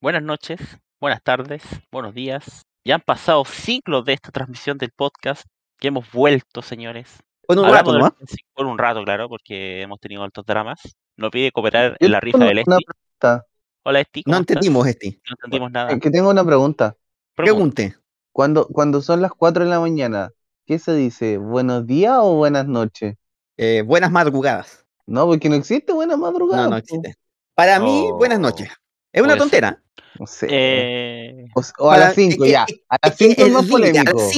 Buenas noches, buenas tardes, buenos días. Ya han pasado ciclos de esta transmisión del podcast que hemos vuelto, señores. Bueno, un rato, Hablamos ¿no? del- sí, por un rato, claro, porque hemos tenido altos dramas. Nos pide cooperar Yo en la rifa tengo del una Esti. pregunta, Hola, Esti. No ¿cómo estás? entendimos, Esti. No entendimos nada. es que tengo una pregunta. Pregunta. Pregunte. Cuando, cuando son las 4 de la mañana, ¿qué se dice? ¿Buenos días o buenas noches? Eh, buenas madrugadas. No, porque no existe buena madrugada. No, no existe. Para mí, Oh. buenas noches. Es una Puede ser. tontera. No sé. Eh, o, s- o a para- las 5 es que- ya. es A las que 5 es el más límite, A polémico. las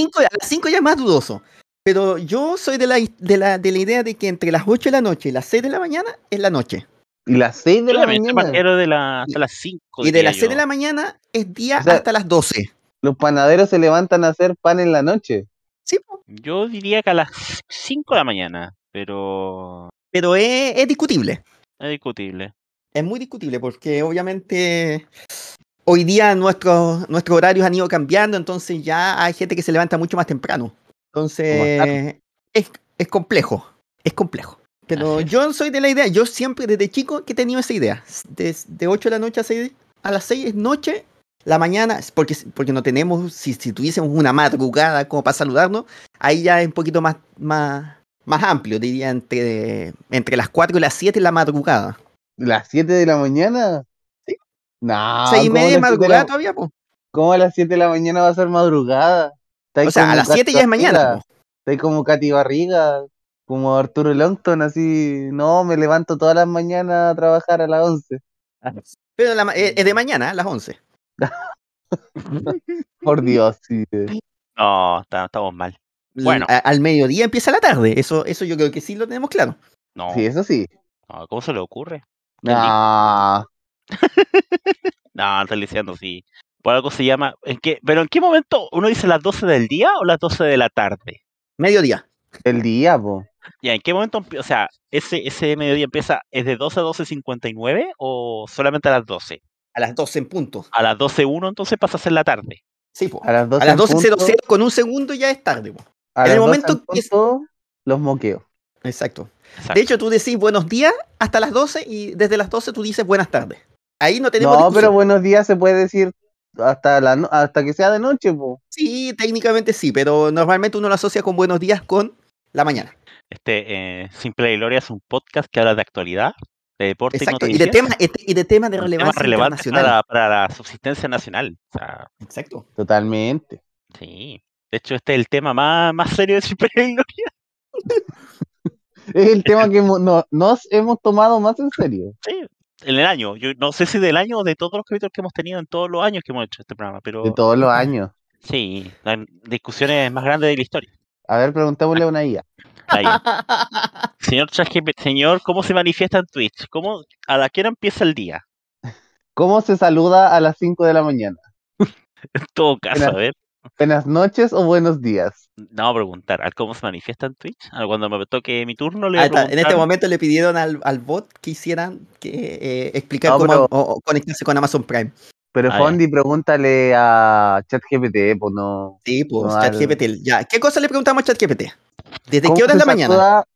5 ya es más dudoso. Pero yo soy de la, de, la, de la idea de que entre las 8 de la noche y las 6 de la mañana es la noche. Y las 6 de yo la también soy mañana. partidario de la, hasta las 5. Y de las 6 de la mañana es día O sea- hasta las 12. Los panaderos se levantan a hacer pan en la noche. Sí, po, Yo diría que a las 5 de la mañana, pero pero es, es discutible. es discutible. Es muy discutible porque obviamente hoy día nuestros, nuestros horarios han ido cambiando, entonces ya hay gente que se levanta mucho más temprano. Entonces es, es complejo, es complejo. Pero Así es. yo soy de la idea, yo siempre desde chico que he tenido esa idea. De, de 8 de la noche a, 6, a las 6 es noche, la mañana, es porque, porque no tenemos, si, si tuviésemos una madrugada como para saludarnos, ahí ya es un poquito más, más, más amplio, diría entre, entre las 4 y las 7 de la madrugada. ¿Las 7 de la mañana? Sí. No. 6 y Ah, media es ¿cómo a las siete de madrugada la- todavía, pues. ¿Cómo a las 7 de la mañana va a ser madrugada? Está ahí O sea, a como las Katy 7 ya es mañana. Barriga, po. Está ahí como Katy Barriga, como Arturo Longton, así. No, me levanto todas las mañanas a trabajar a las 11. Pero la ma- eh, Mm. es de mañana, a las 11. Por Dios, sí. eh. No, está- estamos mal. Bueno. A- al mediodía empieza la tarde. Eso, eso yo creo que sí lo tenemos claro. No, Sí, eso sí. no, ¿cómo se le ocurre? Ah, No, Ah, estoy diciendo sí. Por algo se llama. ¿en qué- ¿Pero en qué momento uno dice las 12 del día o las 12 de la tarde? Mediodía. el día, po. Ya, ¿en qué momento? empie- O sea, ese, ese mediodía empieza, ¿es de 12 a 12.59 o solamente a las 12? A las 12 en punto. A las 12.1 entonces pasa a ser la tarde. Sí, po. A las 12. A las en 12.00 punto, con un segundo ya es tarde. po. a en las el 12 en momento que es- punto, los moqueos. Exacto. Exacto. De hecho, tú decís buenos días hasta las 12 y desde las 12 tú dices buenas tardes. Ahí no tenemos. No, pero discusión. buenos días se puede decir hasta, la no- hasta que sea de noche, po. Sí, técnicamente sí, pero normalmente uno lo asocia con buenos días con la mañana. este eh, Simple y Gloria es un podcast que habla de actualidad, de deporte Exacto. y Y de noticias. temas y de, temas de con relevancia relevantes internacional. para, para la subsistencia nacional. O sea, Exacto. Totalmente. sí. De hecho, este es el tema más, más serio de Simple y Gloria. Es el tema que hemos- no- nos hemos tomado más en serio. Sí, en el año. Yo no sé si del año o de todos los capítulos que hemos tenido en todos los años que hemos hecho este programa, pero De todos los años. sí, las discusiones más grandes de la historia. A ver, Ah. preguntémosle a una IA. Ahí. señor ChatGPT, señor, ¿cómo se manifiesta en Twitch? ¿Cómo, ¿A la que hora empieza el día? ¿Cómo se saluda a las 5 de la mañana? En todo caso, a Mira. ver, ¿Buenas noches o buenos días? no voy a preguntar, ¿a cómo se manifiesta en Twitch? A Cuando me toque mi turno le voy Ah, a está. En este preguntar- momento le pidieron al, al bot que hicieran que eh, explicar No, cómo pero- o- o conectarse con Amazon Prime. Pero Ah, ya. Fondi, pregúntale a ChatGPT, pues no. Sí, pues No, al- ChatGPT. Ya, ¿qué cosa le preguntamos a ChatGPT? ¿Desde ¿Cómo qué hora se es la mañana? saluda? ¿Buenas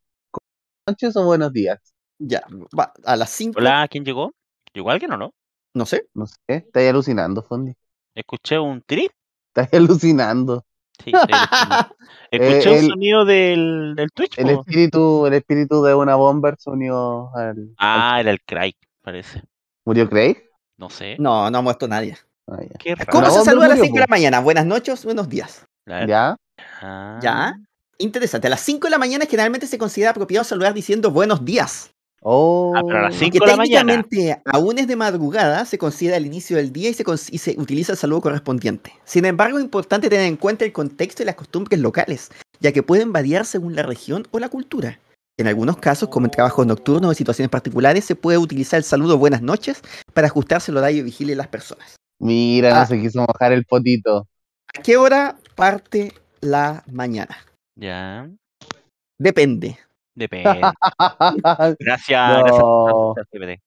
noches o buenos días? Ya, va, a las 5, Hola, ¿quién llegó? ¿Llegó alguien o no? no sé. No sé, estáis alucinando, Fondi. Escuché un tri. Estáis alucinando. Sí, estoy alucinando. Escuché Eh, un el- sonido del, del Twitch. El po. espíritu, el espíritu de una bomber se unió al. Ah, era el Craig, parece. ¿Murió Craig? No sé. No, no ha muerto nadie. Ah, ya. Qué raro. ¿Cómo no, se hombre, saluda a las murió, 5 de la mañana? Buenas noches, buenos días. A ver. ¿Ya? Ah, Ya. Interesante. A las 5 de la mañana generalmente se considera apropiado saludar diciendo buenos días. Oh. Ah, pero a las Que cinco de la mañana. técnicamente, aún es de madrugada, se considera el inicio del día y se, cons- y se utiliza el saludo correspondiente. Sin embargo, es importante tener en cuenta el contexto y las costumbres locales, ya que pueden variar según la región o la cultura. En algunos casos, como en trabajos nocturnos o en situaciones particulares, se puede utilizar el saludo buenas noches para ajustarse el horario y vigilia de las personas. Mira, Ah. no se quiso mojar el potito. ¿A qué hora parte la mañana? Ya. Depende. Depende. Ah, Gracias, No. gracias. ChatGPT.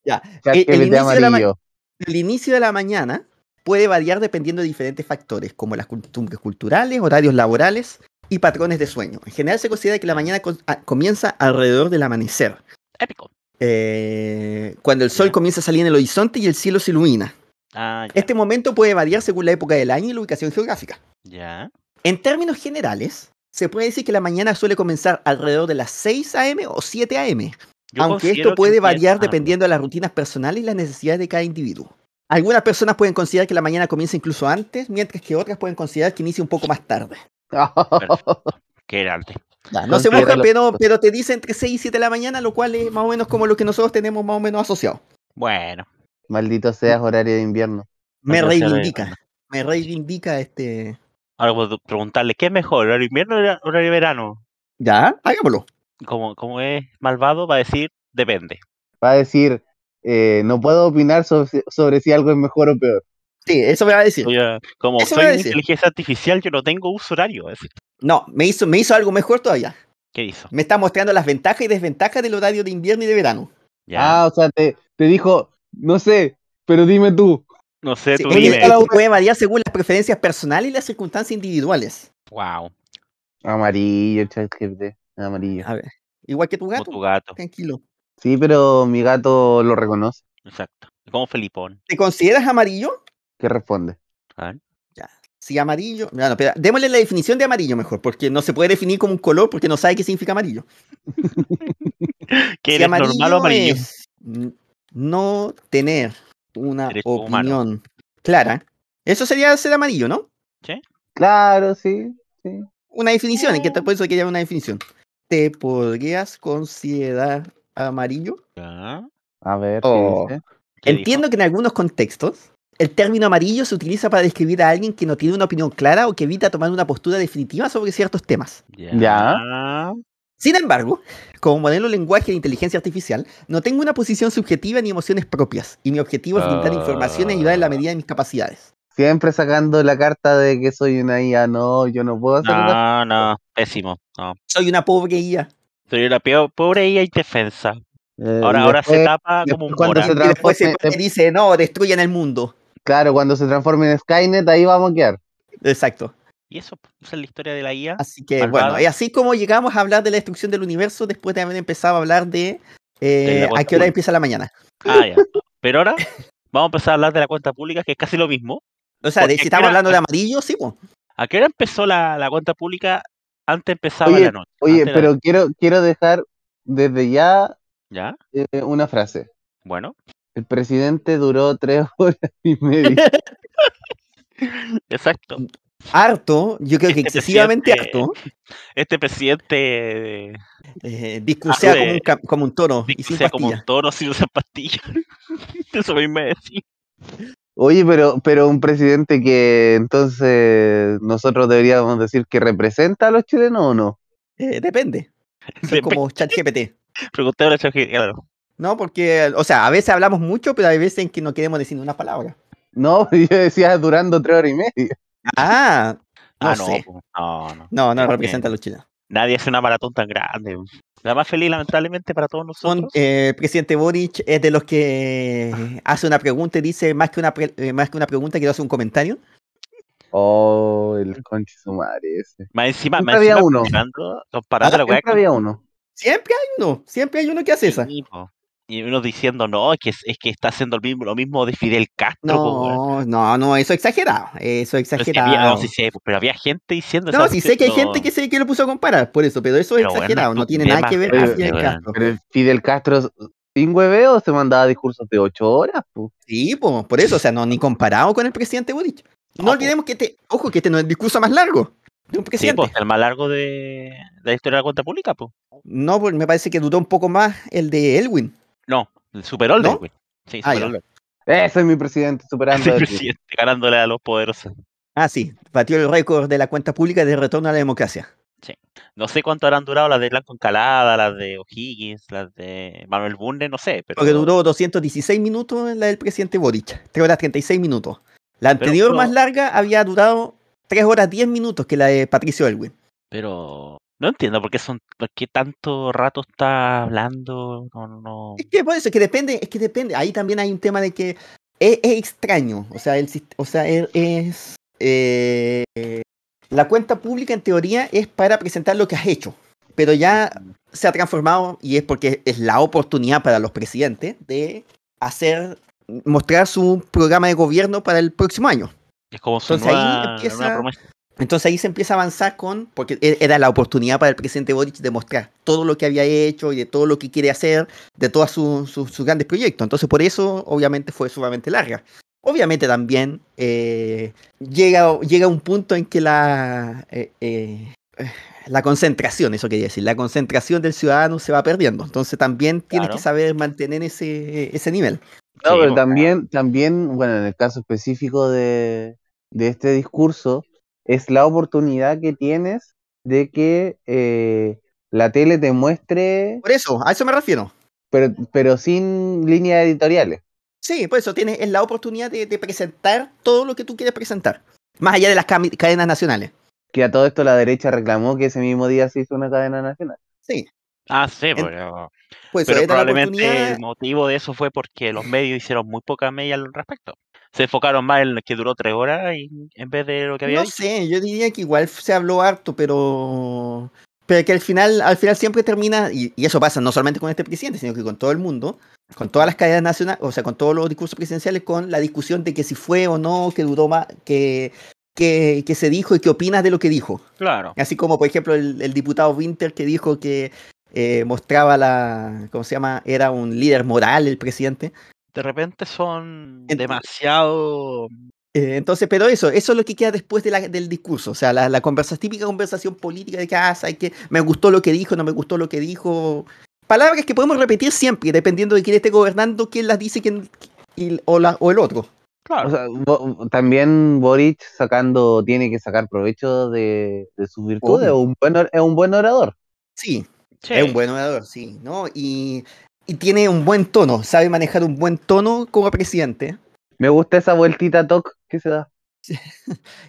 ChatGPT el inicio de la amarillo. El inicio de la mañana puede variar dependiendo de diferentes factores, como las costumbres culturales, horarios laborales y patrones de sueño. En general se considera que la mañana con- a- comienza alrededor del amanecer, Épico. eh, cuando el sol Ya. comienza a salir en el horizonte y el cielo se ilumina. Ah, ya. Este momento puede variar según la época del año y la ubicación geográfica. Ya. En términos generales, se puede decir que la mañana suele comenzar alrededor de las 6 a.m. o 7 a.m., Yo aunque considero esto que puede empieza- variar ah, dependiendo de las rutinas personales y las necesidades de cada individuo. Algunas personas pueden considerar que la mañana comienza incluso antes, mientras que otras pueden considerar que inicia un poco más tarde. Que era antes. no se Considera moja, lo- pero, pero te dice entre 6 y 7 de la mañana, lo cual es más o menos como lo que nosotros tenemos más o menos asociado. Bueno. Maldito seas horario de invierno. Me Entonces, eh, reivindica. Me reivindica este. Ahora puedo preguntarle, ¿qué es mejor, horario invierno o hora- horario verano? Ya, hagámoslo. Como, como es malvado, va a decir, depende. Va a decir, eh, no puedo opinar sobre, sobre si algo es mejor o peor. Sí, eso me va a decir. Voy a- como Eso soy iba a una decir. inteligencia artificial, yo no tengo uso horario. así. No, me hizo, me hizo algo mejor todavía. ¿Qué hizo? Me está mostrando las ventajas y desventajas del horario de invierno y de verano. Ya. Ah, o sea, te, te dijo, no sé, pero dime tú. no sé, Sí, tú oye, dime. esto puede variar según las preferencias personales y las circunstancias individuales. Wow. Amarillo, ChatGPT, amarillo. A ver, igual que tu Como gato, tu gato. tranquilo. Sí, pero mi gato lo reconoce. Exacto. Como Felipón. ¿Ah? ¿Te consideras amarillo? ¿Qué responde? Sí, amarillo. No, no, pero démosle la definición de amarillo mejor, porque no se puede definir como un color porque no sabe qué significa amarillo. ¿Qué Si eres normal o amarillo? es n- no tener una Derecho humano. opinión clara. Eso sería ser amarillo, ¿no? Claro, sí. Una definición, ¿en qué Eh. te por eso quería una definición? ¿Te podrías considerar amarillo? Ya. A ver, ¿qué Oh. dice? ¿Qué Entiendo que en algunos contextos el término amarillo se utiliza para describir a alguien que no tiene una opinión clara o que evita tomar una postura definitiva sobre ciertos temas. dijo? Ya. Sin embargo, como modelo lenguaje de inteligencia artificial, no tengo una posición subjetiva ni emociones propias, y mi objetivo es Ah. brindar información y ayudar en la medida de mis capacidades. Siempre sacando la carta de que soy una IA. No, yo no puedo hacer una- No, no. Pésimo. No. Soy una pobre guía. Soy la peor, pobre E IA indefensa. Eh, Ahora, ahora se después- tapa como un después cuando mora. se Y después se transforme- dice, no, destruyan el mundo. Claro, cuando se transforme en Skynet, ahí vamos a quedar. Exacto. Y eso esa es la historia de la E IA. Así que Malvado. bueno, y así como llegamos a hablar de la destrucción del universo después de haber empezado a hablar de eh, la a cuenta qué hora pública. empieza la mañana. Ah, ya. Pero ahora vamos a empezar a hablar de la cuenta pública, que es casi lo mismo. O sea, de- Porque si estamos era- hablando de amarillo, sí, po. ¿A qué hora empezó la, la cuenta pública? Antes empezaba Oye, la noche. Oye, antes era- pero quiero, quiero dejar desde ya ¿Ya? eh, una frase. Bueno. El presidente duró tres horas y media. Exacto. Mm. harto, yo creo que Este excesivamente presidente- harto, Este presidente eh, eh, discursea Hace- como un, ca- como un toro y sin sea como un pastilla. toro sin usar pastillas. Eso mismo es decir. Oye, pero, pero un presidente que entonces nosotros deberíamos decir que representa a los chilenos o no. Eh, depende. Soy como ChatGPT. Pregunté a la ChatGPT, claro. No, porque, o sea, a veces hablamos mucho, pero hay veces en que no queremos decir una palabra. No, yo decía durando tres horas y media. Ah, no, Ah, no, sé. po. no, no. No, no Está representa a los chilenos. Nadie hace una maratón tan grande. po. La más feliz, lamentablemente, para todos Son, nosotros. Ah. eh, presidente Boric es de los que hace una pregunta y dice más que una, pre- eh, más que una pregunta, quiero hacer un comentario. Oh, el conche su madre ese. Más encima, siempre más había encima uno. comparando, comparando Ah, la weá Siempre había uno. Siempre hay uno, siempre hay uno que hace esa. Sí, pues, po. Y uno diciendo, no, es que, es que está haciendo lo mismo, lo mismo de Fidel Castro. po, weón. No, no, no, eso es exagerado. Eso es Pero, es que había, no, exagerado. sí sé, po, pero había gente diciendo No, esa sí cuestión, sé que hay no. gente que se que lo puso a comparar por eso, pero eso es Pero bueno, exagerado, no tú tiene ve nada más que ver grande, así el weón. Castro. Pero el Fidel Castro, sin hueveo, se mandaba discursos de ocho horas. po. Sí, po, por eso, o sea, no ni comparado con el presidente Boric. No, No, po. olvidemos que este, ojo, que este no es el discurso más largo de un Sí, presidente. pues, el más largo de, de la historia de la cuenta pública, pues. no, porque me parece que duró un poco más el de Elwin. No, el Super Older, ¿No? güey. Sí, Ah, Super ya. Older. Ese es mi presidente, Ese superando. a ti. presidente ganándole a los poderosos. Ah, sí, batió el récord de la cuenta pública de retorno a la democracia. No sé cuánto habrán durado las de Blanco Encalada, las de O'Higgins, las de Manuel Bunde, no sé, pero. Porque duró 216 minutos la del presidente Boric, 3 horas 36 minutos. La Pero- anterior pero- más larga había durado 3 horas 10 minutos que la de Patricio Elwin. pero no entiendo por qué son, por qué tanto rato está hablando. No, no, no. Es que por eso, es que depende, es que depende. Ahí también hay un tema de que es, es extraño. O sea, el, sist- o sea, el- es. eh, la cuenta pública en teoría es para presentar lo que has hecho. Pero ya se ha transformado, y es porque es la oportunidad para los presidentes de hacer mostrar su programa de gobierno para el próximo año. Es como su Entonces ahí nueva- empieza- nueva promesa. Entonces ahí se empieza a avanzar con, porque e- era la oportunidad para el presidente Boric de mostrar todo lo que había hecho y de todo lo que quiere hacer, de todos sus sus- sus grandes proyectos. Entonces por eso obviamente fue sumamente larga. Obviamente también eh, llega, llega un punto en que la, eh, eh, eh, la concentración, eso quería decir, la concentración del ciudadano se va perdiendo. Entonces también tienes Claro. que saber mantener ese, ese nivel. No, Sí, pero po. también, también, bueno, en el caso específico de, de este discurso, es la oportunidad que tienes de que eh, la tele te muestre, Por eso, a eso me refiero. pero, pero sin líneas editoriales. Sí, por eso tienes es la oportunidad de, de presentar todo lo que tú quieres presentar. Más allá de las cami- cadenas nacionales. Que a todo esto la derecha reclamó que ese mismo día se hizo una cadena nacional. Sí, Ah, sí, En- pero, pues pero era la probablemente oportunidad. el motivo de eso fue porque los medios hicieron muy poca media al respecto. Se enfocaron más en lo que duró tres horas y- en vez de lo que había No dicho. sé, yo diría que igual se habló harto, pero. Pero que al final, al final siempre termina, y, y eso pasa no solamente con este presidente, sino que con todo el mundo, con todas las cadenas nacionales, o sea, con todos los discursos presidenciales, con la discusión de que si fue o no, que duró más, que, que, que se dijo y qué opinas de lo que dijo. Claro. Así como, por ejemplo, el, el diputado Winter que dijo que eh, mostraba la. ¿Cómo se llama? Era un líder moral el presidente. De repente son Ent- demasiado. Eh, entonces, pero eso, eso es lo que queda después de la- del discurso. O sea, la, la conversa- típica conversación política de que, ah, ¿sabes qué? Me gustó lo que dijo, no me gustó lo que dijo. Palabras que podemos repetir siempre, dependiendo de quién esté gobernando, quién las dice quién, y- o, la- o el otro. Claro. O sea, Bo- también Boric sacando, tiene que sacar provecho de, de sus virtudes. Obvio. Es un buen, or- es un buen orador. Sí, sí. Es un buen orador, sí, ¿no? Y, y tiene un buen tono, sabe manejar un buen tono como presidente. Me gusta esa vueltita toc que se da.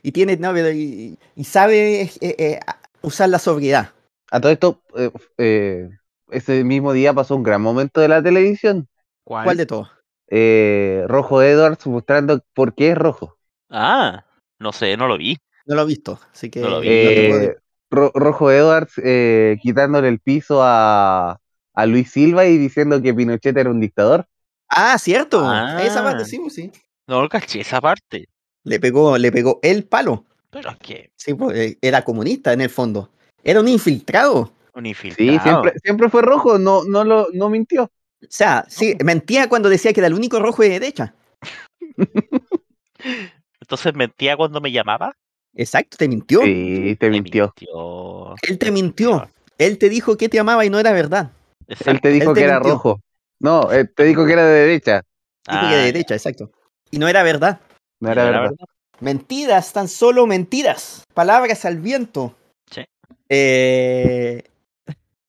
y tiene no, pero y, y sabe eh, eh, a- usar la sobriedad. A todo esto, eh, eh, ese mismo día pasó un gran momento de la televisión. ¿Cuál? ¿Cuál de todos? eh, Rojo Edwards mostrando por qué es rojo. Ah, no sé, no lo vi. No lo he visto, así que No lo vi. no te puedo Eh, decir. Ro- rojo Edwards eh, quitándole el piso a, a Luis Silva y diciendo que Pinochet era un dictador. Ah, cierto. Ah. Esa parte sí, pues sí. No lo caché esa parte. Le pegó, le pegó el palo. Pero es que Sí, pues, eh, era comunista en el fondo. Era un infiltrado. un Sí, infiltrado. siempre, siempre fue rojo, no, no, lo, no mintió. O sea, sí, mentía cuando decía que era el único rojo de derecha. Entonces mentía cuando me llamaba. Exacto, te mintió. Sí, te Me mintió. mintió. Él te mintió. Él te dijo que te amaba y no era verdad. Él Exacto. te dijo Él te que era mintió. rojo. No, eh, te dijo que era de derecha. Dijo que Ah, de derecha, exacto. Y no era verdad. No era no verdad. Mentiras, tan solo mentiras. Palabras al viento. Sí. Eh,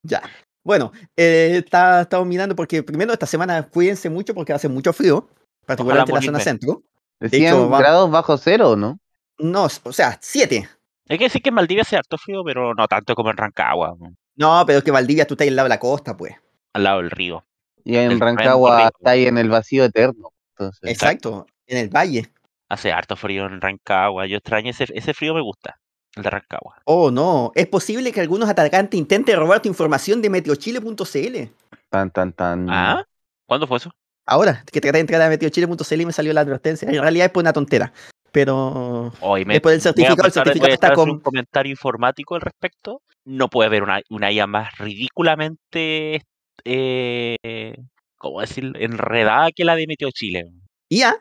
ya. Bueno, eh, está- estamos mirando porque primero esta semana cuídense mucho porque hace mucho frío, particularmente en la zona morirme. centro. hecho, 100 va- grados bajo cero, ¿no? No, o sea, siete. Hay que decir que en Maldivia hace harto frío, pero no tanto como en Rancagua, mm, No, pero es que Valdivia tú estás al lado de la costa, pues. al lado del río. Y en El Rancagua Rengo Rico. está ahí en el vacío eterno. Entonces, Exacto, en el valle. Hace harto frío en Rancagua. Yo extraño ese, ese frío, me gusta. El de Rancagua. Oh, no. Es posible que algunos atacantes intenten robar tu información de meteochile.cl. tan, tan, tan. ¿Ah? ¿Cuándo fue eso? Ahora, que traté de entrar a meteochile.cl y me salió la advertencia. En realidad es por una tontera. Pero Hoy me Después voy del a certificado, el pasar- voy a certificado está estar haciendo con. un comentario informático al respecto. No puede haber una, una IA más ridículamente, eh, ¿cómo decir?, enredada que la de Meteo Chile. IA.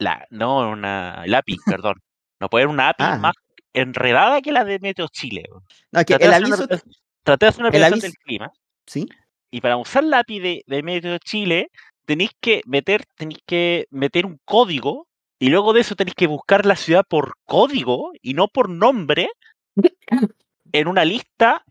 La, no, una. El API, perdón. No puede haber una API Ah. más enredada que la de Meteo Chile. No, es Ah, que Traté el de hacer una aviso. presen- Traté de hacer una el presentación aviso- del clima. Sí. Y para usar la API de, de Meteo Chile, tenéis que meter, tenéis que meter un código y luego de eso tenéis que buscar la ciudad por código y no por nombre en una lista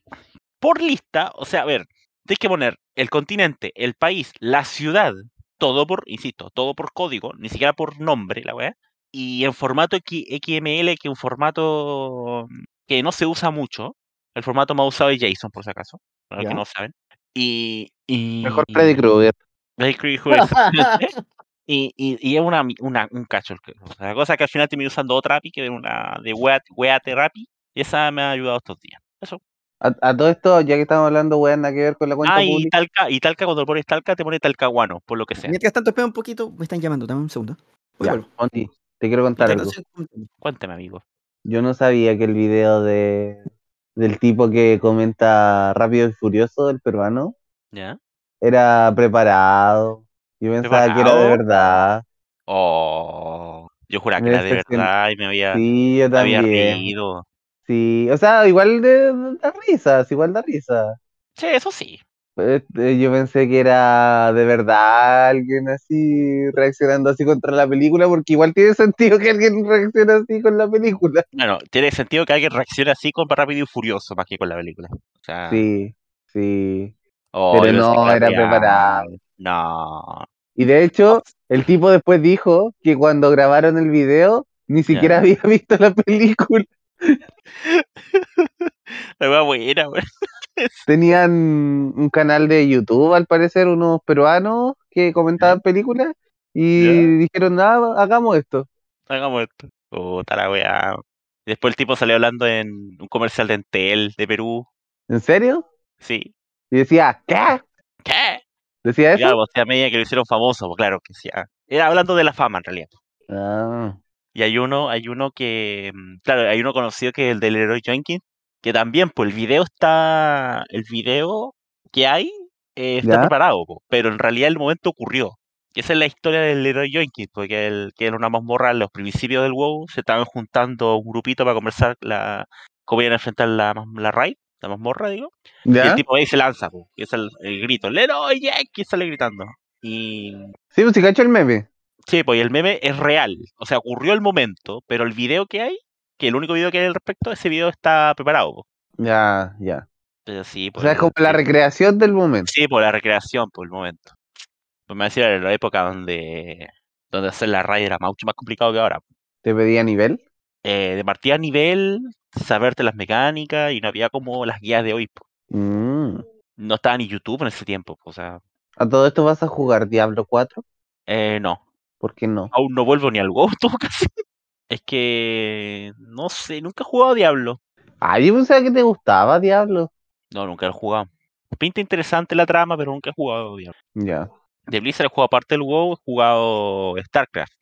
por lista. O sea, a ver, tenéis que poner el continente, el país, la ciudad, todo por, insisto, todo por código, ni siquiera por nombre, la weá. Y en formato X- XML, que es un formato que no se usa mucho. El formato más usado es JSON, por si acaso, para los que Ya. no saben. Y, y- Mejor Freddy Krueger. Freddy Krueger, exactamente. y, y, y es una, mi- una- un cacho. el que- o sea, la cosa que al final terminé usando otra API, que era una de Wea, Wea Therapy, y esa me ha ayudado estos días. Eso. A, a todo esto, ya que estamos hablando, weón, nada que ver con la cuenta Ah, y pública. talca, y talca, cuando pones talca, te pone talcahuano, por lo que sea. Mientras tanto, espera un poquito, me están llamando, dame un segundo. Voy, Ya, vuelvo. Monty, te quiero contar algo. Entonces, Cuéntame, amigo. Yo no sabía que el video de del tipo que comenta Rápido y Furioso, el peruano, ¿Ya? era preparado. Yo pensaba que era de ¿Preparado? verdad. Oh, yo juraba que Me era de decepcionó. verdad y me había, Este Sí, yo me había también. reído. Sí, o sea, igual de- da risas, igual da risa. Sí, eso sí. Este, yo pensé que era de verdad alguien así reaccionando así contra la película, porque igual tiene sentido que alguien reaccione así con la película. Bueno, tiene sentido que alguien reaccione así con Rápido y Furioso más que con la película. O sea, Sí, sí. oh, Pero yo pensé no, que era real. preparado. No. Y de hecho, el tipo después dijo que cuando grabaron el video ni siquiera había visto la película. La wea buena, wea. Tenían un canal de YouTube, al parecer, unos peruanos que comentaban películas y Ya. dijeron, nada, hagamos esto. Hagamos esto. Puta la wea. Y Después el tipo salió hablando en un comercial de Entel de Perú. ¿En serio? Sí. Y decía, ¿qué? ¿Qué? ¿Decía eso? Claro, o sea, a medida que lo hicieron famoso, pues, claro que sí. ah. Era hablando de la fama en realidad. Ah, Y hay uno, hay uno que, mm, claro, hay uno conocido que es el del Leroy Jenkins, que también, pues el video está, el video que hay eh, está ¿Ya? preparado, po, pero en realidad el momento ocurrió. Y esa es la historia del Leroy Jenkins, porque él, que era una mazmorra en los principios del WoW, se estaban juntando un grupito para conversar la, cómo iban a enfrentar la, maz- la raid, la mazmorra, digo. Y ¿Ya? el tipo ahí se lanza, po, y es el, el grito, Leroy Jenkins sale gritando. Y Sí, pues si cacho el meme. Sí, pues y el meme es real. O sea, ocurrió el momento, pero el video que hay, que el único video que hay al respecto, ese video está preparado. po. Ya, ya. Pero sí, O pues. sea, es como el- la recreación del momento. Sí, por la recreación, por el momento. Pues me decía en la época donde, donde hacer la raid era mucho más complicado que ahora. Te pedía nivel. Eh, de partida a nivel, saberte las mecánicas y no había como las guías de hoy. po. Mm. No estaba ni YouTube en ese tiempo. po, O sea, ¿A todo esto vas a jugar Diablo 4? eh, no. ¿Por qué no? Aún no vuelvo ni al WoW, en todo caso. Es que. No sé, nunca he jugado a Diablo. Ah, yo pensaba que te gustaba Diablo. No, nunca lo he jugado. Pinta interesante la trama, pero nunca he jugado Diablo. Ya. De Blizzard he jugado aparte del WoW, he jugado StarCraft.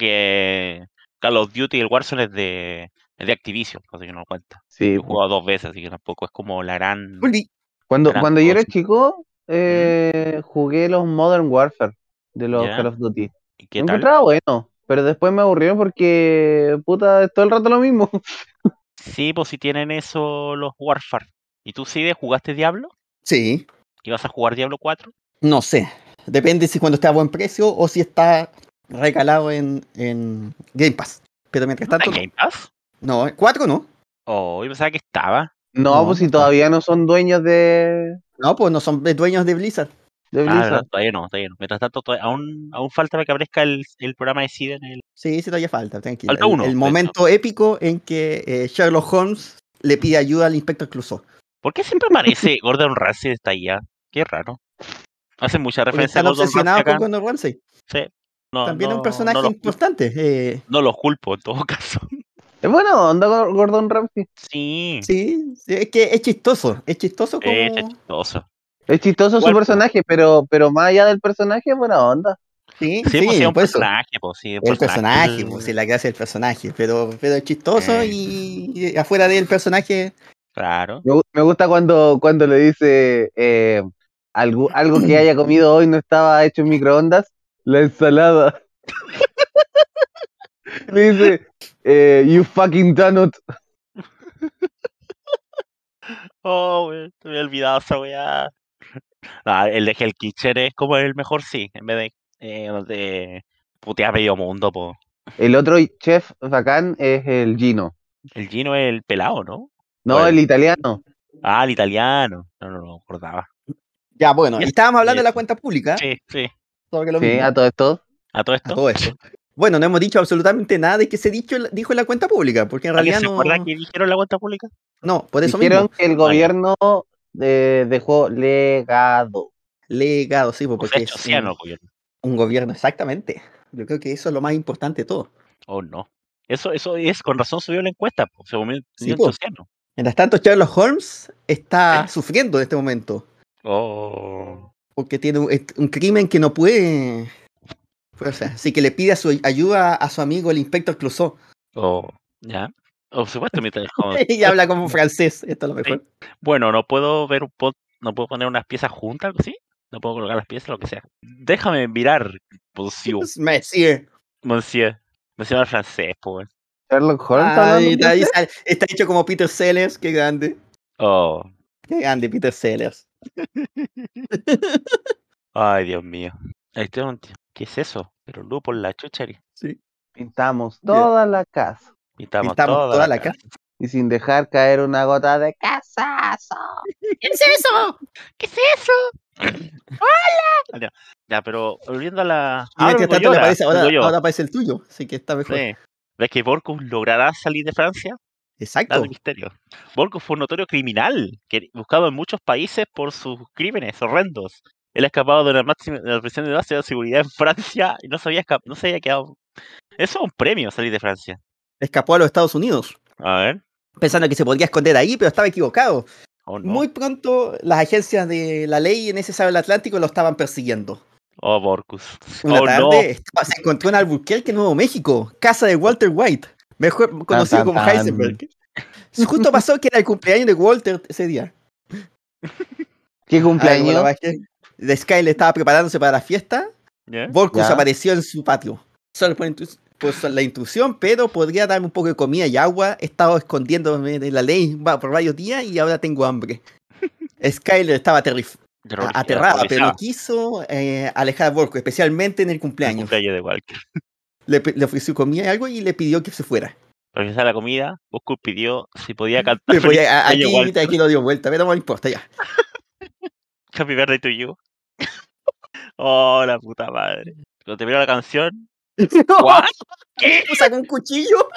Porque Call of Duty y el Warzone es de, es de Activision, así que no lo cuenta. Sí. pues. He jugado dos veces, así que tampoco es como la gran... volví. Cuando, gran cuando yo era cosa. chico, eh, jugué los Modern Warfare de los Ya. Call of Duty. ¿Y Me ¿Qué tal? encontraba bueno, pero después me aburrieron porque, puta, es todo el rato lo mismo. Sí, pues si tienen eso los Warfare. ¿Y tú, Side, jugaste Diablo? Sí, ¿Y vas a jugar Diablo 4? no sé. Depende si cuando está a buen precio o si está regalado en, en Game Pass. Pero mientras ¿Está tanto. en Game Pass? No, eh, cuatro no. Oh, yo pensaba que estaba. No, No, pues no si está. todavía no son dueños de, No, pues no son dueños de Blizzard. de Ah, verdad, Blizzard. todavía no, todavía no. Mientras tanto, todavía- aún, aún falta para que aparezca el, el programa de Side en el... Sí, sí, todavía falta, tranquila. Falta El- uno, el, de hecho. momento épico en que eh, Sherlock Holmes le pide ayuda al inspector Clouseau. ¿Por qué siempre aparece Gordon Ramsay esta IA? Qué raro. Hacen mucha Porque referencia a están Gordon Ramsay obsesionados acá. con Gordon Ramsay. No, También es no- un personaje no los, culpo, importante. eh, no los culpo en todo caso. Es buena onda Gor- Gordon Ramsay. Sí, sí, sí, es que es chistoso. Es chistoso como. es chistoso. Es chistoso su Igual, pues. po. personaje, pero, pero más allá del personaje es buena onda. Sí, Sí, pues, sí, sí, es un por eso. personaje, pues, sí, es un El personaje, el- pues, sí, la gracia del personaje, pero, pero es chistoso Eh. y, y afuera del personaje. Claro. Me, gu- me gusta cuando, cuando le dice eh, algo, algo que haya comido hoy no estaba hecho en microondas, la ensalada. le dice, eh, you fucking donut. Oh, wey, te había olvidado esa weá. Nah, el de Hell Kitchen es como el mejor, sí, en vez de, eh, de putear medio mundo, po. El otro chef bacán es el Gino. El Gino es el pelado, ¿no? No, ¿Cuál? el italiano. Ah, el italiano. No, no, no me acordaba. Ya, bueno, y Yes, estábamos hablando de la yes. cuenta pública. Sí, sí. sobre lo Sí, mismo, a todo esto. A todo a esto. todo esto. Bueno, no hemos dicho absolutamente nada de que se dicho, dijo en la cuenta pública, porque en ¿Alguien realidad se no. acuerda que dijeron la cuenta pública? No, por eso Dijeron mismo. que el Ah, ya. gobierno eh, dejó legado. Legado, sí, pues, Pues porque hecho, es sí, un, no, gobierno. un gobierno, exactamente. Yo creo que eso es lo más importante de todo. Oh, no. Eso, eso es, con razón subió la encuesta, po, según el Sí, señor po. Chociano. Mientras tanto, Sherlock Holmes está sufriendo en este momento. Oh. Porque tiene un, es un crimen que no puede. o sea, así que le pide a su, ayuda a su amigo el inspector Clouseau. Oh. ¿Ya? Por supuesto, mi teléfono. y habla como francés. Esto es lo mejor. Bueno, no puedo ver un pod, no puedo poner unas piezas juntas, algo así. No puedo colocar las piezas, lo que sea. Déjame mirar, monsieur. Monsieur. Monsieur. Monsieur habla francés, pues. Sherlock Holmes. está hablando Ay, está, ahí francés. sale- está hecho como Peter Sellers. Qué grande. Oh. Qué grande, Peter Sellers. Ay, Dios mío. Este es un tío- ¿Qué es eso? Pero lupo en la chucha. y Pintamos toda la casa Pintamos, Pintamos toda, toda la la casa. y sin dejar caer una gota de casazo. ¿Qué es eso? ¿Qué es eso? ¡Hola! Ya, ya, pero volviendo a la. Y mientras vengo tanto Ah, yo le ahora, aparece, ahora, vengo yo. ahora aparece el tuyo. Así que está mejor. Sí. ¿Ves que Borcus logrará salir de Francia? Dato Exacto. misterio. Volkov fue un notorio criminal, que, buscado en muchos países por sus crímenes horrendos. Él ha escapado de la, máxima, de la prisión de máxima seguridad en Francia y no se había, esca- no se había quedado. Eso es un premio salir de Francia. Escapó a los Estados Unidos. A ver. Pensando que se podría esconder ahí, pero estaba equivocado. o no. Muy pronto las agencias de la ley en ese sábado del Atlántico lo estaban persiguiendo. Oh, Borcus. Una oh, no. tarde estaba- se encontró en Albuquerque, Nuevo México, casa de Walter White, mejor conocido tan, como tan. Heisenberg. Justo pasó que era el cumpleaños de Walter ese día. ¿Qué Ay, bueno, cumpleaños? la verdad es que De Skyler estaba preparándose para la fiesta. ¿Ya? Volcus Ya. apareció en su patio. Solo por, intu- por so- la intrusión, pero podría darme un poco de comida y agua. He estado escondiéndome de la ley va- por varios días y ahora tengo hambre. Skyler estaba aterri- Terrorista, a- aterrada, pero aterrorizada. no quiso eh, alejar a Volko, especialmente en el El cumpleaños. cumpleaños de Walker. Le, pe- le ofreció comida y algo y le pidió que se fuera. Regresar la comida, Borcus pidió si podía cantar. Le feliz ponía- pues, a- cumpleaños, aquí, Walker. aquí lo dio vuelta, pero no me importa ya. Happy birthday to you. Oh, la puta madre. Cuando terminó la canción, ¿What? ¿Qué? Sacó un cuchillo.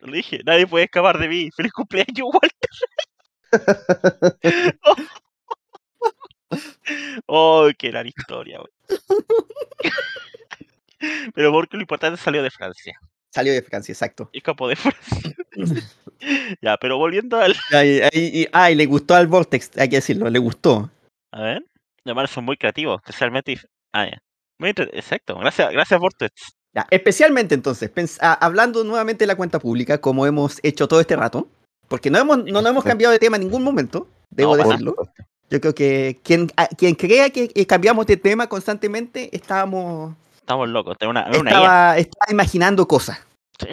Lo dije, nadie puede escapar de mí. ¡Feliz cumpleaños, Walter! oh, qué gran historia, wey. Pero porque lo importante salió de Francia. Salió de Francia, exacto. Escapó de Francia. ya, pero volviendo al. Ay, ay, y- ay, le gustó al Vortex, hay que decirlo, le gustó. A ver. Los malos son muy creativos, especialmente. dif- Ah, ya. Muy entre- Exacto. Gracias, gracias Vortex. Ya, especialmente entonces, pens- a- hablando nuevamente de la cuenta pública, como hemos hecho todo este rato, porque no, hemos, no nos hemos cambiado de tema en ningún momento, debo No, para decirlo. Yo creo que quien, a- quien crea que eh, cambiamos de tema constantemente, estábamos, Estamos locos. Tengo una, una guía. estaba, estaba imaginando cosas.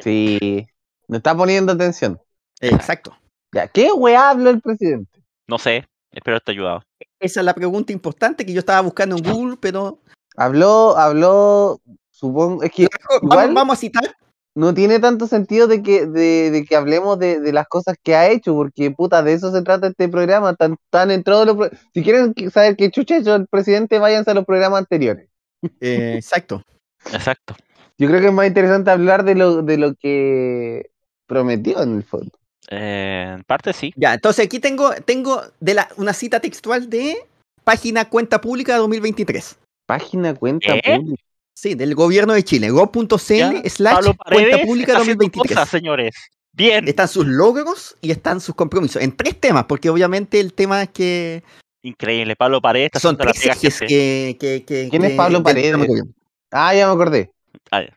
Sí. No está poniendo atención. Exacto. Ya, ¿qué weá habló el presidente? No sé. Espero te ayudado. Esa es la pregunta importante que yo estaba buscando en Google, pero Habló, habló, supongo, es que vamos, Igual- vamos a citar. no tiene tanto sentido de que, de, de que hablemos de, de las cosas que ha hecho, porque puta, de eso se trata este programa, tan, tan en todos los pro- Si quieren que- saber qué chucha ha hecho el presidente, váyanse a los programas anteriores. Eh, exacto. Exacto. Yo creo que es más interesante hablar de lo, de lo que prometió en el fondo. Eh, en parte sí. Ya, entonces aquí tengo, tengo de la, una cita textual de página cuenta pública 2023. Página cuenta ¿Eh? pública. Sí, del gobierno de Chile, go.cl Ya, slash Pablo Paredes cuenta pública está haciendo 2023. cosas, ¿eh? señores. Bien. Están sus logros y están sus compromisos en tres temas, porque obviamente el tema es que Increíble. Pablo Paredes está son haciendo la tres pega que ejes hace. que, que, que- ¿Quién es que- Pablo del Paredes? programa de gobierno. Ah, ya me acordé. A ver.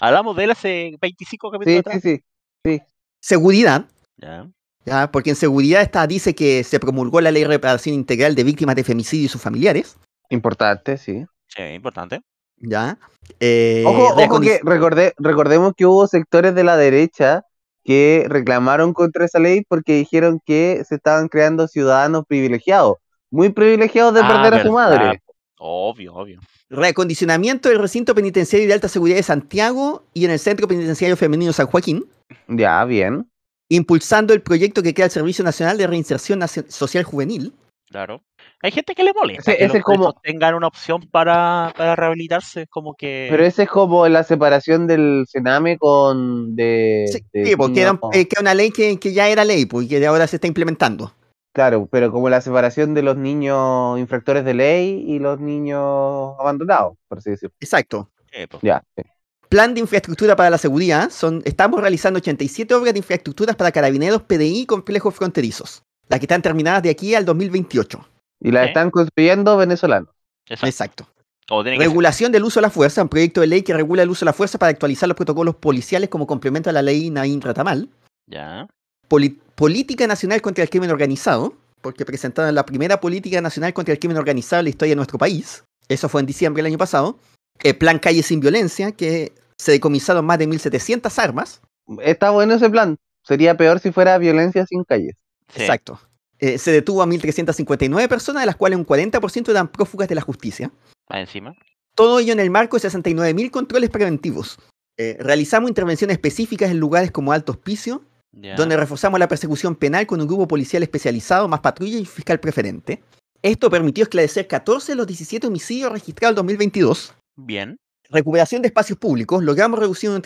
Hablamos de él hace 25 capítulos pues, Sí, sí, atrás. sí. Seguridad, Ya. ya, porque en seguridad está, dice que se promulgó la ley de reparación integral de víctimas de femicidio y sus familiares. Importante, sí. Sí, importante. ¿ya? Eh, Ojo, ojo reconoc- que recordé, recordemos que hubo sectores de la derecha que reclamaron contra esa ley porque dijeron que se estaban creando ciudadanos privilegiados, muy privilegiados de Ah, perder a verdad. su madre. Obvio, obvio. Reacondicionamiento del recinto penitenciario de alta seguridad de Santiago y en el Centro Penitenciario Femenino San Joaquín, Ya, bien. impulsando el proyecto que crea el Servicio Nacional de Reinserción Nacio- Social Juvenil. Claro. Hay gente que le molesta Ese- que ese los como- presos tengan una opción para, para rehabilitarse. Como que. Pero esa es como la separación del Sename con de, Sí, de sí, porque era, un- Pino- eh, que era una ley que, que ya era ley pues, y que ahora se está implementando. Claro, pero como la separación de los niños infractores de ley y los niños abandonados, por así decirlo. Exacto. Eh, pues, Ya. sí. Plan de infraestructura para la seguridad. Son, estamos realizando 87 obras de infraestructuras para carabineros, PDI y complejos fronterizos. Las que están terminadas de aquí al 2028. Y la Ok. están construyendo venezolanos. Exacto. Exacto. Como tiene que ser. Regulación del uso de la fuerza. Un proyecto de ley que regula el uso de la fuerza para actualizar los protocolos policiales como complemento a la ley Naín Ratamal. Ya. Poli- política nacional contra el crimen organizado, porque presentaron la primera política nacional contra el crimen organizado en la historia de nuestro país. Eso fue en diciembre del año pasado. El plan Calle sin Violencia, que se decomisaron más de 1.700 armas. Está bueno ese plan. Sería peor si fuera violencia sin calles. sí. Exacto. Eh, se detuvo a 1.359 personas, de las cuales un 40% eran prófugas de la justicia. Más encima. Todo ello en el marco de 69.000 controles preventivos. Eh, realizamos intervenciones específicas en lugares como Alto Hospicio, Ya. donde reforzamos la persecución penal con un grupo policial especializado, más patrulla y fiscal preferente. Esto permitió esclarecer 14 de los 17 homicidios registrados en 2022. Bien. Recuperación de espacios públicos. Logramos reducir un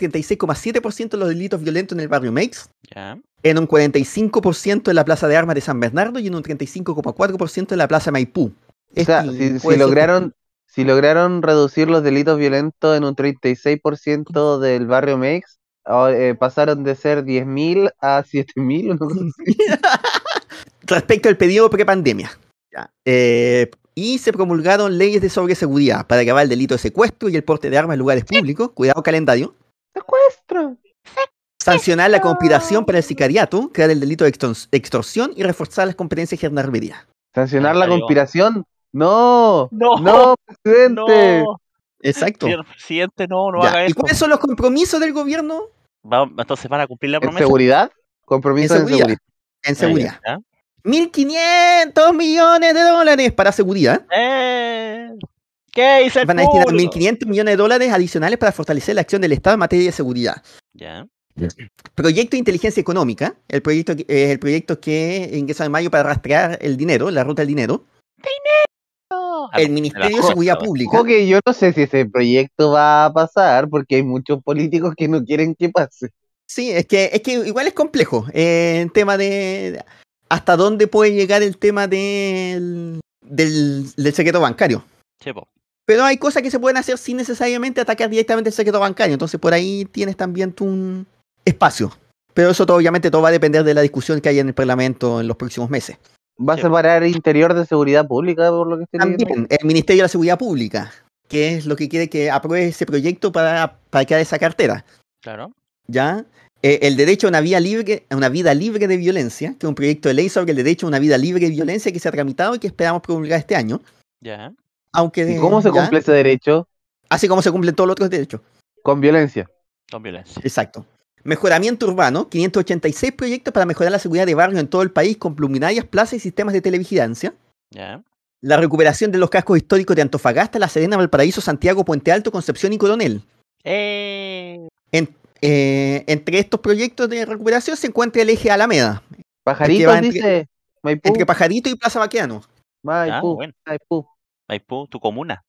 36,7% los delitos violentos en el barrio Meix, Ya. en un 45% en la Plaza de Armas de San Bernardo y en un 35,4% en la Plaza Maipú. O sea, Este si, si puede ser- lograron, si lograron reducir los delitos violentos en un 36% del barrio Meix, ah, eh, pasaron de ser 10.000 a 7.000. una cosa así. Respecto al periodo prepandemia. Ya. Eh, y se promulgaron leyes de sobre seguridad para acabar el delito de secuestro y el porte de armas en lugares públicos. Cuidado calendario. Secuestro. Sancionar la conspiración para el sicariato, crear el delito de extors- extorsión y reforzar las competencias gendarmería. Sancionar Ahí la salió. conspiración. No, No. no, No. presidente. Exacto. Señor presidente, no, no Ya, haga ¿Y eso. cuáles son los compromisos del gobierno Va- entonces van a cumplir la ¿En promesa. seguridad? Compromiso En en seguridad. seguridad. en Ah, ya, seguridad? ya. 1.500 millones de dólares para seguridad. Eh, ¿Qué dice el Van a destinar público? 1.500 millones de dólares adicionales para fortalecer la acción del Estado en materia de seguridad. Ya. Proyecto de inteligencia económica, el proyecto, que- eh, el proyecto que ingresó en mayo para rastrear el dinero, la ruta del dinero. Ah, El Ministerio de Seguridad Pública. Ojo que yo no sé si ese proyecto va a pasar porque hay muchos políticos que no quieren que pase. Sí, es que, es que igual es complejo. eh, en tema de. ¿Hasta dónde puede llegar el tema del, del, del secreto bancario? Chepo. Pero hay cosas que se pueden hacer sin necesariamente atacar directamente el secreto bancario. Entonces por ahí tienes también tú un espacio. Pero eso todo, obviamente todo va a depender de la discusión que haya en el Parlamento en los próximos meses. Va a Sí. separar interior de seguridad pública, por lo que estoy leyendo. También el Ministerio de la Seguridad Pública, que es lo que quiere que apruebe ese proyecto para, para crear esa cartera. Claro. ¿ya? Eh, el derecho a una, vida libre, a una vida libre de violencia, que es un proyecto de ley sobre el derecho a una vida libre de violencia que se ha tramitado y que esperamos promulgar este año. Ya. Aunque, ¿Y cómo se ¿ya? cumple ese derecho? Así como se cumplen todos los otros derechos. Con violencia. Con violencia. Exacto. Mejoramiento urbano, 586 proyectos para mejorar la seguridad de barrio en todo el país con luminarias, plazas y sistemas de televigilancia. Ya. La recuperación de los cascos históricos de Antofagasta, La Serena, Valparaíso, Santiago, Puente Alto, Concepción y Coronel. Eh, Eh, entre estos proyectos de recuperación se encuentra el eje Alameda, Pajaritos, entre- dice. Maipú, entre Pajarito y Plaza Baqueano. ah, Maipú, bueno. Maipú. Maipú, tu comuna.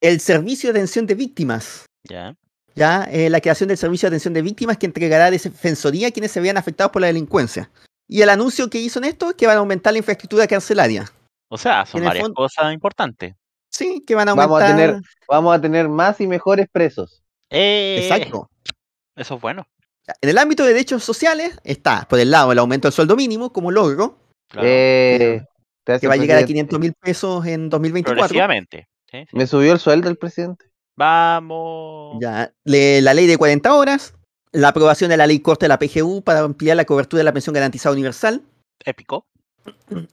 El servicio de atención de víctimas. Ya. Ya, eh, la creación del servicio de atención de víctimas que entregará defensoría a quienes se vean afectados por la delincuencia. Y el anuncio que hizo en esto es que van a aumentar la infraestructura carcelaria. O sea, son En el varias fondo- cosas importantes. Sí, que van a aumentar. Vamos a tener- Vamos a tener más y mejores presos. Eh, Exacto. Eso es bueno. En el ámbito de derechos sociales está, por el lado, el aumento del sueldo mínimo como logro, Claro. Eh, te hace que va a llegar a presidente. 500 mil pesos en 2024. Progresivamente. Sí, sí. Me subió el sueldo el presidente. Vamos. Ya, le- la ley de 40 horas, la aprobación de la ley corta de la PGU para ampliar la cobertura de la pensión garantizada universal, Épico.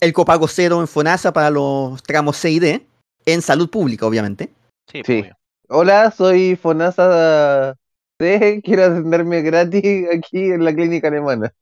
el copago cero en FONASA para los tramos C y D, en salud pública, obviamente. Sí, pues, Sí. obvio. Hola, soy Fonasa C. Quiero atenderme gratis aquí en la clínica alemana.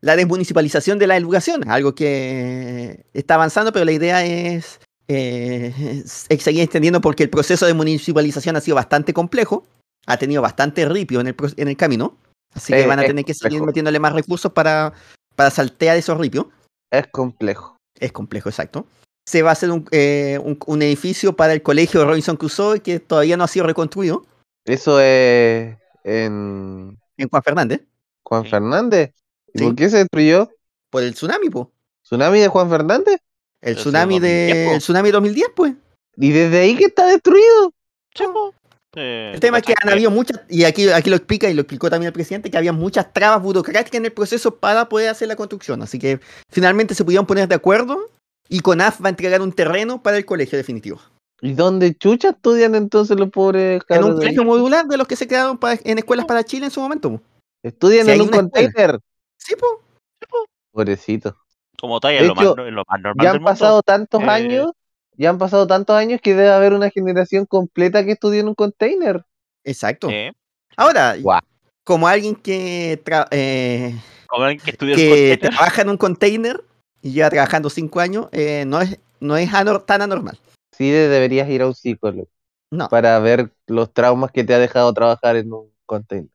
La desmunicipalización de la educación, algo que está avanzando, pero la idea es, eh, es seguir extendiendo porque el proceso de municipalización ha sido bastante complejo, ha tenido bastante ripio en el, pro- en el camino, así que Eh, van a es tener que seguir complejo. metiéndole más recursos para, para saltear esos ripios. Es complejo. Es complejo, exacto. Se va a hacer un, eh, un- un edificio para el colegio Robinson Crusoe que todavía no ha sido reconstruido Eso es en en Juan Fernández Juan Sí. Fernández. ¿Y Sí. por qué se destruyó? por el tsunami, po. ¿Tsunami de Juan Fernández? El Pero si tsunami 2010, de po. el tsunami 2010, pues. ¿Y desde ahí que está destruido? Chepo. Eh, Ah. El tema es que han ¿cachai? habido muchas, y aquí, aquí lo explica y lo explicó también el presidente, que había muchas trabas burocráticas en el proceso para poder hacer la construcción. Así que finalmente se pudieron poner de acuerdo y CONAF va a entregar un terreno para el colegio definitivo. ¿Y dónde chucha estudian entonces los pobres En un cabros de ahí? colegio modular de los que se crearon para- en escuelas para Chile en su momento. po. Estudian Si hay en un una escuela. container. Sí, po. Pobrecito. Como talla, De es lo, más, hecho, no- es lo más normal Ya del han mundo. pasado tantos Eh. años, ya han pasado tantos años que debe haber una generación completa que estudia en un container. Exacto. Eh, Ahora, Guau. como alguien que, tra- eh, como alguien que estudió en que container. trabaja en un container y lleva trabajando cinco años, eh, no es, no es anor- tan anormal. Sí de- deberías ir a un psicólogo No. para ver los traumas que te ha dejado trabajar en un container.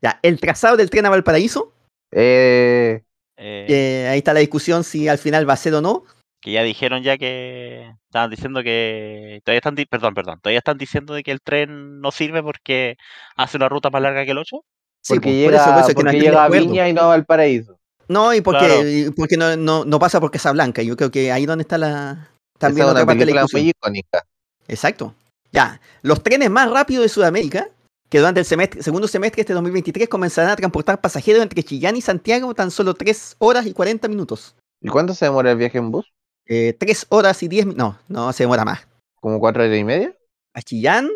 Ya, el trazado del tren a Valparaíso, Eh, Eh, eh, ahí está la discusión si al final va a ser o no. que ya dijeron ya que estaban diciendo que todavía están di- perdón perdón todavía están diciendo de que el tren no sirve porque hace una ruta más larga que el 8 Sí, porque po, por llega, eso- por eso es que no porque hay llega a acuerdo. Viña y no a Valparaíso. No, y porque, Claro. y porque no, no, no pasa por Casablanca. Yo creo que ahí donde está la. También Esa es otra una parte de la película discusión. muy icónica. Exacto. Ya, los trenes más rápidos de Sudamérica, que durante el semestre, segundo semestre de este 2023 comenzarán a transportar pasajeros entre Chillán y Santiago tan solo 3 horas y 40 minutos. ¿Y cuánto se demora el viaje en bus? Eh, 3 horas y 10 minutos. No, no se demora más. ¿Como cuatro horas y media? A Chillán,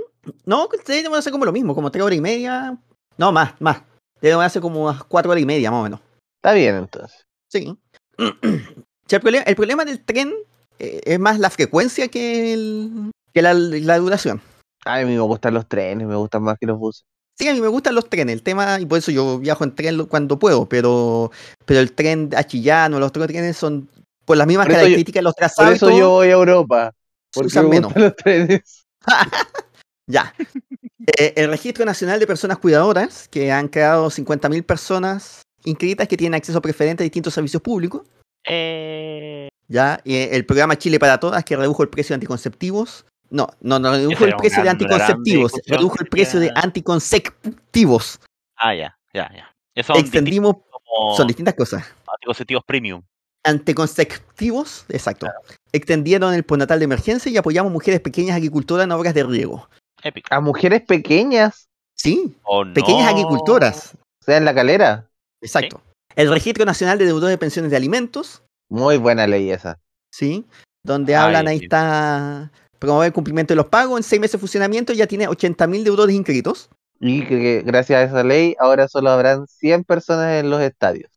no, se demora como lo mismo, como 3 horas y media. No, más, más. Debe demorarse como unas 4 horas y media, más o menos. Está bien entonces. Sí. Sí, el, problema, el problema del tren eh, es más la frecuencia que, el- que la, la duración. Ay, a mí me gustan los trenes, me gustan más que los buses. Sí, a mí me gustan los trenes, el tema, y por eso yo viajo en tren lo- cuando puedo, pero, pero el tren a Chillán o los otros trenes son por las mismas Por eso yo- características, los Por trazados y eso todo, yo voy a Europa. se Porque usan me menos. gustan los trenes. Ya. Eh, el Registro Nacional de Personas Cuidadoras, que han creado 50.000 personas inscritas que tienen acceso preferente a distintos servicios públicos. eh, ¿ya? Eh, el programa Chile para Todas, que redujo el precio de anticonceptivos. No, no, no redujo Esa el era precio de una gran anticonceptivos, discusión redujo que el precio de tenía- anticonceptivos. ah ya ya ya eso Extendimos, como son distintas cosas. anticonceptivos premium Anticonceptivos, exacto. Extendieron el postnatal de emergencia y apoyamos mujeres pequeñas agricultoras en obras de riego. épico A mujeres pequeñas, Sí, ¿O pequeñas no? agricultoras, o sea, en la calera. exacto. El Registro Nacional de Deudores de Pensiones de Alimentos, Muy buena ley esa. ¿sí? Donde Ay, hablan, ahí Dios. está, promover el cumplimiento de los pagos, en seis meses de funcionamiento ya tiene 80.000 deudores inscritos. Y que, que gracias a esa ley ahora solo habrán 100 personas en los estadios.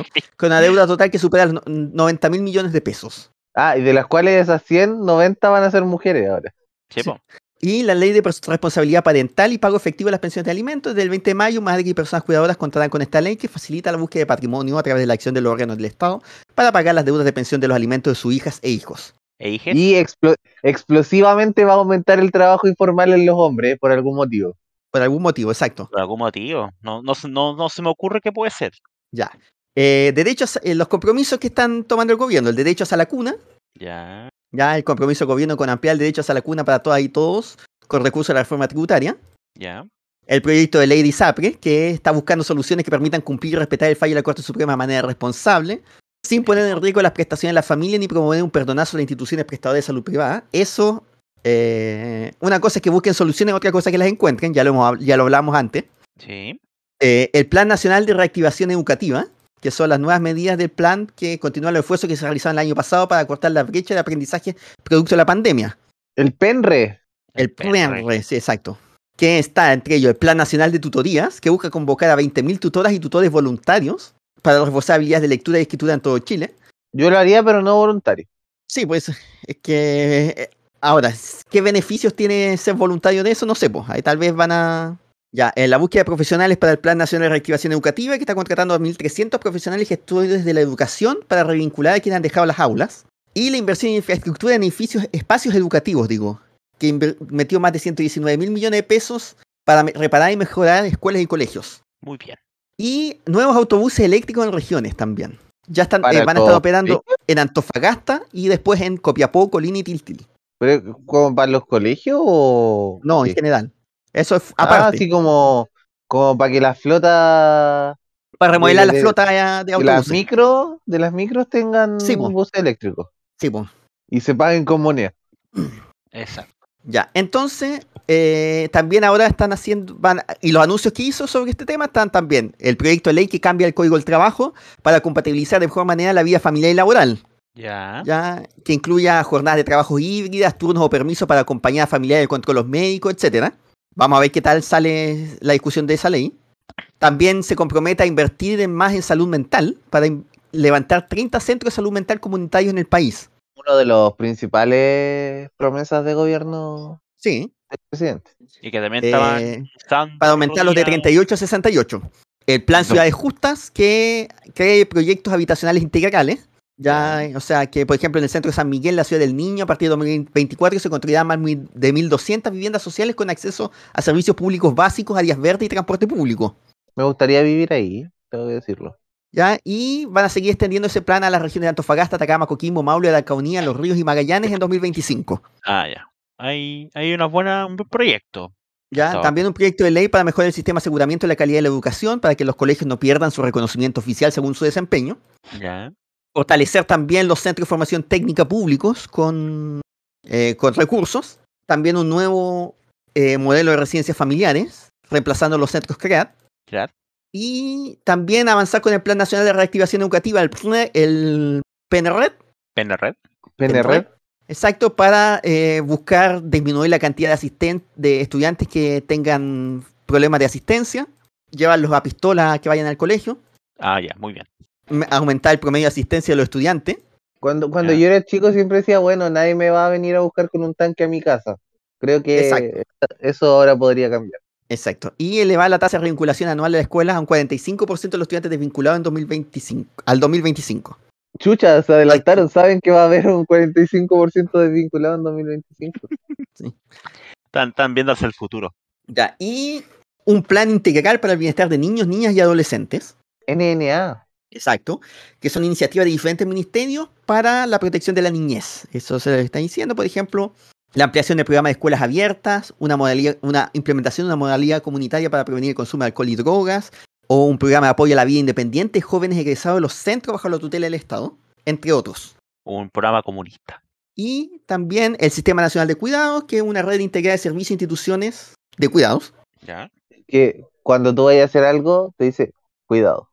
Ok. Con una deuda total que supera los no- 90 mil millones de pesos. Ah, y de las cuales esas 100, 90 van a ser mujeres ahora. Sí, Sí. po. Y la ley de pers- responsabilidad parental y pago efectivo de las pensiones de alimentos del 20 de mayo, madres y personas cuidadoras contarán con esta ley que facilita la búsqueda de patrimonio a través de la acción de los órganos del Estado para pagar las deudas de pensión de los alimentos de sus hijas e hijos. e dije Y explo- explosivamente va a aumentar el trabajo informal en los hombres por algún motivo. Por algún motivo, exacto. por algún motivo no no se- no no se me ocurre qué puede ser Ya. Eh, derechos, eh, los compromisos que están tomando el gobierno, el derecho a la cuna, ya ya el compromiso del gobierno con ampliar el derecho a la cuna para todas y todos, con recursos a la reforma tributaria. ya el proyecto de ley de ISAPRE, que está buscando soluciones que permitan cumplir y respetar el fallo de la Corte Suprema de manera responsable, sin poner en riesgo las prestaciones de la familia ni promover un perdonazo a las instituciones prestadoras de salud privada. Eso, eh, una cosa es que busquen soluciones, otra cosa es que las encuentren, ya lo, hemos hab- ya lo hablamos antes. sí Eh, el Plan Nacional de Reactivación Educativa, que son las nuevas medidas del plan que continúan los esfuerzos que se realizaron el año pasado para cortar la brecha de aprendizaje producto de la pandemia. El PENRE, El PNR. PNR, sí, exacto. Que está entre ellos el Plan Nacional de Tutorías, que busca convocar a 20.000 tutoras y tutores voluntarios para reforzar habilidades de lectura y escritura en todo Chile. yo lo haría, pero no voluntario. Sí, pues es que eh, ahora, s- ¿qué beneficios tiene ser voluntario de eso? No sé, pues ahí tal vez van a... Ya, en la búsqueda de profesionales para el Plan Nacional de Reactivación Educativa, que está contratando a 1.300 profesionales gestores de la educación para revincular a quienes han dejado las aulas. Y la inversión en infraestructura en edificios, espacios educativos, digo, que inver- metió más de 119 mil millones de pesos para me- reparar y mejorar escuelas y colegios. muy bien Y nuevos autobuses eléctricos en regiones también. Ya están, Para eh, van a estar todo operando en Antofagasta y después en Copiapó, Colina y Tiltil. ¿Pero como para los colegios o...? No, qué? en general. Eso es f- Ah, aparte. así como, como para que la flota para remodelar la de- de- flota eh, de de las autobuses. micros, de las micros tengan Sí, po. buses eléctricos Sí, po. y se paguen con moneda. exacto Ya, entonces, eh, también ahora están haciendo, van, y los anuncios que hizo sobre este tema están también, el proyecto de ley que cambia el código del trabajo para compatibilizar de mejor manera la vida familiar y laboral, Ya. ya que incluya jornadas de trabajo híbridas, turnos o permisos para compañías familiares con controles médicos, etcétera. Vamos a ver qué tal sale la discusión de esa ley. También se compromete a invertir en más en salud mental para in- levantar 30 centros de salud mental comunitarios en el país. Uno de los principales promesas de gobierno Sí. del presidente. Y que también estaban eh, usando para aumentar los de todavía- 38 a 68. El plan No. Ciudades Justas, que cree proyectos habitacionales integrales. Ya, eh, o sea, que por ejemplo en el centro de San Miguel, la ciudad del Niño, a partir de 2024 se construirán más mil- de 1.200 viviendas sociales con acceso a servicios públicos básicos, áreas verdes y transporte público. Me gustaría vivir ahí, tengo que decirlo. ¿ya? Y van a seguir extendiendo ese plan a las regiones de Antofagasta, Atacama, Coquimbo, Maule, Araucanía, Los Ríos y Magallanes en 2025. Ah, ya. Hay, hay una buena, un buen proyecto. Ya, Estaba- también un proyecto de ley para mejorar el sistema de aseguramiento y la calidad de la educación, para que los colegios no pierdan su reconocimiento oficial según su desempeño. Ya. fortalecer también los centros de formación técnica públicos con, eh, con recursos, también un nuevo eh, modelo de residencias familiares, reemplazando los centros CREAT, Claro. y también avanzar con el Plan Nacional de Reactivación Educativa, el, PNR, E, el PNRED, PNRed. PNR, exacto, para eh, buscar disminuir la cantidad de, asisten- de estudiantes que tengan problemas de asistencia, llevarlos a pistola que vayan al colegio, Ah, ya, muy bien. m- aumentar el promedio de asistencia de los estudiantes, cuando, cuando Ya. yo era chico siempre decía, bueno, nadie me va a venir a buscar con un tanque a mi casa. Creo que Exacto. esa- eso ahora podría cambiar. Exacto. Y elevar la tasa de vinculación anual de la escuela a un 45% de los estudiantes desvinculados en 2025, al 2025. Chucha, se adelantaron, saben que va a haber un 45% desvinculado en 2025. Están, están viendo hacia el futuro. Ya. Y un plan integral para el bienestar de niños, niñas y adolescentes. NNA. Exacto. Que son iniciativas de diferentes ministerios para la protección de la niñez. Eso se está diciendo, por ejemplo, la ampliación del programa de escuelas abiertas, una, modalidad, una implementación de una modalidad comunitaria para prevenir el consumo de alcohol y drogas, o un programa de apoyo a la vida independiente, jóvenes egresados de los centros bajo la tutela del Estado, entre otros. Un programa comunista. Y también el Sistema Nacional de Cuidados, que es una red integrada de servicios e instituciones de cuidados, Ya. Que cuando tú vayas a hacer algo, te dice, cuidado.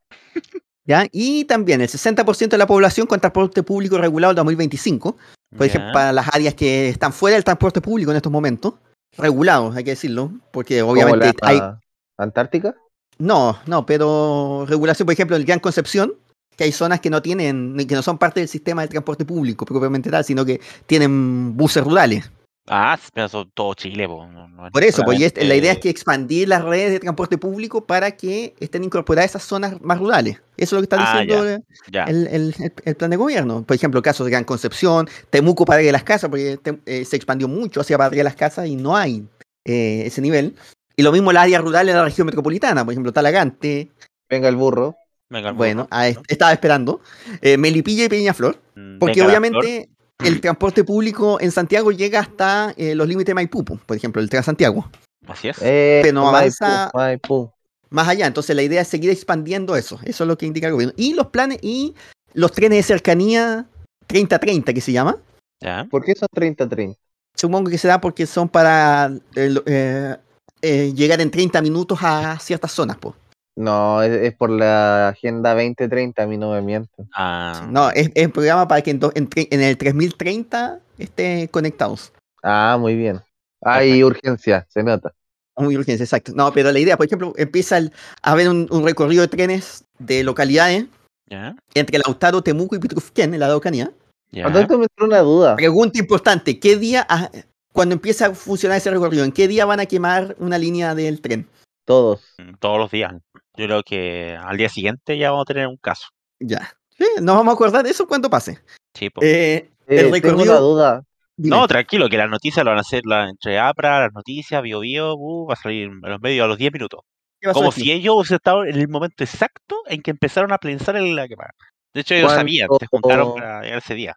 ¿ya? Y también el 60% de la población con transporte público regulado en 2025, por ejemplo, ya. para las áreas que están fuera del transporte público en estos momentos, regulados, hay que decirlo, porque Como obviamente la- hay... ¿Antártica? No, no, pero regulación, por ejemplo, en el Gran Concepción, que hay zonas que no tienen, que no son parte del sistema de transporte público propiamente tal, sino que tienen buses rurales. Ah, sí, pero son todo Chile, po, no- no es Por eso, pues, y es- la idea es solamente- que expandir las redes de transporte público para que estén incorporadas esas zonas más rurales. Eso es lo que está Ah, diciendo eh, Ya. el, el- el- el plan de gobierno. Por ejemplo, casos de Gran Concepción, Temuco, Padre de las Casas, porque Tem- eh, se expandió mucho hacia Padre de las Casas y no hay eh, ese nivel. Y lo mismo las áreas rurales de la región metropolitana, por ejemplo, Talagante, Venga el burro. Venga, el bueno, burro, ah, es- ¿no? estaba esperando, eh, Melipilla y Peñaflor, Mm, porque venga la flor. obviamente el transporte público en Santiago llega hasta eh, los límites de Maipú, por ejemplo, el Transantiago. Así es. Eh, Pero Este, no Maipú, avanza- Maipú. más allá. Entonces la idea es seguir expandiendo eso. Eso es lo que indica el gobierno. Y los planes y los trenes de cercanía 30-30 que se llama. Ya. ¿Por qué son 30-30? Supongo que se da porque son para eh, lo- eh, eh, llegar en 30 minutos a ciertas zonas. po. No, es, es por la Agenda 2030, a mí no me mienten. Ah, No, es, es un programa para que en, do- en tre- en el 3030 estén conectados. Ah, muy bien. Hay urgencia, se nota. Muy urgencia, exacto. No, pero la idea, por ejemplo, empieza el- a haber un, un recorrido de trenes de localidades ya. entre Lautaro, Temuco y Pitrufquén en la Araucanía. ya. Entonces me entró una duda. Pregunta importante, ¿qué día, ah, cuando empieza a funcionar ese recorrido, en qué día van a quemar una línea del tren? Todos. Mm, Todos los días. Yo creo que al día siguiente ya vamos a tener un caso. Ya. Sí, nos vamos a acordar de eso cuando pase. Sí, po. Eh, Eh, El tengo recorrido- una duda. dime. no, tranquilo, que las noticias lo van a hacer la, entre APRA, las noticias, Bio Bio, uh, va a salir en los medios a los 10 minutos. ¿qué pasó Como aquí? si ellos hubiesen estado en el momento exacto en que empezaron a pensar en la quemada. De hecho, ellos sabían, se juntaron ¿Cuánto- para llegar ese día.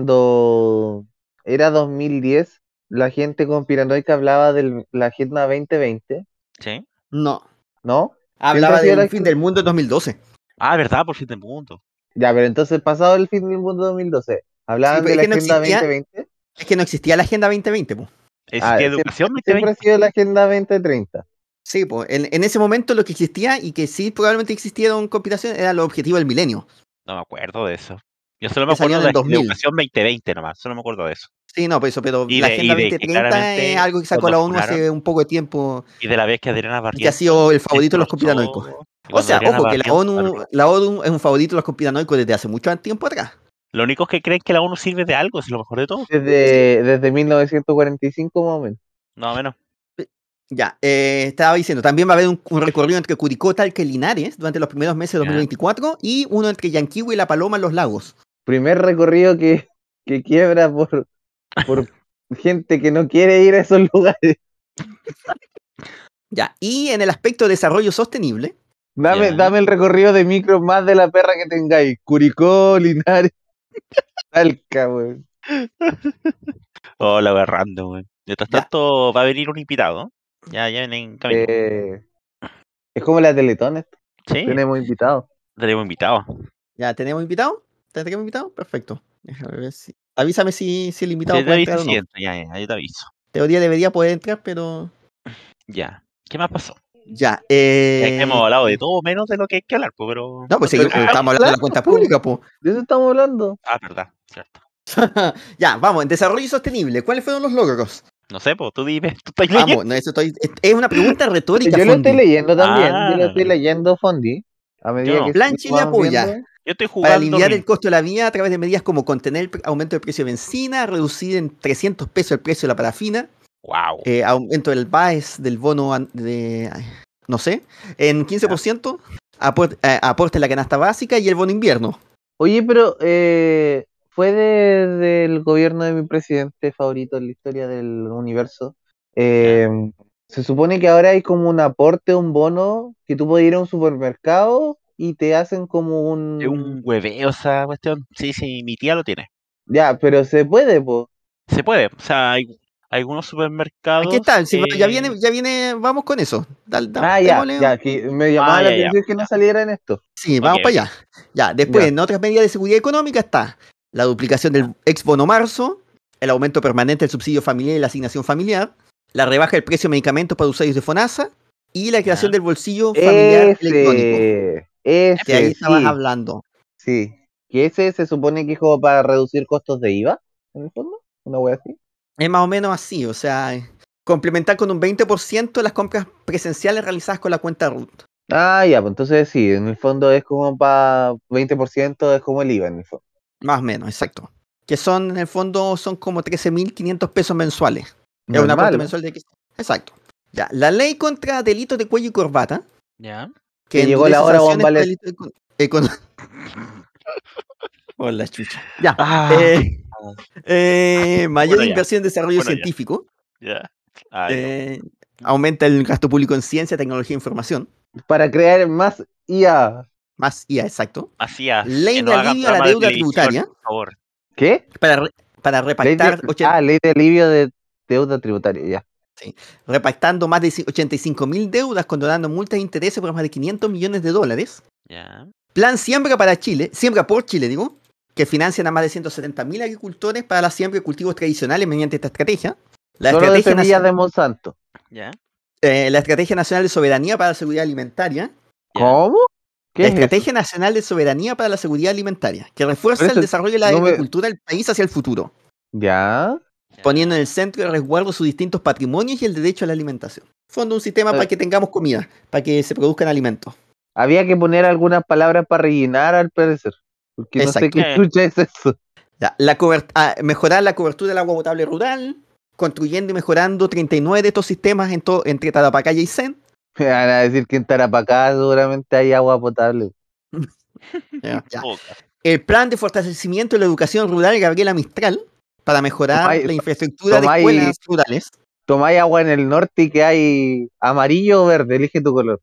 Cuando era 2010, la gente conspiranoica hablaba de la Agenda 2020, ¿Sí? No, ¿no? hablaba Siempre ha sido del la- fin del mundo en 2012. Ah, ¿verdad? Por fin del mundo. Ya, pero entonces, pasado el fin del mundo 2012, ¿hablaban pero de es la que no Agenda existía. 2020? Es que no existía la Agenda 2020, po. Es Ah, que siempre- educación Siempre 2020. ha sido la Agenda 2030. Sí, pues en, en ese momento lo que existía y que sí probablemente existieron compilaciones era los objetivos del milenio. No me acuerdo de eso. Yo solo me Que salió acuerdo en de, el 2000. educación 2020 nomás. Solo me acuerdo de eso. Sí, no, pues eso, pero Y la de- y Agenda de que 2030 claramente es algo que sacó la cuando ONU hace fundaron- un poco de tiempo Y de la vez que Adriana y que ha Barrientos. sido el favorito de destrozó- los conspiranoicos. y O cuando sea, Adriana ojo, que la Barrientos ONU, habló. la ONU es un favorito de los conspiranoicos desde hace mucho tiempo atrás. Lo único es que creen que la ONU sirve de algo, es lo mejor de todo. Desde, desde 1945 más o menos. No, menos. Ya, eh, estaba diciendo, también va a haber un, un recorrido entre Curicó, Talca y Linares durante los primeros meses de Ya. 2024 y uno entre Yanquiwe y La Paloma en los lagos. Primer recorrido que, que quiebra por, por gente que no quiere ir a esos lugares. Ya, y en el aspecto de desarrollo sostenible, Dame, Ya. dame el recorrido de micro más de la perra que tengáis. Curicó, Linares, Talca, weón. Oh, la wea random, güey. Mientras Ya. tanto, va a venir un invitado. Ya, ya viene en camino. Eh, es como la Teletón, esto, sí, tenemos invitados. tenemos invitado. ya tenemos invitado. ¿Te- ¿Tenemos invitado? Perfecto. Déjame ver si- Avísame si, si el invitado Te, te puede aviso entrar o no. siempre, ya, ya, yo te aviso. Teoría debería poder entrar, pero Ya. ¿Qué más pasó? ya. Ya Eh... que hemos hablado de todo menos de lo que hay que hablar, pues, pero. No, pues seguimos, Pero- estamos hablando de la cuenta pública, pues. De eso estamos hablando. Ah, verdad, cierto. ya, vamos, en desarrollo sostenible, ¿cuáles fueron los logros? No sé, pues tú dime, tú estás leyendo. Vamos, no, eso estoy- es- es una pregunta retórica. Pues Yo lo estoy Fondi. leyendo también. Yo lo Ah. estoy leyendo, Fondi. A medida Yo. que Plan Chile vamos apoya. viendo, Yo estoy Para jugando. aliviar el mi- costo de la vida a través de medidas como contener el pre- aumento del precio de bencina, reducir en 300 pesos el precio de la parafina, Wow. eh, aumento del BAES, del bono an- de, ay, no sé, en 15%, apor- eh, aporte a la canasta básica y el bono invierno. Oye, pero eh, fue de- del gobierno de mi presidente favorito en la historia del universo. Eh, se supone que ahora hay como un aporte, un bono, que tú puedes ir a un supermercado y te hacen como un... Es un hueveo esa cuestión. Sí, sí, mi tía lo tiene. Ya, pero se puede, po. Se puede. O sea, hay algunos supermercados. ¿Qué tal? Si- ya eh, viene, ya viene, vamos con eso. Dal- dal- Ah, ya, démosle- ya, que me llamaba Ah, la ya, ya, atención que no saliera en esto. Sí, vamos Ok, para allá. Ya, después, Ya. en otras medidas de seguridad económica está la duplicación del ex bono marzo, el aumento permanente del subsidio familiar y la asignación familiar, la rebaja del precio de medicamentos para usuarios de FONASA y la creación Ya. del bolsillo familiar electrónico. Ese, ese, Que ahí estabas sí. hablando. Sí. Que ese se supone que es como para reducir costos de IVA, en el fondo. Una wea así. Es más o menos así, o sea, eh, complementar con un 20% las compras presenciales realizadas con la cuenta RUT. Ah, ya, pues entonces sí, en el fondo es como para 20%, es como el IVA en el fondo. Más o menos, exacto. Que son, en el fondo, son como 13.500 pesos mensuales. Es un Normal, aporte ¿no? mensual de X. Exacto. Ya, la ley contra delitos de cuello y corbata. Ya. Que llegó la endurece hora, sanciones Juan por delitos eh, econ- econ- Por la chucha. Ya. Ah, eh, Ah, eh, mayor Bueno, ya. inversión en desarrollo Bueno, ya. Ah, científico. ya. Ay, no. eh, aumenta el gasto público en ciencia, tecnología e información. Para crear más IA. Más IA, exacto. Hacía. Ah, que Ley de no hagan alivio a la programa de deuda televisión, tributaria Por favor. ¿Qué? para, re- para Ley de- repactar ochen- Ah, ley de alivio de deuda tributaria, ya. repactando más de 85 mil deudas, condonando multas e intereses por más de 500 millones de dólares. Ya. Plan Siembra para Chile, Siembra por Chile, digo, que financian a más de 170.000 agricultores para la siembra de cultivos tradicionales mediante esta estrategia. La Solo de estrategia, semillas nacio- de Monsanto. Ya. eh, la Estrategia Nacional de Soberanía para la Seguridad Alimentaria. Ya. ¿Cómo? ¿Qué La es eso? Estrategia Nacional de Soberanía para la Seguridad Alimentaria, que refuerza Pero el eso desarrollo de la no me- agricultura del país hacia el futuro, Ya. ya. poniendo en el centro de resguardo sus distintos patrimonios y el derecho a la alimentación. Fondo un sistema Eh. para que tengamos comida, para que se produzcan alimentos. Había que poner algunas palabras para rellenar al parecer. Porque no sé Exacto. qué chucha es eso. Ya, la cobert- ah, mejorar la cobertura del agua potable rural, construyendo y mejorando 39 de estos sistemas en to- entre Tarapacaya y Zen. Me van a decir que en Tarapacá seguramente hay agua potable. Ya. Puta. El plan de fortalecimiento de la educación rural Gabriela Mistral para mejorar Tomai- la infraestructura tomai- de escuelas rurales. Tomáis agua en el norte y que hay amarillo o verde, elige tu color.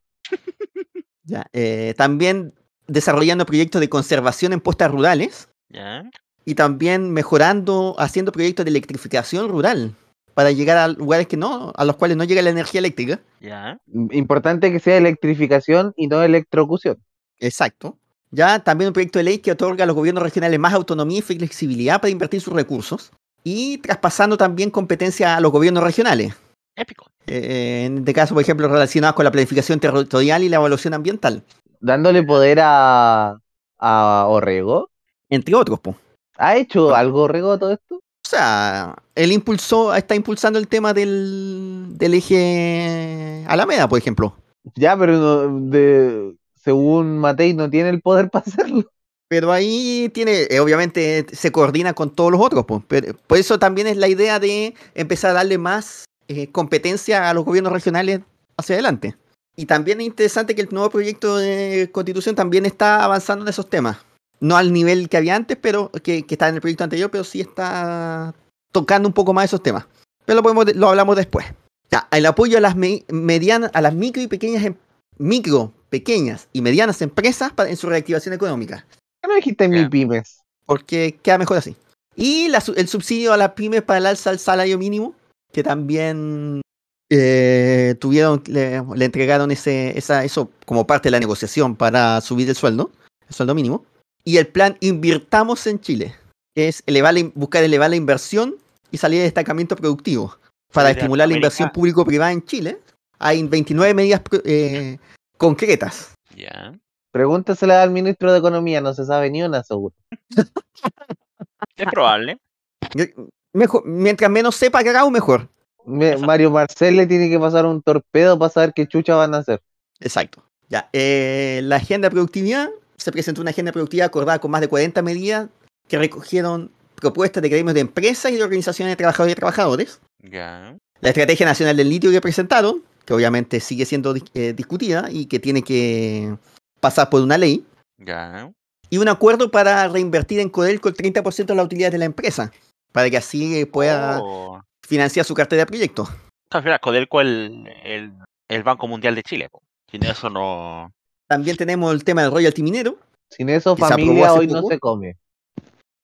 Ya, eh, también desarrollando proyectos de conservación en postas rurales Ya. y también mejorando, haciendo proyectos de electrificación rural para llegar a lugares que no, a los cuales no llega la energía eléctrica. Ya. Mm, Importante que sea electrificación y no electrocución. Exacto. Ya también un proyecto de ley que otorga a los gobiernos regionales más autonomía y flexibilidad para invertir sus recursos. y traspasando también competencia a los gobiernos regionales. Épico. Eh, en este caso, por ejemplo, relacionados con la planificación territorial y la evaluación ambiental, Dándole poder a, a Orrego. entre otros. po. ¿Ha hecho algo Orrego todo esto? O sea, él impulsó, está impulsando el tema del, del eje Alameda, por ejemplo. Ya, pero no- de, según Matei no tiene el poder para hacerlo. Pero ahí tiene, eh, obviamente se coordina con todos los otros. po. Pero- por eso también es la idea de empezar a darle más eh, competencia a los gobiernos regionales hacia adelante. Y también es interesante que el nuevo proyecto de constitución también está avanzando en esos temas. No al nivel que había antes, pero que, que está en el proyecto anterior, pero sí está tocando un poco más esos temas. Pero lo, podemos, lo hablamos después. Ya, el apoyo a las, me- medianas, a las micro y pequeñas em- micro, pequeñas y medianas empresas para- en su reactivación económica ¿Por qué no dijiste Ya. mi pymes? porque queda mejor así. Y la su- el subsidio a las pymes para el alza al salario mínimo, que también eh, tuvieron, le, le entregaron ese, esa, eso como parte de la negociación para subir el sueldo, el sueldo mínimo. Y el plan Invirtamos en Chile, que es elevar la in- buscar elevar la inversión y salir de destacamento productivo para Mira, estimular la inversión América. público-privada en Chile. Hay 29 medidas pro- eh, concretas. Ya. Pregúntasela al ministro de Economía, no se sabe ni una seguro. Es probable. Mejor- mientras menos sepa cagao, mejor. Me- Esa- Mario Marcel le tiene que pasar un torpedo para saber qué chucha van a hacer. Exacto. Ya, eh, la agenda de productividad, se presentó una agenda de productividad acordada con más de 40 medidas que recogieron propuestas de gremios de empresas y de organizaciones de trabajadores y trabajadores. Ya. La estrategia nacional del litio que presentaron, que obviamente sigue siendo dis- eh, discutida y que tiene que pasar por una ley. Ya. Y un acuerdo para reinvertir en Codelco el 30% de la utilidad de la empresa, para que así pueda Oh. financiar su cartera de proyectos. Está bien, a Codelco el, el, el Banco Mundial de Chile. po. Sin eso no. También tenemos el tema del royalty minero, Sin eso, ¿Y se aprobó familia hace hoy no poco? se come.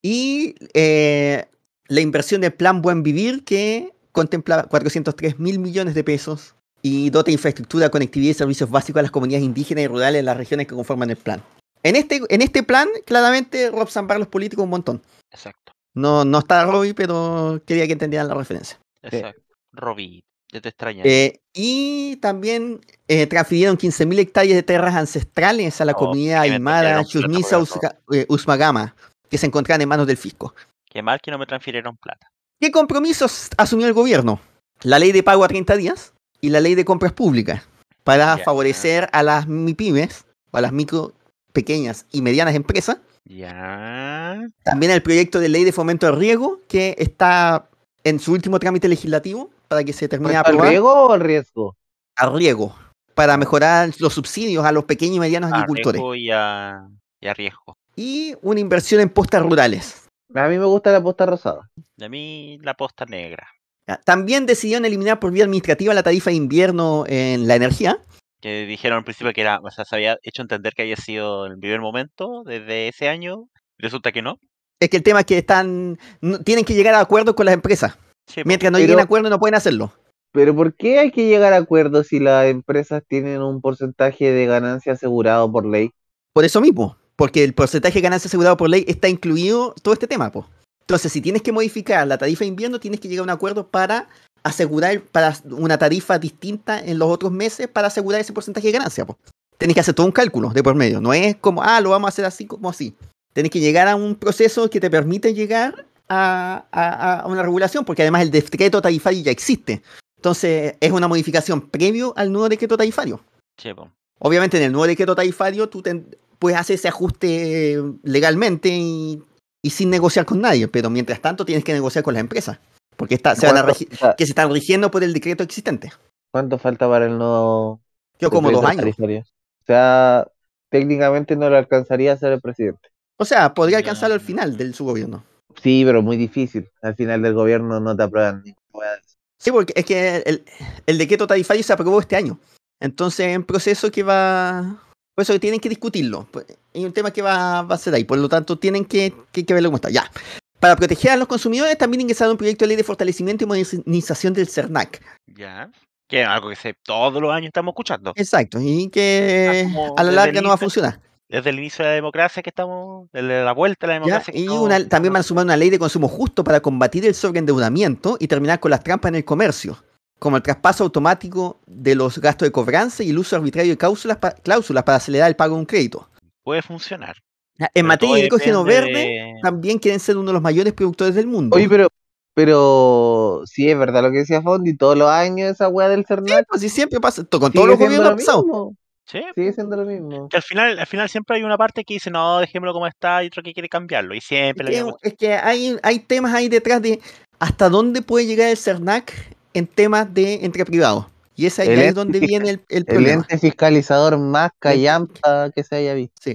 Y eh, la inversión del plan Buen Vivir que contempla 403 mil millones de pesos y dota de infraestructura, conectividad y servicios básicos a las comunidades indígenas y rurales de las regiones que conforman el plan. En este, en este plan, claramente, Rob Zambar los políticos un montón. Exacto. No, no está Robbie, pero quería que entendieran la referencia. Exacto. Robbie, yo te extraña. Eh, y también eh, transfirieron 15.000 hectáreas de tierras ancestrales a la Oh, comunidad que me aymara, transfirieron chusnisa, plata por Usca- eh, usmagama, que se encontraban en manos del fisco. Qué mal que no me transfirieron plata. ¿Qué compromisos asumió el gobierno? La ley de pago a 30 días y la ley de compras públicas para Ya. favorecer a las MIPIMES, o a las micro, pequeñas y medianas empresas. Ya. También el proyecto de ley de fomento del riego que está en su último trámite legislativo para que se termine de ¿Al aprobar riesgo o al riesgo? al riego, para mejorar los subsidios a los pequeños y medianos A agricultores. riesgo y a, y a riesgo. Y una inversión en postas rurales. A mí me gusta la posta rosada. De mí, la posta negra. Ya, También decidieron eliminar por vía administrativa la tarifa de invierno en la energía. que dijeron al principio que era, o sea, se había hecho entender que había sido el primer momento desde ese año, resulta que no. Es que el tema es que están, no- tienen que llegar a acuerdos con las empresas. Sí, po. Mientras no Pero- lleguen a acuerdos no pueden hacerlo. Pero ¿por qué hay que llegar a acuerdos si las empresas tienen un porcentaje de ganancia asegurado por ley? Por eso mismo, porque el porcentaje de ganancia asegurado por ley está incluido todo este tema. po. Entonces, si tienes que modificar la tarifa de invierno, tienes que llegar a un acuerdo para asegurar para una tarifa distinta en los otros meses para asegurar ese porcentaje de ganancia. po. Tienes que hacer todo un cálculo de por medio. No es como, ah, lo vamos a hacer así como así. Tienes que llegar a un proceso que te permite llegar a, a- a una regulación, porque además el decreto tarifario ya existe. Entonces, es una modificación previo al nuevo decreto tarifario. Sí, po. Obviamente en el nuevo decreto tarifario tú ten- puedes hacer ese ajuste eh, legalmente y, y sin negociar con nadie, pero mientras tanto tienes que negociar con las empresas, porque está- se van a ¿Cuánto, regi- fa- que se están rigiendo por el decreto existente. cuánto falta para el no? Yo como dos años. O sea, técnicamente no lo alcanzaría a ser el presidente. O sea, podría Ya. alcanzarlo al final de su gobierno. Sí, pero muy difícil. Al final del gobierno no te aprueban. ni hueá de eso. Sí, porque es que el, el decreto tarifario se aprobó este año. Entonces es un proceso que va... Por eso que tienen que discutirlo. pues, Es un tema que va, va a ser ahí. Por lo tanto, tienen que, que, que verlo como está. Ya. Para proteger a los consumidores, también ingresaron un proyecto de ley de fortalecimiento y modernización del CERNAC. ya. Que es algo que se- todos los años estamos escuchando. Exacto. Y Ah, que como a la desde larga el no va Eh, a inicio. funcionar. Desde el inicio de la democracia que estamos, desde la vuelta a la Ya, democracia. que y estamos- una- también van a sumar una ley de consumo justo para combatir el sobreendeudamiento y terminar con las trampas en el comercio, como el traspaso automático de los gastos de cobranza y el uso arbitrario de cláusulas, pa- cláusulas para acelerar el pago de un crédito. Puede funcionar. Ya, En Pero materia todo de hidrógeno depende verde, de- también quieren ser uno de los mayores productores del mundo. Oye, pero, pero sí es verdad lo que decía Fondi, todos los años esa weá del Cernac. Pues si siempre pasa, to- con sigue todos los siendo gobiernos ha pasado. mismo, Sí, Sigue siendo lo mismo. que al final, al final siempre hay una parte que dice, no, dejémoslo como está, y otro que quiere cambiarlo. Y siempre la Es que- misma cuestión. es que hay, hay temas ahí detrás de hasta dónde puede llegar el CERNAC en temas de entre privados. Y es ahí, El ahí es ente donde fiscal- viene el, el El problema. ente fiscalizador más callampa que se haya visto.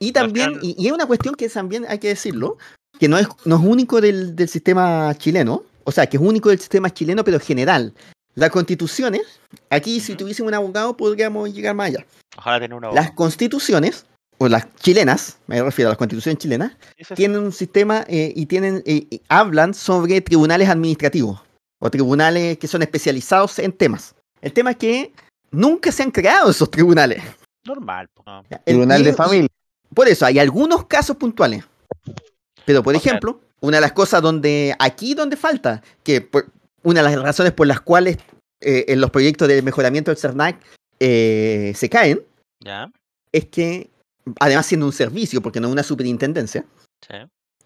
Y Al también, final- y, y es una cuestión que también hay que decirlo, que no es, no es único del, del sistema chileno, o sea, que es único del sistema chileno, pero general. Las constituciones, aquí Ujú. si Oh. tuviésemos un abogado podríamos llegar más allá. Ojalá tener una Las constituciones, o las chilenas, me refiero a las constituciones chilenas, Eso es- tienen un sistema eh, y tienen eh, y hablan sobre tribunales administrativos o tribunales que son especializados en temas. El tema es que nunca se han creado esos tribunales. normal. po, no. El- Tribunal y- de y- familia. Por eso, hay algunos casos puntuales. Pero, por O sea- ejemplo, una de las cosas donde aquí donde falta, que por- una de las razones por las cuales eh, en los proyectos de mejoramiento del CERNAC eh, se caen, Ya, es que, además siendo un servicio, porque no es una superintendencia, sí.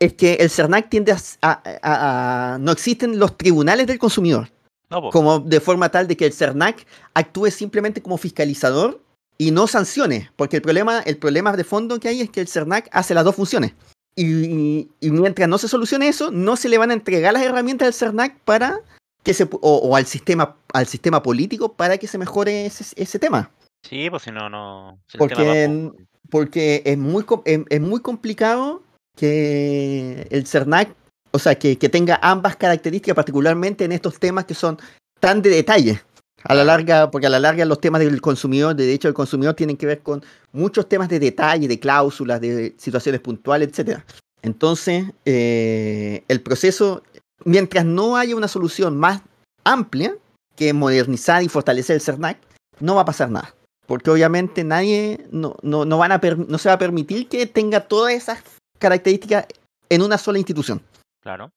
es que el CERNAC tiende a, a- a- a- No existen los tribunales del consumidor, No, po. como de forma tal de que el CERNAC actúe simplemente como fiscalizador y no sancione, porque el problema, el problema de fondo que hay es que el CERNAC hace las dos funciones. Y, y mientras no se solucione eso, no se le van a entregar las herramientas del CERNAC para que se pu- o, o al sistema al sistema político para que se mejore ese, ese tema. Sí, pues si no, no. si el Porque tema va en- por- Porque es muy, com- es, es muy complicado que el CERNAC, o sea, que, que tenga ambas características, particularmente en estos temas que son tan de detalle. A la larga, porque a la larga los temas del consumidor, de derecho del consumidor, tienen que ver con muchos temas de detalle, de cláusulas, de situaciones puntuales, etcétera. Entonces, eh, el proceso, mientras no haya una solución más amplia que modernizar y fortalecer el CERNAC, no va a pasar nada. Porque obviamente nadie, no, no, no, van a per- no se va a permitir que tenga todas esas características en una sola institución. Claro.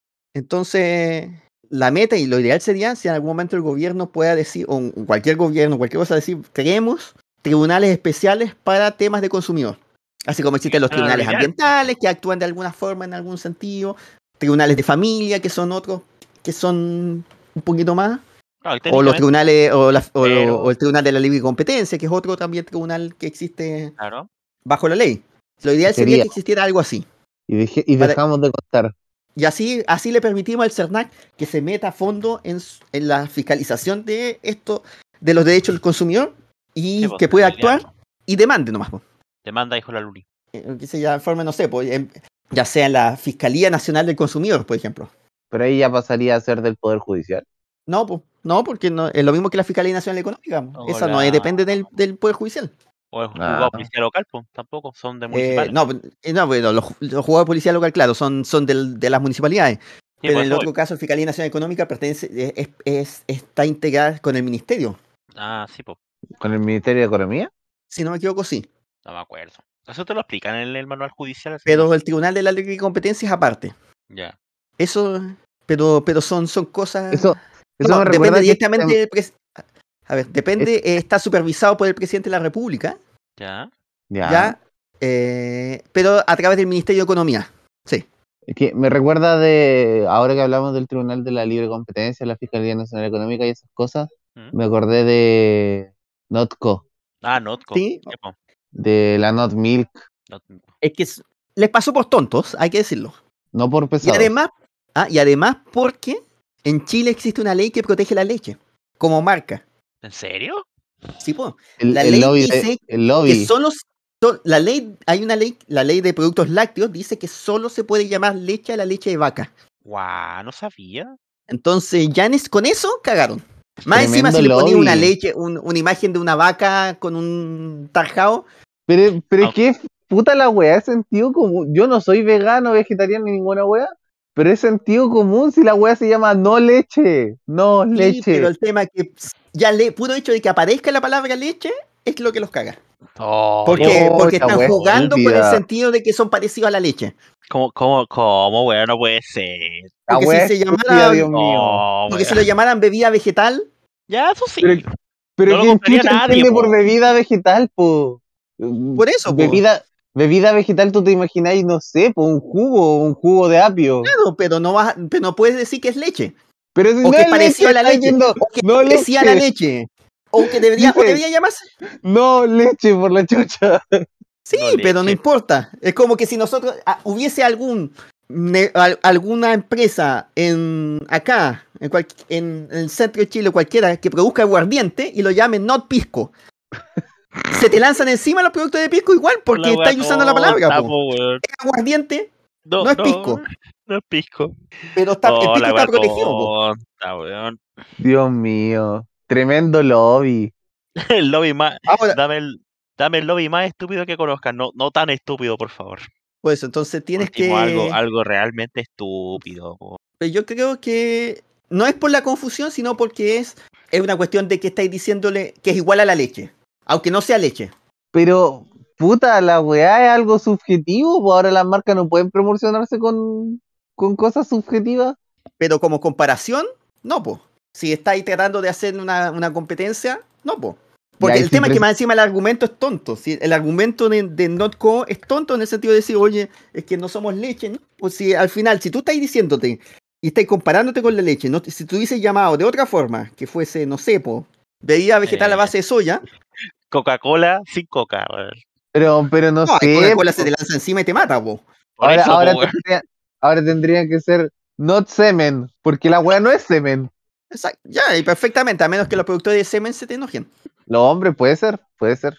Entonces, la meta y lo ideal sería si en algún momento el gobierno pueda decir, o un- cualquier gobierno, cualquier cosa, decir, creemos tribunales especiales para temas de consumidor. Así como existen los claro, lo tribunales ideal. ambientales, que actúan de alguna forma, en algún sentido, tribunales de familia, que son otros, que son un poquito más, Claro, y o los técnicamente, tribunales, o, la- o lo- Pero- o el tribunal de la libre competencia, que es otro también tribunal que existe claro. bajo la ley. Lo ideal sería Sería. que existiera algo así. Y, deje- y Para- dejamos de contar. Y así, así le permitimos al CERNAC que se meta a fondo en, s- en la fiscalización de esto, de los derechos del consumidor, y Sí, pues, que pueda el gobierno. actuar y demande nomás. po. Demanda, dijo la Luli. Eh, Que se ya forma, no sé, po, em, ya sea en la Fiscalía Nacional del Consumidor, por ejemplo. Pero ahí ya pasaría a ser del Poder Judicial. No, po, no porque no, es lo mismo que la Fiscalía Nacional Económica. po. Esa no es- Hola. depende del, del Poder Judicial. O el Ah. juzgado policial local, pues, tampoco. Son de Eh, municipales. no, eh, no, bueno, los, los jugadores de policía local, claro, son, son del- de las municipalidades. Sí, pues, pero por en el eso otro caso, la Fiscalía Nacional Económica pertenece, es- es- está integrada con el Ministerio. voy. Ah, sí, pues. ¿Con el Ministerio de Economía? Si no me equivoco, sí. No me acuerdo. Eso te lo explican en el manual judicial. así que- Pero el Tribunal de la Ley de Competencia es aparte. Ya. Eso, pero, pero son, son cosas. Eso, eso No, me recuerda depende que- este directamente del pres- A ver, depende, eh, está supervisado por el presidente de la República, Ya. Ya. ¿ya? Eh, pero a través del Ministerio de Economía. Es que me recuerda de, ahora que hablamos del Tribunal de la Libre Competencia, la Fiscalía Nacional Económica y esas cosas, ¿Mm? me acordé de Notco, Ah, Notco. Sí. po, de la Not Milk, Notco. Es que es- les pasó por tontos, hay que decirlo. no por Y pesado. además, ah, y además porque en Chile existe una ley que protege la leche como marca. ¿En serio? Sí, po. el, la el ley lobby, de- dice el que lobby, solo so- la ley hay una ley la ley de productos lácteos dice que solo se puede llamar leche a la leche de vaca Guau, no sabía. entonces ya en es- con eso cagaron más encima Tremendo si le ponían una lobby. leche un- una imagen de una vaca con un tarjao Pero, pero Ah. es que es puta la weá, es sentido común. Yo no soy vegano, vegetariano ni ninguna weá, pero es sentido común si la weá se llama no leche, no sí, leche. pero el tema es que ya le puro hecho de que aparezca la palabra leche es lo que los caga. Oh, Porque, oh, porque esa están wea jugando con el estúpida. sentido de que son parecidos a la leche. ¿Cómo, cómo, cómo, weón? No puede ser. La Porque si wea se estúpida, llamara- Dios mío. No, Porque si weón. lo llamaran bebida vegetal, Ya, eso sí. Pero- Pero No lo ¿quién compraría chucha nadie, entiende po. por bebida vegetal, po? por eso, po. Bebida, bebida vegetal, tú te imagináis, no sé, po, un jugo, un jugo de apio. claro, pero no vas, a- pero no puedes decir que es leche. Pero si O no que es pareció a la está leche, diciendo, o que no parecía a la leche. leche. O que debería, o Dice- debería llamarse. No leche por la chucha. Sí, No leche. pero no importa. Es como que si nosotros ah, hubiese algún ne- al- alguna empresa en acá, en, cual- en el centro de Chile, cualquiera, que produzca aguardiente y lo llamen not pisco. Se te lanzan encima los productos de pisco igual porque La wea estás usando la palabra. tonta, po. po, weón. Aguardiente, No, No es pisco. No es pisco. pero está, el Oh, pisco la está wea protegido. po. tonta, weón. Dios mío. Tremendo lobby. El lobby más. Ahora, Dame el, dame el lobby más estúpido que conozcas. No, no tan estúpido, por favor. pues entonces tienes Último, que... algo, algo realmente estúpido. po. Pero yo creo que no es por la confusión, sino porque es, es una cuestión de que estáis diciéndole que es igual a la leche, aunque no sea leche. Pero, puta, la weá es algo subjetivo. po. Ahora las marcas no pueden promocionarse con, con cosas subjetivas. Pero como comparación, no, po. Si estáis tratando de hacer una, una competencia, no, po. Porque ahí el tema es siempre- que más encima el argumento es tonto. si El argumento de, de NotCo es tonto en el sentido de decir, oye, es que no somos leche. ¿no? Pues si al final, si tú estás diciéndote y estás comparándote con la leche, no, si tú hubieses llamado de otra forma, que fuese, no sé, po, bebida vegetal Eh. a base de soya, Coca-Cola sin coca, weón. Pero, pero no no, ahí sé. Coca-Cola po. se te lanza encima y te mata, po. Por ahora, eso, po, ahora, pues, weón. tendría- ahora tendrían que ser not semen, porque la weá no es semen. Exacto, ya, y perfectamente, a menos que los productores de semen se te enojen. Los hombres, puede ser, puede ser.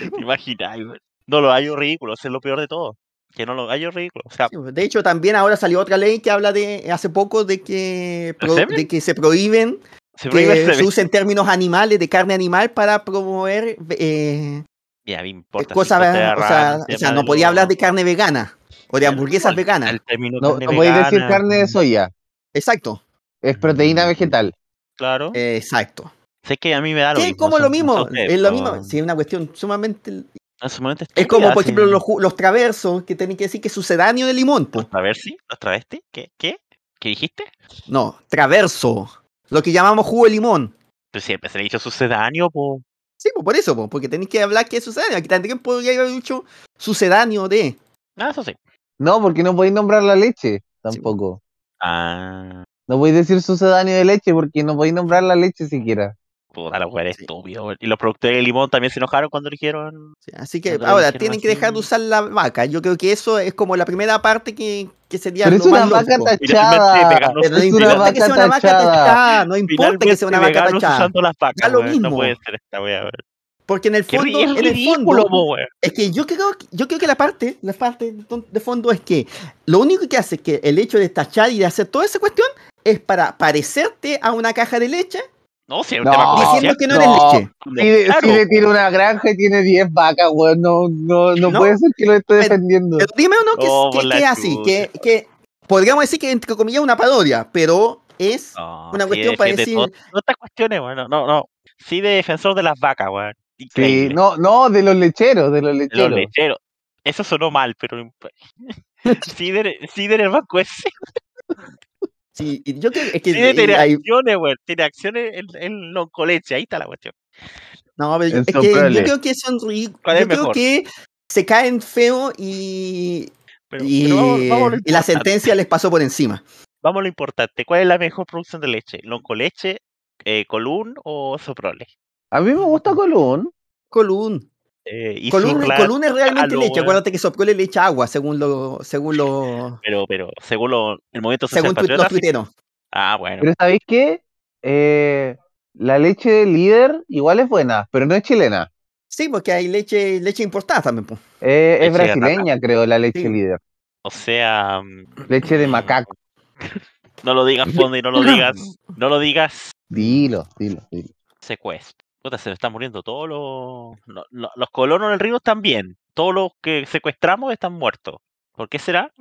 ¿Te po. imaginas? güey? No lo hallo ridículo, eso es lo peor de todo. Que no lo hallo ridículo. O sea, Sí, pues, De hecho, también ahora salió otra ley que habla de hace poco de que, pro- semen? de que se prohíben se prohíbe que ese- se usen términos animales, de carne animal, para promover eh, Mira, me importa. cosas. cinco O sea, terras, o sea, tema no de podía lo- hablar de carne vegana o de el- hamburguesas el- veganas. El término No, carne no podéis decir vegana, carne de soya, Exacto, es proteína vegetal. Claro. exacto. Sé que a mí me da lo Sí, mismo. como son- eh, lo mismo, son tres, es lo pero mismo. Sí, es una cuestión sumamente. en su momento Es como, estúpida, por ejemplo, sí. los, ju- los traversos que tienen que decir que es sucedáneo de limón, pues. ¿Los traversi? ¿Los travestis? ¿Qué? ¿Qué? ¿Qué dijiste? No, traverso. Lo que llamamos jugo de limón. Pues siempre se le hizo sucedáneo, po. Sí, pues por eso, pues, porque tenéis que hablar que es sucedáneo. Aquí también podría haber dicho sucedáneo de. Ah, eso sí. No, porque no podéis nombrar la leche tampoco. Ah, No podéis decir sucedáneo de leche porque no podéis nombrar la leche siquiera. puta la weá, estúpido. güey. Y los productores de limón también se enojaron cuando dijeron. Sí, Así que No, pero ahora dijeron tienen que dejar de así. usar la vaca. Yo creo que eso es como la primera parte que, que sería Pero lo pues, es una más vaca lógico. Finalmente, tachada. veganos Pero no es usando- una importa que sea una vaca vaca tachada, tachada. no importa que sea una vaca Finalmente, tachada. usando las vacas, Da lo weón, No mismo. puede ser esta wea, weón. Porque en el Qué fondo, ri- en es el ridículo, fondo, po, weón. es que yo creo, yo creo que la parte, la parte de fondo es que lo único que hace es que el hecho de tachar y de hacer toda esa cuestión es para parecerte a una caja de leche No, si es un No, tema diciendo comercial. Pues que no, no. eres leche. Si le, claro, tiene una granja y tiene 10 vacas, weón. No, no, no, No, puede ser que lo esté pero- defendiendo. Pero dime uno que, Oh, que- por que la es así, que, chucha. que podríamos decir que entre comillas una parodia, pero es No, una sí, cuestión de- para de decir- todo- todas estas cuestiones, weón. No, no, no. Sí, de defensor de las vacas, weón. Sí, Increíble. no, no, de los lecheros, de los De los lecheros. lecheros. Eso sonó mal, pero. no imp- sí, de, sí, del banco ese. sí, y yo creo que, es que- Sí, de- y tiene hay- acciones, weón. Tiene acciones en, en Loncoleche. Ahí está la cuestión. no, pero yo- Eso es que prole. yo creo que son ridículos. ¿Cuál es Yo creo mejor? que se caen feo y, Pero, y, pero vamos, vamos a lo y la importante. sentencia les pasó por encima. Vamos a lo importante. ¿Cuál es la mejor producción de leche? ¿Loncoleche, eh, Colún o Soprole? A mí me gusta Colón. Colún. Eh, y Colún, Surla- Colún es realmente Lalo, leche. weón. Acuérdate que Sopcole le echa agua, según lo, según lo, Pero, pero, según lo- el movimiento social según tu- patriota. los sí. tuiteros. Ah, bueno. Pero ¿sabéis qué? Eh, la leche de líder igual es buena, pero no es chilena. Sí, porque hay leche, leche importada también. po. Eh, es Leche de rata. brasileña, creo, la leche Sí. líder. O sea. mm, Leche de macaco. No lo digas, Fondi, no lo digas. No lo digas, Dilo, dilo, dilo. secuestro. Puta, se me están muriendo todos los. no- no- los colonos del río están bien. Todos los que secuestramos están muertos. ¿Por qué será?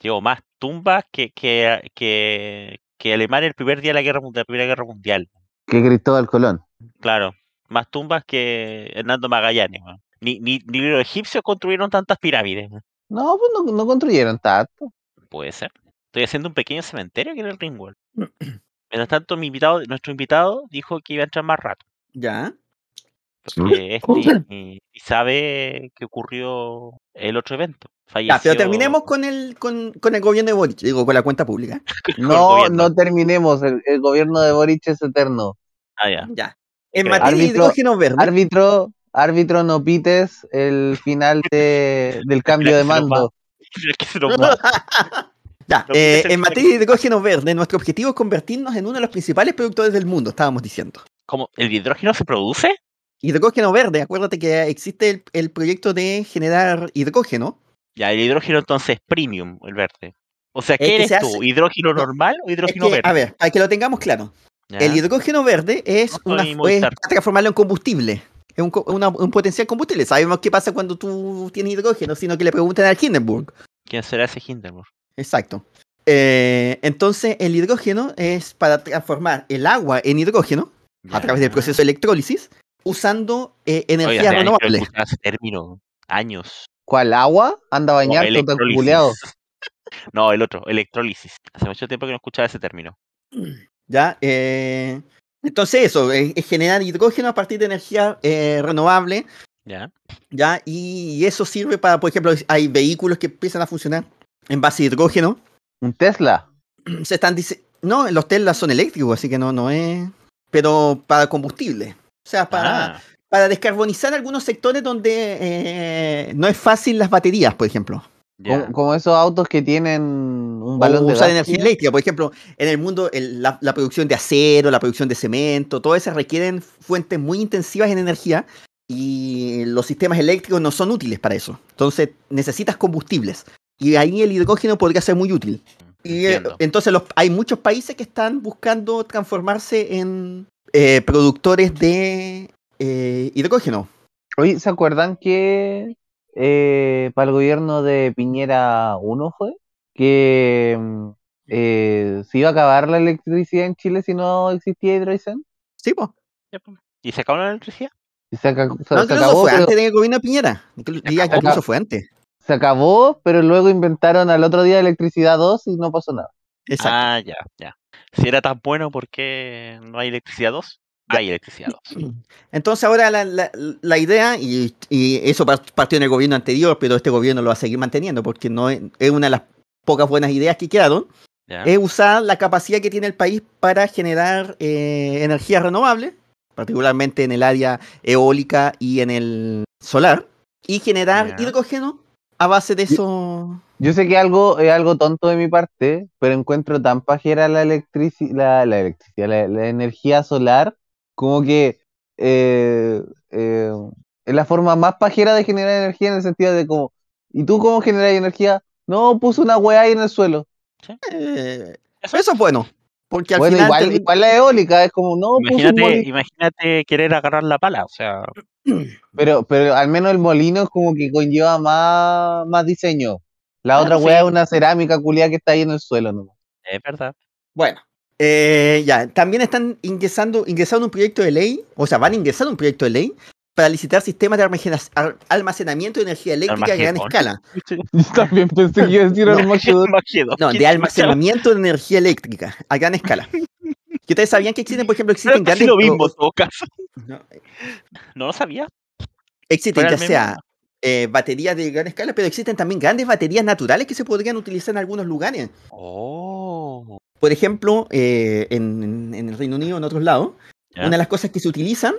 Llevo más tumbas que, que, que, que Alemania el primer día de la, guerra, Mun- de la Primera Guerra Mundial. Que Cristóbal Colón. Claro. más tumbas que Hernando Magallanes. weón. Ni, ni, ni los egipcios construyeron tantas pirámides. weón. No, pues no, no construyeron tanto. Puede ser. Estoy haciendo un pequeño cementerio aquí en el Ringworld. Mientras tanto, mi invitado, nuestro invitado dijo que iba a entrar más rato. Ya. ¿Mm? Porque este y, y sabe que ocurrió el otro evento. Falleció Ya, pero terminemos con el, con, con el gobierno de Boric, digo, con la cuenta pública. con el No, gobierno. no terminemos. El, el gobierno de Boric es eterno. Ah, ya. Ya. En Creo. materia de Árbitro- hidrógeno verde. Árbitro, árbitro, no pites el final de, del cambio Mira que de se nos mando. Es que se nos va. Ya, Lo que eh, es el en materia de hidrógeno verde, nuestro objetivo es convertirnos en uno de los principales productores del mundo, estábamos diciendo. ¿Cómo? ¿El hidrógeno se produce? Hidrógeno verde, acuérdate que existe el, el proyecto de generar hidrógeno. Ya, el hidrógeno entonces es premium, el verde. O sea, Es ¿qué que eres se tú? hace- ¿Hidrógeno no, normal o Es hidrógeno que, a verde? ver, para que lo tengamos claro, Ya. el hidrógeno verde es, No una, soy muy es tarde. transformarlo en combustible, es un, co- una- un potencial combustible. Sabemos qué pasa cuando tú tienes hidrógeno, sino que le preguntan al Hindenburg. ¿Quién será ese Hindenburg? Exacto. Eh, entonces, el hidrógeno es para transformar el agua en hidrógeno a través del Ya. proceso de electrólisis usando Oye, eh, energía hace años que no renovable. escuchaba ese término. Años. ¿Cuál agua? Anda a O bañarte, tan electrólisis. culiado. No, el otro, electrólisis. Hace mucho tiempo que no escuchaba ese término. ¿ya? Eh, entonces, eso, es, es generar hidrógeno a partir de energía eh, renovable. ¿Ya? ¿ya? Y eso sirve para, por ejemplo, hay vehículos que empiezan a funcionar en base a hidrógeno. Un Tesla. Se están dice No, los Teslas son eléctricos, así que no, no es. Pero para combustible. O sea, para. Ah, para descarbonizar algunos sectores donde eh, no es fácil las baterías, por ejemplo. ya. mm, Como, como esos autos que tienen un O balón de usar gas. energía eléctrica, por ejemplo, en el mundo el- la, la producción de acero, la producción de cemento, todo eso requieren fuentes muy intensivas en energía y los sistemas eléctricos no son útiles para eso. Entonces necesitas combustibles y ahí el hidrógeno podría ser muy útil. Y eh, Entiendo. entonces los, hay muchos países que están buscando transformarse en eh, productores de eh, hidrógeno. Oye, ¿se acuerdan que eh, para el gobierno de Piñera 1 fue? Que mm, eh, se iba a acabar la electricidad en Chile si no existía hidrogen. Sí, pues. Ya, pues. ¿Y se acabó la electricidad? Y se, aca- se- No, creo se que eso acabó, fue pero, antes del gobierno de Piñera. Inclu- Diría que acabó. incluso fue antes. se acabó, pero luego inventaron al otro día electricidad 2 y no pasó nada. Exacto. Ah, ya, ya. Si era tan bueno, ¿por qué no hay electricidad 2? Hay electricidad 2. Entonces ahora la, la- la idea, y, y eso par- partió en el gobierno anterior, pero este gobierno lo va a seguir manteniendo porque no es, es una de las pocas buenas ideas que quedaron, Ah. ¿ya? es usar la capacidad que tiene el país para generar eh, energía renovable, particularmente en el área eólica y en el solar, y generar Ya. hidrógeno a base de eso. Yo sé que algo es algo tonto de mi parte, pero encuentro tan pajera la electrici la, la electricidad, la, la energía solar, como que eh, eh, es la forma más pajera de generar energía en el sentido de como, ¿y tú cómo generas energía? No, puso una weá ahí en el suelo. eh, eso es bueno, porque al bueno, final igual, termi- igual la eólica, es como, no, puso un Imagínate, molino. imagínate querer agarrar la pala, o sea, Pero, pero al menos el molino es como que conlleva más, más diseño. Ah, La Claro, otra sí. weá es una cerámica culiada que está ahí en el suelo, ¿no? es verdad. Bueno, eh, ya, también están ingresando, ingresando un proyecto de ley, o sea, van a ingresar un proyecto de ley para licitar sistemas de almacena- ar- almacenamiento de energía eléctrica a gran Armagedón. escala. Yo también pensé que iba a decir No. Armagedón. No, de almacenamiento de energía eléctrica a gran escala. Que ustedes sabían que existen, por ejemplo, Pero existen es casi lo mismo, en pro- todo caso. no, No lo sabía. existen Fuera ya el mismo. sea eh, baterías de gran escala, pero existen también grandes baterías naturales que se podrían utilizar en algunos lugares. Oh. Por ejemplo, eh, en, en el Reino Unido, en otros lados, Ya. una de las cosas que se utilizan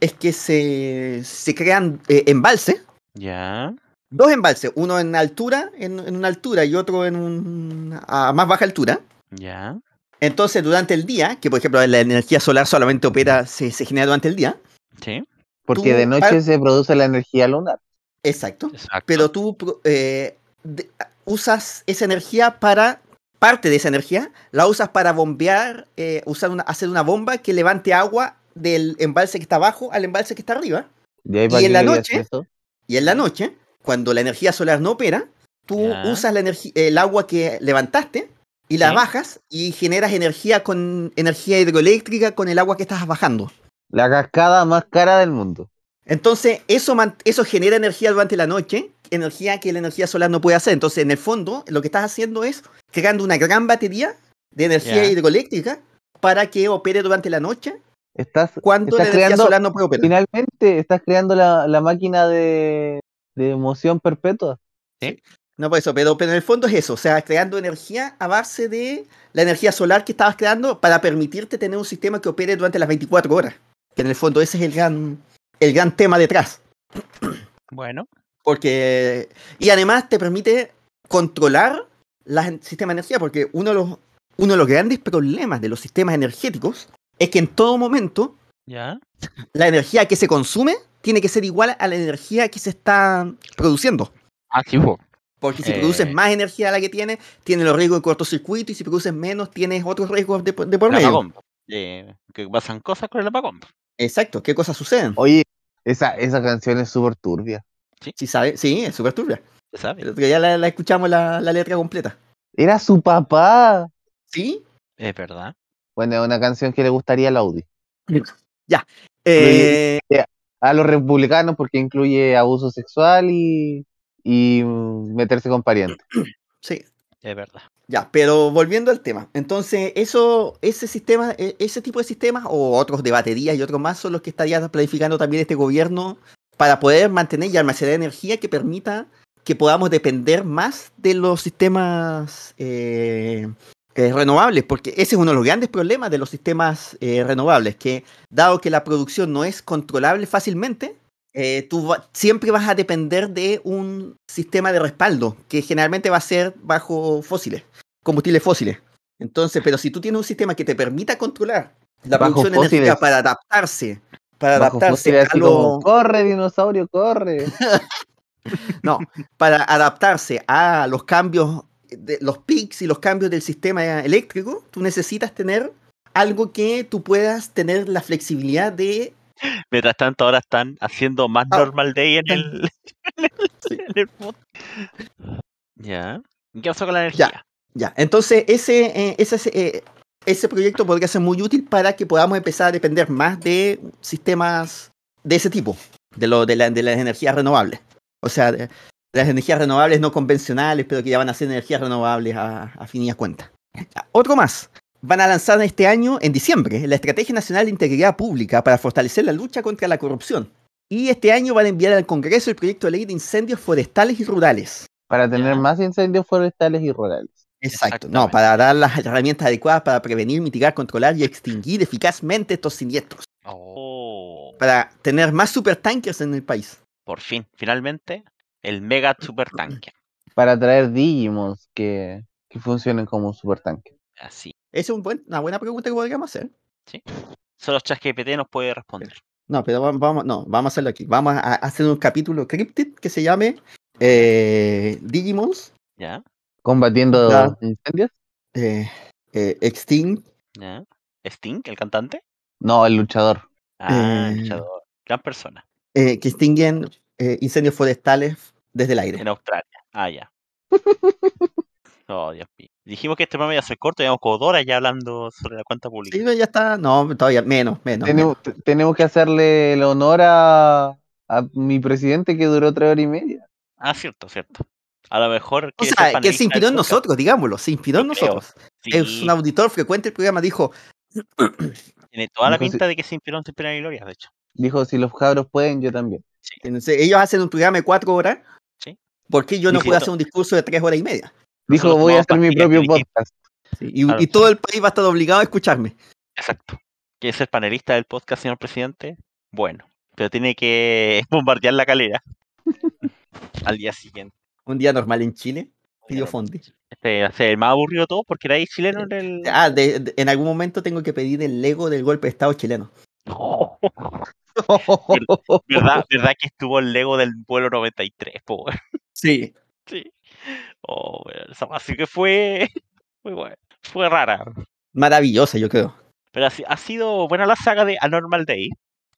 es que se, se crean eh, embalses, Ya. dos embalses, uno en altura, en, en una altura y otro en un, a más baja altura. Ya. Entonces, durante el día, que por ejemplo la energía solar solamente opera, se, se genera durante el día, Sí. Porque Tú de noche par- se produce la energía lunar. exacto, Exacto. pero tú pro- eh, de- usas esa energía para, parte de esa energía, la usas para bombear, eh, usar una, hacer una bomba que levante agua del embalse que está abajo al embalse que está arriba. ¿Y, ahí Y para en qué la querías noche, eso? Y en la noche, cuando la energía solar no opera, tú Ya. usas la energi- el agua que levantaste y la Sí. bajas y generas energía con energía hidroeléctrica con el agua que estás bajando. La cascada más cara del mundo. Entonces, eso, man- eso genera energía durante la noche, energía que la energía solar no puede hacer. Entonces, en el fondo, lo que estás haciendo es creando una gran batería de energía Ya. hidroeléctrica para que opere durante la noche Estás, cuando la Estás energía creando- solar no puede operar. finalmente, estás creando la, la máquina de, de emoción perpetua. No por eso, pero, pero en el fondo es eso, o sea, creando energía a base de la energía solar que estabas creando para permitirte tener un sistema que opere durante las 24 horas. Que en el fondo ese es el gran, el gran tema detrás. Bueno, Porque, y además te permite controlar los sistemas de energía, porque uno de, los, uno de los grandes problemas de los sistemas energéticos es que en todo momento ya. la energía que se consume tiene que ser igual a la energía que se está produciendo. Ah, sí, po. Porque si Eh. produces más energía a la que tienes, tienes los riesgos de cortocircuito y si produces menos, tienes otros riesgos de, por- de por El medio. apagón. Eh, que pasan cosas con el apagón. Exacto, ¿qué cosas suceden? Oh. Oye, esa, esa canción es súper turbia. Sí, sabe, sí, es súper turbia. ¿se sabe? El otro día la, la escuchamos la, la letra completa. Era su papá. ¿Sí? Es verdad. Bueno, es una canción que le gustaría al Audi. Eh, A los republicanos porque incluye abuso sexual y, y mm, meterse con parientes. sí, Es verdad. ya, pero volviendo al tema. Entonces, eso, ese sistema, e- ese tipo de sistemas o otros de baterías y otros más son los que estaría planificando también este gobierno para poder mantener y almacenar energía que permita que podamos depender más de los sistemas eh, eh, renovables, porque ese es uno de los grandes problemas de los sistemas eh, renovables, que dado que la producción no es controlable fácilmente, eh, tú va- siempre vas a depender de un sistema de respaldo, que generalmente va a ser bajo fósiles, combustibles fósiles. Entonces, pero si tú tienes un sistema que te permita controlar la Bajo producción energética fósiles. para adaptarse, para Bajo adaptarse fósiles, a así los... como, corre, dinosaurio, corre. No, para adaptarse a los cambios, de, los pics y los cambios del sistema eléctrico, tú necesitas tener algo que tú puedas tener la flexibilidad de... Mientras tanto, ahora están haciendo más Ah, Normal Day en tan- el, en el pod- Ya. ¿Y ¿Qué pasó con la Ya. energía? Ya, entonces ese, eh, ese, eh, ese proyecto podría ser muy útil para que podamos empezar a depender más de sistemas de ese tipo, de, lo, de, la- de las energías renovables. O sea, de, de las energías renovables no convencionales, pero que ya van a ser energías renovables a, a fin y a cuenta. Ya, Otro más. Van a lanzar este año, en diciembre, la Estrategia Nacional de Integridad Pública para fortalecer la lucha contra la corrupción. Y este año van a enviar al Congreso el proyecto de ley de incendios forestales y rurales. Para tener Ya. más incendios forestales y rurales. Exacto, no, Exactamente. para dar las herramientas adecuadas para prevenir, mitigar, controlar y extinguir eficazmente estos siniestros. Oh, Para tener más supertankers en el país. por fin, finalmente, el Mega Super Tanque. Para traer Digimons que, que funcionen como supertanque. Así. Esa es un buen- una buena pregunta que podríamos hacer. Solo ChatGPT nos puede responder. No, pero vam- vamos, no, vamos a hacerlo aquí. Vamos a hacer un capítulo cryptid que se llame eh, Digimons Ya, Combatiendo Ya. incendios. eh, eh, Extinct. ya. Sting, el cantante. No, el luchador. Ah, Eh. luchador. Gran persona. eh, que extinguen eh, incendios forestales desde el aire. En Australia. Ah, ya. Oh, Dios mío. Dijimos que este programa iba a ser corto, llevamos como dos horas ya hablando sobre la cuenta Sí, pública. ya está. No, todavía menos, menos. menos. tenemos, te- tenemos que hacerle el honor a, a mi presidente que duró tres horas y media. Ah, cierto, cierto. A lo mejor. O ese sea, que panelista se inspiró del en podcast- nosotros, digámoslo. Se inspiró en Yo creo, nosotros. es Sí, un auditor frecuente del programa, dijo, tiene toda la Dijo, sí. pinta de que se inspiró en Centenar y Glorias, de hecho. Dijo, si los cabros pueden, yo también. no sé, ellos hacen un programa de cuatro horas, Sí. ¿por qué yo no Dijo- puedo hacer un discurso de tres horas y media? Dijo, Nosotros voy a tomamos hacer mi pastillas propio de Digimon. podcast. Y, Claro. y todo el país va a estar obligado a escucharme. Exacto. Que es el panelista del podcast, señor presidente. Bueno, pero tiene que bombardear la calera al día siguiente. Un día normal en Chile, pidió Claro. Fondi. Este va a ser el más aburrido de todo porque era ahí chileno en el. Ah, de- de- en algún momento tengo que pedir el Lego del golpe de Estado chileno. ¿Verdad, ¿Verdad que estuvo el Lego del pueblo 93? Po, weón? Sí. sí. Oh, weón, esa weá sí que fue. Fue, bueno, fue rara. Maravillosa, yo creo. Pero ha, si- ha sido buena la saga de Anormal Day.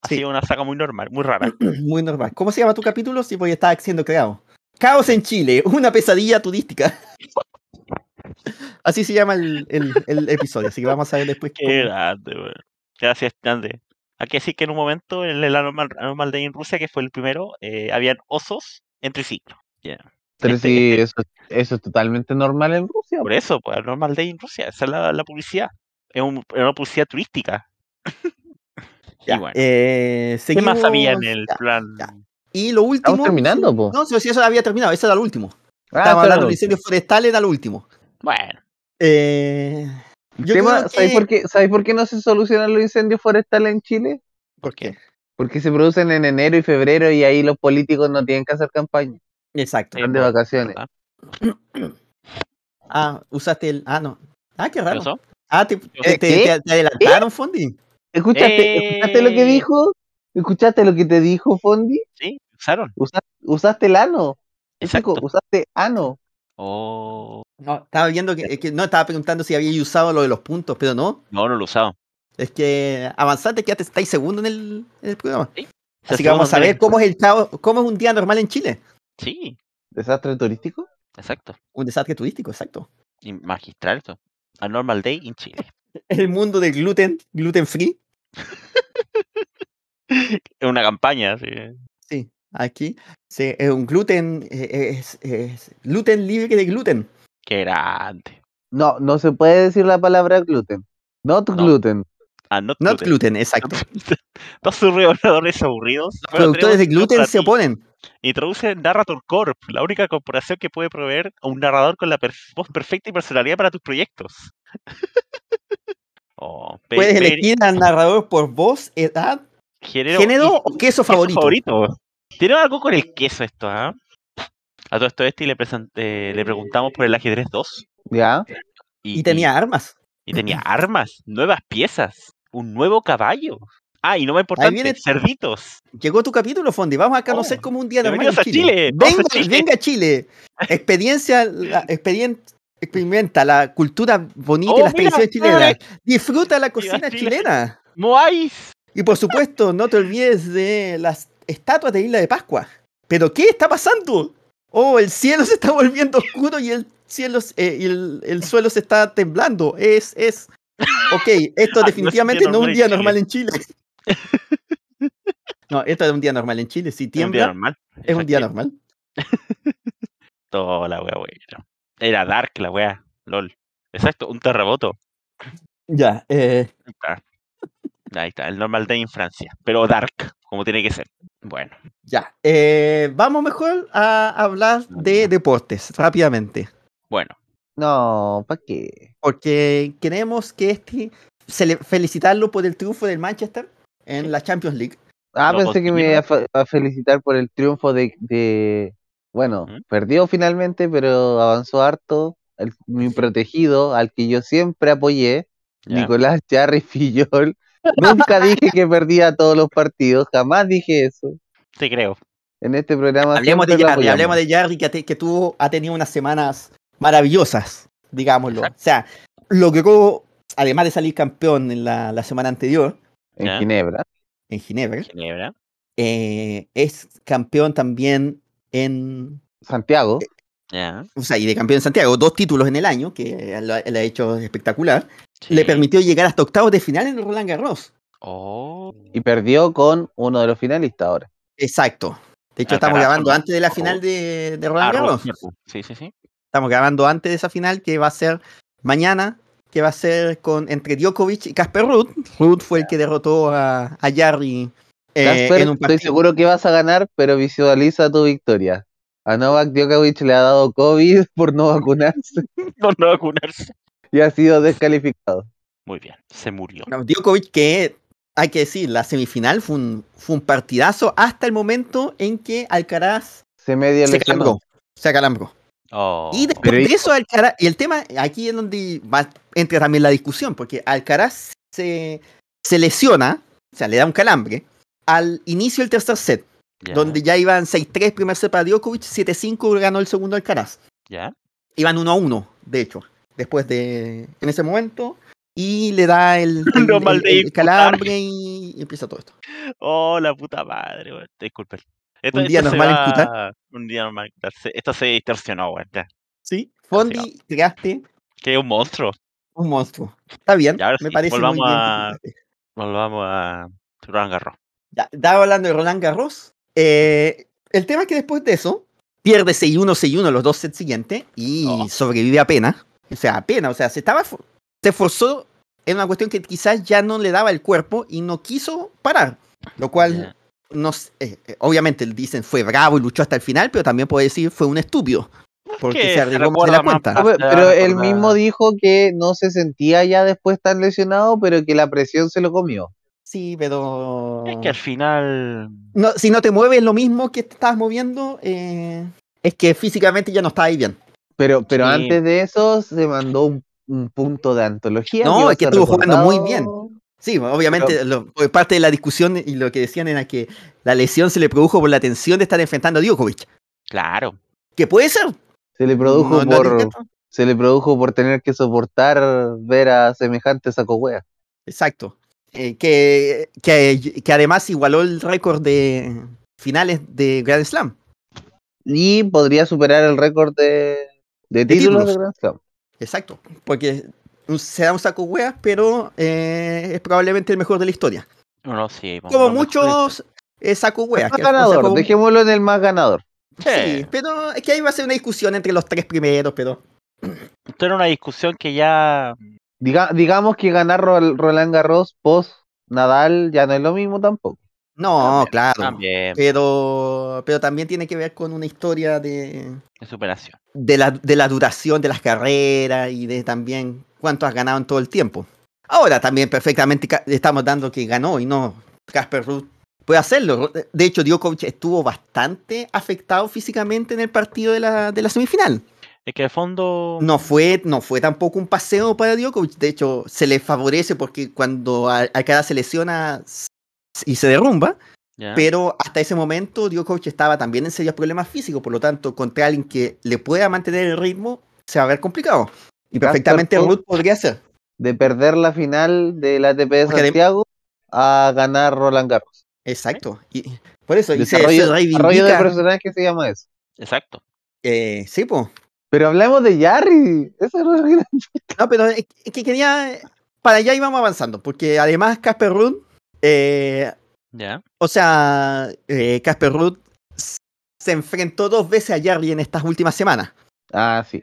Ha Sí. sido una saga muy normal, muy rara. Muy normal. ¿Cómo se llama tu capítulo? Sí, porque está siendo creado. Caos en Chile, una pesadilla turística. Así se llama el, el- el episodio, así que vamos a ver después. Qué cómo- grande, weón. Gracias, grande. Aquí así que en un momento, en el Anormal, Anormal Day en Rusia, que fue el primero, eh, habían osos en triciclo. Ah. Pero Este- sí, eso, eso es totalmente normal en Rusia. Por eso, pues Anormal Day en Rusia, esa es la, la publicidad. Es, un- es una publicidad turística. Y Ya, bueno. eh, ¿Qué más seguimos- había en el ya. plan? ya. Y lo último. terminando, po. No, si eso había terminado, eso era lo último. Ah, Estábamos claro. hablando de incendios forestales, era lo último. Bueno, Eh, El yo tema, creo ¿sabéis, que- por qué, ¿Sabéis por qué no se solucionan los incendios forestales en Chile? ¿Por qué? Porque se producen en enero y febrero y ahí los políticos no tienen que hacer campaña. Exacto. Eh, Están de bueno, vacaciones. ¿verdad? Ah, usaste el. Ah, no. Ah, qué ¿Qué raro. pasó? Ah, te, te, te- ¿Qué? te- te adelantaron, Fondi. ¿Escuchaste, ¿Escuchaste lo que ¡Eh! dijo? ¿Escuchaste lo que te dijo Fondi? Sí, usaron. Usa- usaste el ano. Exacto. Chico, usaste ano. Oh, No, estaba viendo que, que- No, estaba preguntando si había usado lo de los puntos, pero no. no, no lo usaron. Es que avanzaste, quedaste, estáis segundo en el, en el programa. Se Así que vamos a fueron ver de- cómo es el chavo, cómo es un día normal en Chile. Sí, ¿Desastre turístico? exacto. Un desastre turístico, exacto. Y magistral esto. Anormal Day en Chile. El mundo del gluten, gluten free. Es una campaña, sí. Sí, aquí. sí, es un gluten, eh, es, es gluten libre de gluten. Qué grande. No, no se puede decir la palabra gluten. Not No. gluten. Ah, not Not gluten. gluten, exacto. Dos subrevaladores aburridos. Los productores de gluten se oponen. Introduce Narrator Corp, la única corporación que puede proveer a un narrador con la per- voz perfecta y personalidad para tus proyectos. oh, pe- Puedes pe- elegir al narrador por voz, edad, género, y- género o queso queso favorito. Tiene algo con el queso esto, ¿ah? A todo esto este y le, presen- eh, le preguntamos por el ajedrez 2. ¿Ya? Y tenía armas. Y tenía armas, nuevas piezas, un nuevo caballo. Ah, y no más importante, viene- cerditos. Llegó tu capítulo, Fondi. Vamos a conocer Oh, cómo un día normal en bienvenidos a Chile, vamos a Venga, Chile. venga a Chile. Experiencia, la, experien- experimenta la cultura bonita y Oh, las mira, tradiciones mira, chilenas. Disfruta la Viva cocina Chile. chilena. Moais. Y por supuesto, no te olvides de las estatuas de Isla de Pascua. ¿Pero qué está pasando? Oh, el cielo se está volviendo oscuro y el cielo eh, y el, el suelo se está temblando. Es, es. Ok, esto un definitivamente día Ah, no es un día normal normal en Chile. No, esto es un día normal en Chile. Si Es un día tiembla, normal. es un día efectivamente. normal. Toda la wea, bueno. Era Dark la wea, lol. Exacto, un terremoto. Ya, eh, Ahí está. Ahí está, el normal day en Francia. Pero Dark, como tiene que ser. Bueno, ya. Eh, vamos mejor a hablar de deportes rápidamente. bueno. No, ¿para qué? porque queremos que este cele- felicitarlo por el triunfo del Manchester Sí. en la Champions League. Ah, No, pensé que me iba a, fe- a felicitar por el triunfo de... de- Bueno, ¿Mm? perdió finalmente, pero avanzó harto. El- mi protegido, al que yo siempre apoyé, ya. Nicolás Jarry Fillol. Nunca dije que perdía todos los partidos, jamás dije eso. Te creo. En este programa Hablemos de siempre lo Jarry, apoyamos. hablemos de Jarry que, ha te- que tuvo, ha tenido unas semanas maravillosas, digámoslo. O sea, logró, además de salir campeón en la, la semana anterior En Ya. Ginebra. en Ginebra, Ginebra. eh, es campeón también en... Santiago. Eh. Ya. O sea, y de campeón en Santiago, dos títulos en el año, que lo, ha- lo ha hecho espectacular. Le sí. permitió llegar hasta octavos de final en el Roland Garros. Oh. Y perdió con uno de los finalistas ahora. Exacto. De hecho, Ah, estamos carajo, grabando no. antes de la Por final Oh. favor. de, de Ah, Roland Roland Garros. Garros. Sí, sí, sí. Estamos grabando antes de esa final que va a ser mañana, que va a ser con entre Djokovic y Casper Ruud. Ruud fue el que derrotó a, a Jarry eh, Casper, en un estoy partido. seguro que vas a ganar, pero visualiza tu victoria. A Novak Djokovic le ha dado COVID por no vacunarse No, no vacunarse. y ha sido descalificado. Muy bien, se murió. No, Djokovic que, hay que decir, la semifinal fue un, fue un partidazo hasta el momento en que Alcaraz Se medio se lesionó. calambró. Se acalambró. Oh. Y Pero después de hijo- eso, Alcaraz, y el tema, aquí es donde va- entra también la discusión, porque Alcaraz se, se lesiona, o sea, le da un calambre, al inicio del tercer set, Oh, ya, donde ya iban 6-3 primer set para Djokovic, 7-5 ganó el segundo Alcaraz. Ya. Iban 1-1, de hecho, después de, en ese momento, y le da el, el- Lo mal el- de el imputar. calambre y, y empieza todo esto. Oh, la puta madre, weón. Disculpen. Esto- Un día esto se normal en va- Cutá. Un día normal en Cutá. Se- Esto se distorsionó, weón. ya. ¿Sí? Fondi, creaste Que es un monstruo. un monstruo. Está bien, Ya, ahora me sí, parece muy volvamos bien. que a- creaste. Volvamos a, Roland Garros. Ya, estaba hablando de Roland Garros. Eh, el tema es que después de eso, pierde 6-1, 6-1 los dos sets siguientes y Oh. sobrevive apenas. O sea, apenas. O sea, se estaba. for- Se forzó en una cuestión que quizás ya no le daba el cuerpo y no quiso parar. Lo cual, Ya. no sé, eh, eh, obviamente dicen fue bravo y luchó hasta el final, pero también puede decir fue un estúpido. Porque que se se arriesgó más recuerda de la más cuenta. Ah, pero, ya, pero él recordaba. mismo dijo que no se sentía ya después tan lesionado, pero que la presión se lo comió. Sí, pero. Es que al final. No, si no te mueves lo mismo que te estabas moviendo, eh, es que físicamente ya no estabas ahí bien. Pero, pero Sí. antes de eso se mandó un, un punto de antología. No, iba a es que ser estuvo jugando muy recordado. Sí, obviamente, Pero- lo- fue parte de la discusión y lo que decían era que la lesión se le produjo por la tensión de estar enfrentando a Djokovic. Claro. Que puede ser. Se le produjo No, no por descarto. se le produjo por tener que soportar ver a semejante saco hueá. Exacto. Eh, que, que, que además igualó el récord de finales de Grand Slam. Y podría superar el récord de, de títulos títulos. de Grand Slam. Exacto. Porque un- se da un saco hueas, pero eh, es probablemente el mejor de la historia. No, sí. bueno, Como lo mejor muchos eh, saco El hueas. más que- o sea, ganador, como- dejémoslo en el más ganador. Sí. Sí, pero es que ahí va a ser una discusión entre los tres primeros, pero Esto era una discusión que ya. Diga- digamos que ganar Rol- Roland Garros post Nadal ya no es lo mismo tampoco. no, También, claro. También. Pero, pero también tiene que ver con una historia de, de superación. de, la, de la duración de las carreras y de también cuánto has ganado en todo el tiempo. Ahora también perfectamente ca- estamos dando que ganó y no Casper Ruud puede hacerlo. De hecho, Djokovic estuvo bastante afectado físicamente en el partido de la, de la semifinal. Es que al fondo. No fue, no fue tampoco un paseo para Djokovic. De hecho, se le favorece porque cuando a- Alcaraz se lesiona s- y se derrumba, ya. pero hasta ese momento Djokovic estaba también en serios problemas físicos, por lo tanto, contra alguien que le pueda mantener el ritmo, se va a ver complicado. Y Casper perfectamente Ruud. Ruth podría ser. De perder la final del ATP de Porque de- Santiago a ganar Roland Garros. Exacto. Y, por eso, y se, Desarrollo, se desarrollo de reivindica. personaje se llama eso. Exacto. eh, sí, pues. Pero hablemos de Jarry. Eso no es gran- No, pero es que- es que quería. Para allá íbamos avanzando, porque además Casper Ruth eh, Ya. O sea, eh, Casper Ruth s- se enfrentó dos veces a Jarry en estas últimas semanas, Ah, sí.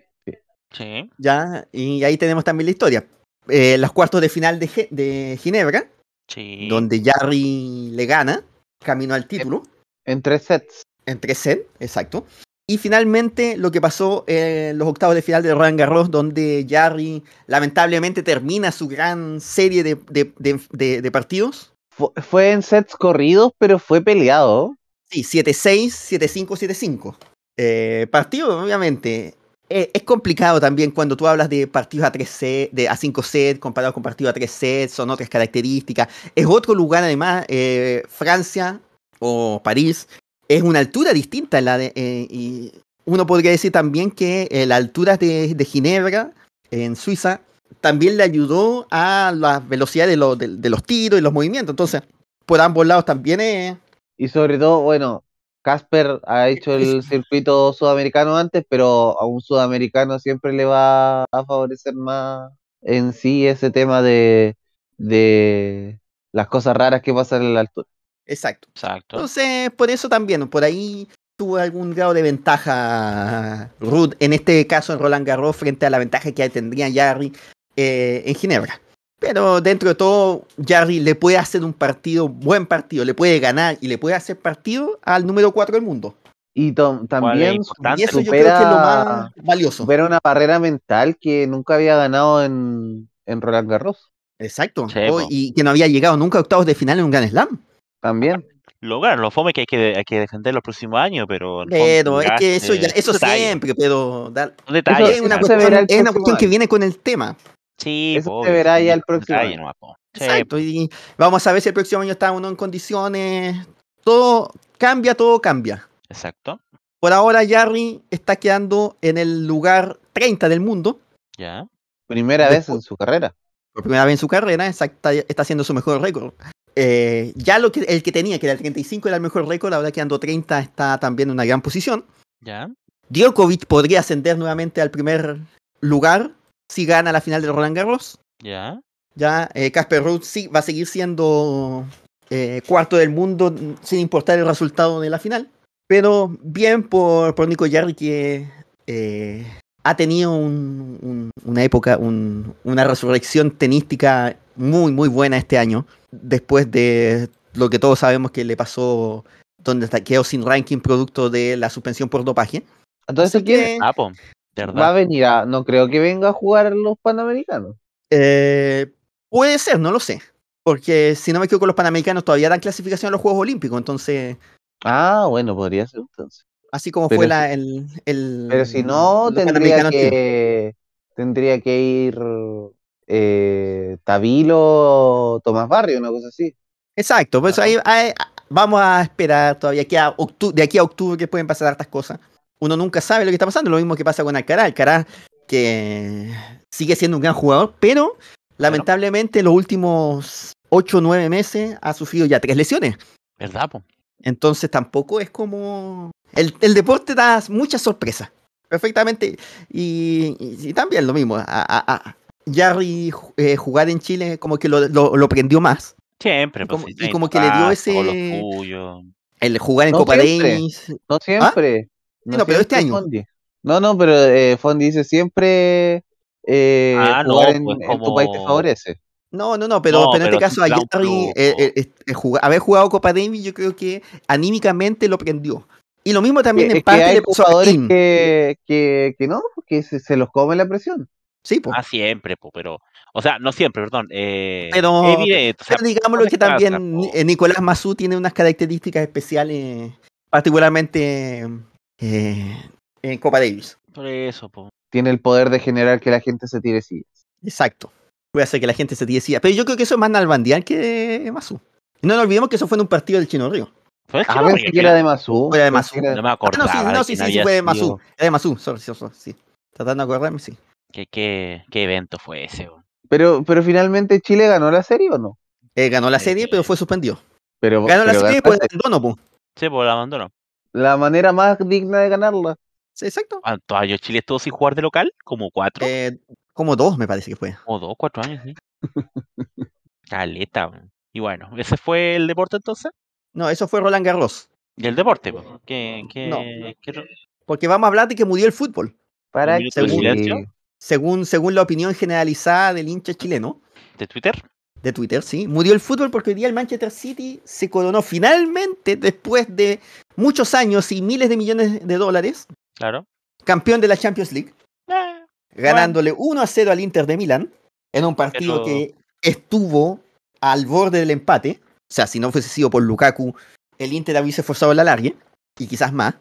Sí. ¿ya? Y ahí tenemos también la historia. Eh, los cuartos de final de, Ge- de Ginebra, Sí. donde Jarry le gana, camino al título, En tres sets. en tres sets, exacto. Y finalmente lo que pasó en los octavos de final de Roland Garros, donde Jarry lamentablemente termina su gran serie de, de- de- de- de partidos. Fu- fue en sets corridos, pero fue peleado. Sí, 7-6, 7-5, 7-5. Eh, partido, obviamente. eh, es complicado también cuando tú hablas de partidos a 3 sets, de a 5 sets, comparado con partidos a 3 sets, son otras características. Es otro lugar, además, eh, Francia o París, es una altura distinta. La de, eh, y uno podría decir también que eh, la altura de, de Ginebra, en Suiza, también le ayudó a la velocidad de, los- de- de los tiros y los movimientos. Entonces, por ambos lados también es. Y sobre todo, bueno, Casper ha hecho el circuito sudamericano antes, pero a un sudamericano siempre le va a favorecer más en sí ese tema de, de las cosas raras que pasan en la altura. Exacto. Exacto. Entonces, por eso también, por ahí tuvo algún grado de ventaja Ruth, en este caso en Roland Garros, frente a la ventaja que tendría Jarry eh, en Ginebra. Pero dentro de todo, Jarry le puede hacer un partido, buen partido, le puede ganar y le puede hacer partido al número 4 del mundo. Y to- también es importante. Y eso yo creo supera- que es lo más valioso. supera una barrera mental que nunca había ganado en, en Roland Garros. Exacto. Sí, Oh, po. y que no había llegado nunca a octavos de final en un Grand Slam. También. Lograr los fome que hay que, hay que defender los próximos años, pero. al fondo Pero es que eso, llegaste- ya, eso detalle, siempre, pero da- son detalles, Eso- es una claro. se verá cuestión, el es una próximo cuestión que año. viene con el tema. Sí, Eso po, se verá obvio, ya son el próximo detalles año. nomás, po. Sí, Exacto, y vamos a ver si el próximo año está uno en condiciones. Todo cambia, todo cambia. exacto. Por ahora, Jarry está quedando en el lugar 30 del mundo. Ya. Primera vez en Después- su carrera. Por primera vez en su carrera, exacta- está haciendo su mejor récord. Eh, ya lo que, el que tenía, que era el 35, era el mejor récord. Ahora quedando 30, está también en una gran posición. Ya. Djokovic podría ascender nuevamente al primer lugar si gana la final de Roland Garros. Ya. Ya, eh, Casper Ruud sí va a seguir siendo eh, cuarto del mundo, mm, sin importar el resultado de la final. Pero bien por, por Nico Jarry que eh, ha tenido un- un- una época, un- una resurrección tenística muy, muy buena este año. Después de lo que todos sabemos que le pasó, donde hasta quedó sin ranking producto de la suspensión por dopaje. Entonces, Así ¿quién que, Ah, po, va a ¿verdad? venir? A, no creo que venga a jugar a los Panamericanos. eh, puede ser, no lo sé. Porque si no me equivoco, los panamericanos todavía dan clasificación a los Juegos Olímpicos. Entonces, Ah, bueno, podría ser entonces. así como Pero fue si- la, el, el- Pero si no, Mm, los tendría Panamericanos anteriores. que, tendría que ir eh, Tabilo, Tomás Barrio, una cosa así. Exacto, pues ahí, ahí- vamos a esperar todavía que a octu- de aquí a octubre que pueden pasar hartas cosas. Uno nunca sabe lo que está pasando, lo mismo que pasa con Alcaraz. Alcaraz que sigue siendo un gran jugador, pero lamentablemente en los últimos 8 o 9 meses ha sufrido ya tres lesiones. ¿Verdad, po? Entonces tampoco es como... El, el deporte da muchas sorpresas. Perfectamente. Y, y- y también lo mismo. A, a- a- Jarry eh, jugar en Chile como que lo, lo- lo prendió más. Siempre, Y pues, como- si y estáis como que le dio pasto con los ese- tuyos. El jugar en No Copa siempre. Davis. No siempre. no, pero este siempre, año. Fondi. No, no, pero eh, Fondi dice siempre eh, Ah, no, jugar en, pues, en tu país te como- favorece. No, no, no, pero, No, pero en este pero caso a Clown Jarry, Pro, eh, po. eh, eh, eh, jug- haber jugado Copa Davis, yo creo que anímicamente lo prendió. Y lo mismo también Es en que parte hay le pasó a jugadores Kim. que, que, que no, que se, se los come la presión. Sí, po. Ah, siempre, po, pero. O sea, no siempre, perdón. Eh, Pero- evidente, o sea, Pero digámoslo cosas que pasan, también po. eh, Nicolás Mazú tiene unas características especiales, particularmente eh, en Copa Davis. Por eso, po. Tiene el poder de generar que la gente se tire sillas. Exacto. Puede hacer que la gente se tire silla. Pero yo creo que eso es más Nalbandián que Mazú. Y No nos olvidemos que eso fue en un partido del Chino Río. Pero es que Ah, A no ver me- si era de uh, Mazú. Era de pensé que Mazú. era No me Ah, no, acordaba. sí, no, de sí, quién sí, sí, había fue de sido. Mazú. Era de Mazú, sorry, sorry, sorry, sí. Tratando de acordarme, sí. ¿Qué, qué, qué evento fue ese? bo? Pero, pero finalmente Chile ganó la serie o no? Eh, ganó la Sí, Oh, serie, sí. pero fue suspendido. Pero, Ganó la pero serie pues. ganó por abandono, po. Sí, por el abandono. la manera más digna de ganarla. Sí, exacto. ¿Cuántos años Ah, Chile estuvo sin jugar de local? Como cuatro Eh, como dos, me parece que fue. o dos, cuatro años, sí. Caleta. bo. Y bueno, ese fue el deporte entonces. No, eso fue Roland Garros. Y el deporte, po. ¿Qué, qué, No. qué ro- Porque vamos a hablar de que murió el fútbol. Para Un minuto de silencio. Chile. Según, según la opinión generalizada del hincha chileno, ¿De Twitter? de Twitter, sí, murió el fútbol porque hoy día el Manchester City se coronó finalmente, después de muchos años y miles de millones de dólares, Claro. campeón de la Champions League, Eh, ganándole 1 a 0 al Inter de Milán, en un partido Pero- que estuvo al borde del empate. O sea, si no fuese sido por Lukaku, el Inter hubiese forzado la largue, y quizás más.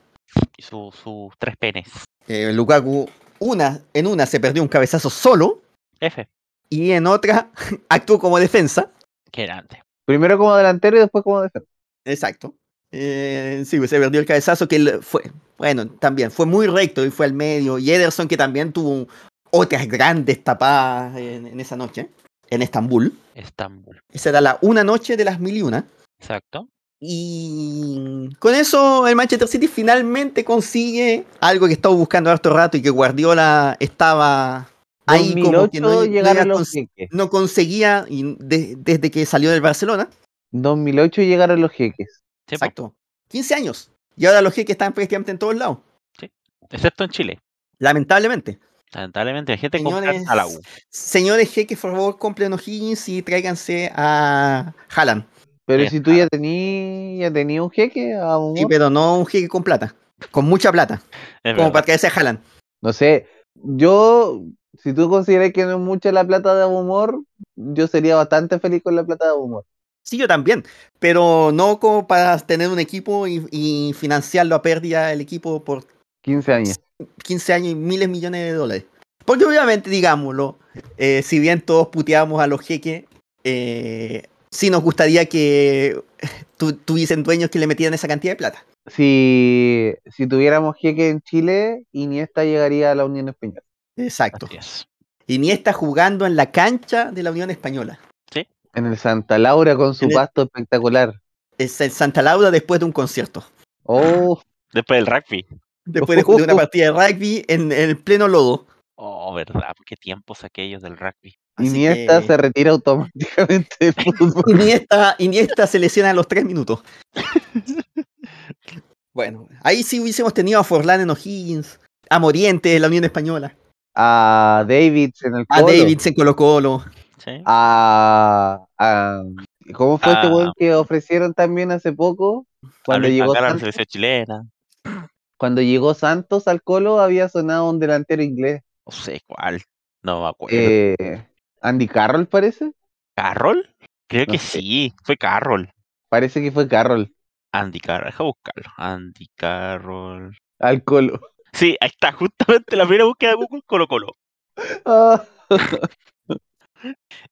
y su- sus tres penes. Eh, Lukaku, una, en una se perdió un cabezazo solo, F. y en otra actuó como defensa. Qué grande. Primero como delantero y después como defensa. Exacto. Eh, sí, pues, se perdió el cabezazo que le- fue, bueno, también fue muy recto y fue al medio. Y Ederson que también tuvo otras grandes tapadas en, en esa noche, en Estambul. Estambul. Esa era la una noche de las mil y una. Exacto. Y con eso el Manchester City finalmente consigue algo que estaba buscando harto rato y que Guardiola estaba ahí como que 2008 no, no iba llegaron a los cons- jeques. no conseguía y de- desde que salió del Barcelona. 2008 llegaron los jeques. Sí, pues, po. Exacto. 15 años. Y ahora los jeques están prácticamente en todos lados. Excepto en Chile. Lamentablemente. Lamentablemente, hay gente con Señores, carta a la U. señores jeques, por favor, compren O'Higgins y tráiganse a Haaland. Pero Es si tú ya tenías ya tenías un jeque, a un Sí, pero no un jeque con plata. Con mucha plata. Es Como verdad. para traerse a Haaland. No sé, yo, si tú consideras que no es mucha la plata de humor, yo sería bastante feliz con la plata de humor. Sí, yo también. Pero no como para tener un equipo y, y financiarlo a pérdida el equipo por 15 años. 15 años y miles millones de dólares. Porque obviamente, digámoslo, eh, si bien todos puteamos a los jeques, eh, sí nos gustaría que tu- tuviesen dueños que le metieran esa cantidad de plata. Si, si tuviéramos jeque en Chile, Iniesta llegaría a la Unión Española. Exacto. Así es. Iniesta jugando en la cancha de la Unión Española. En el Santa Laura con su En el- pasto espectacular. Es en Santa Laura después de un concierto. Oh, Después del rugby. Después de, de una partida de rugby en, en el pleno lodo. Oh, verdad, qué tiempos aquellos del rugby. Iniesta que- se retira automáticamente del fútbol. Iniesta, Iniesta se lesiona a los tres minutos. Bueno, ahí sí hubiésemos tenido a Forlán en O'Higgins, a Morientes en la Unión Española, A Davids en el a Colo. Davids en Colo Colo. ¿sí? Ah, A, a- ¿Cómo fue este A- weón que ofrecieron también hace poco? Cuando Hablo- llegó, acá la Santos, selección chilena. cuando llegó Santos al Colo había sonado un delantero inglés. No sé cuál. No me acuerdo. Eh, Andy Carroll parece. ¿Carroll? Creo no que sé. sí. Fue Carroll. Parece que fue Carroll Andy Carroll. Deja buscarlo. Andy Carroll. al Colo. Sí, ahí está. Justamente la primera búsqueda de Google Colo Colo. Ah,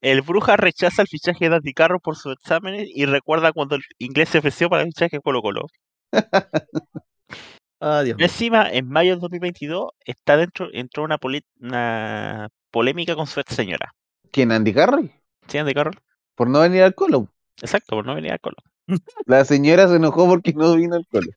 El Bruja rechaza el fichaje de Andy Carroll por sus exámenes y recuerda cuando el inglés se ofreció para el fichaje de Colo Colo. Ah, Dios mío. Encima, en mayo del 2022, está dentro, entró una, poli- una polémica con su ex señora. ¿Quién Andy Carroll? ¿Sí, Andy Carroll? Por no venir al Colo. Exacto, por no venir a Colo. La señora se enojó porque no vino al Colo.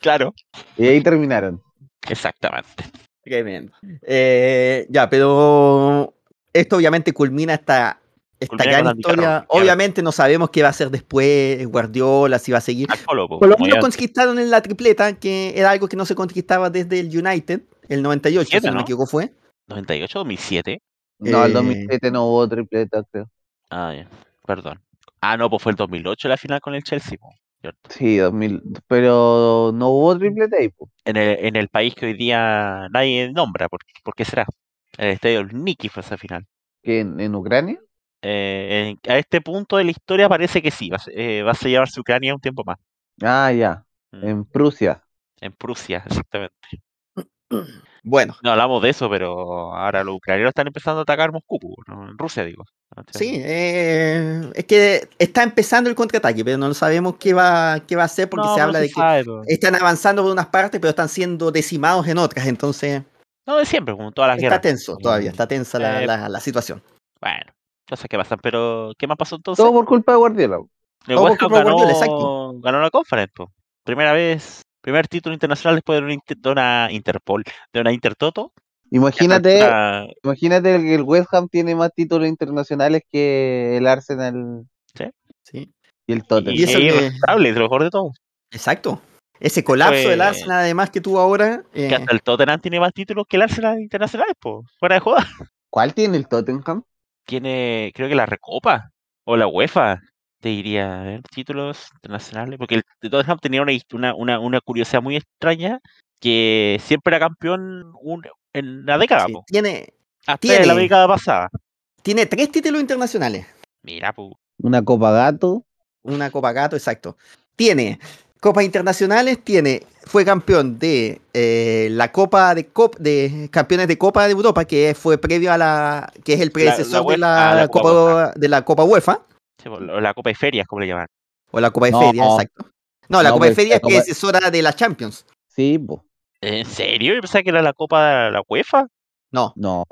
Claro, Y ahí terminaron. exactamente. Tremendo. Eh, ya, pero esto obviamente culmina esta, esta Culmina con Andy gran Carroll, historia. claro. Obviamente no sabemos qué va a hacer después, Guardiola, si va a seguir. A Colo, po, Por lo como menos ya- conquistaron en la tripleta, que era algo que no se conquistaba desde el United, el 98, si Siete, no me ¿no? equivoco fue. 98, 2007. No, el Eh. 2007 no hubo tripleta, creo. Ah, ya, perdón. Ah, no, pues fue el 2008 la final con el Chelsea. po. Sí, 2000. Pero no hubo tripleta ahí, po. En el, en el país que hoy día nadie nombra, ¿por, por qué será? En el estadio Niki fue esa final. ¿Que en, en Ucrania? Eh, en- a este punto de la historia parece que sí, va, a se- eh, va a ser llevarse Ucrania un tiempo más. Ah, ya. Mm, Em. En Prusia. En Prusia, exactamente. Bueno, No hablamos de eso, pero ahora los ucranianos están empezando a atacar Moscú, po, ¿no? en Rusia, digo. Entonces, sí, eh, es que está empezando el contraataque, pero no sabemos qué va, qué va a hacer porque no, se pero habla se de que sabe, po. están avanzando por unas partes, pero están siendo decimados en otras, entonces No, de siempre, como en todas las está guerras. tenso todavía, está tensa la, Eh, la- la situación. Bueno, cosas que pasan, pero ¿qué más pasó entonces? Todo por culpa de Guardiola. po. El Todo West por Ham culpa de Guardiola, ganó, ganó la conference, po. Primera vez, primer título internacional después de una, inter- de una Interpol, de una Intertoto. Imagínate, Una- imagínate que el West Ham tiene más títulos internacionales que el Arsenal ¿sí? y el Tottenham. Y, Y es eso que- irrefutable, de lo mejor de todo. Exacto. Ese colapso del eh, Arsenal, además que tuvo ahora, eh, Que hasta el Tottenham tiene más títulos que el Arsenal internacional, po. Fuera de joda. ¿Cuál tiene el Tottenham? Tiene, creo que la Recopa o la UEFA, te diría, a ver, títulos internacionales. Porque el de Tottenham tenía una, hist- una, una, una curiosidad muy extraña que siempre era campeón un- en la década, sí, po. tiene, Hasta la tiene. década pasada. tiene tres títulos internacionales. Mira, po. Una Copa Gato. Una Copa Gato, exacto. Tiene copas internacionales, tiene, fue campeón de eh, la Copa de Cop- de campeones de Copa de Europa, que fue previo a la, que es el predecesor UEFA, de la, ah, la Copa, Copa de la Copa UEFA Sí, po, la la Copa de Ferias, como le llaman. o la Copa de No. Feria, exacto. No, la No, Copa de pues, Feria la es Copa- predecesora de la Champions. Sí, po. ¿En serio? Yo pensaba que era la Copa de la UEFA. No, No.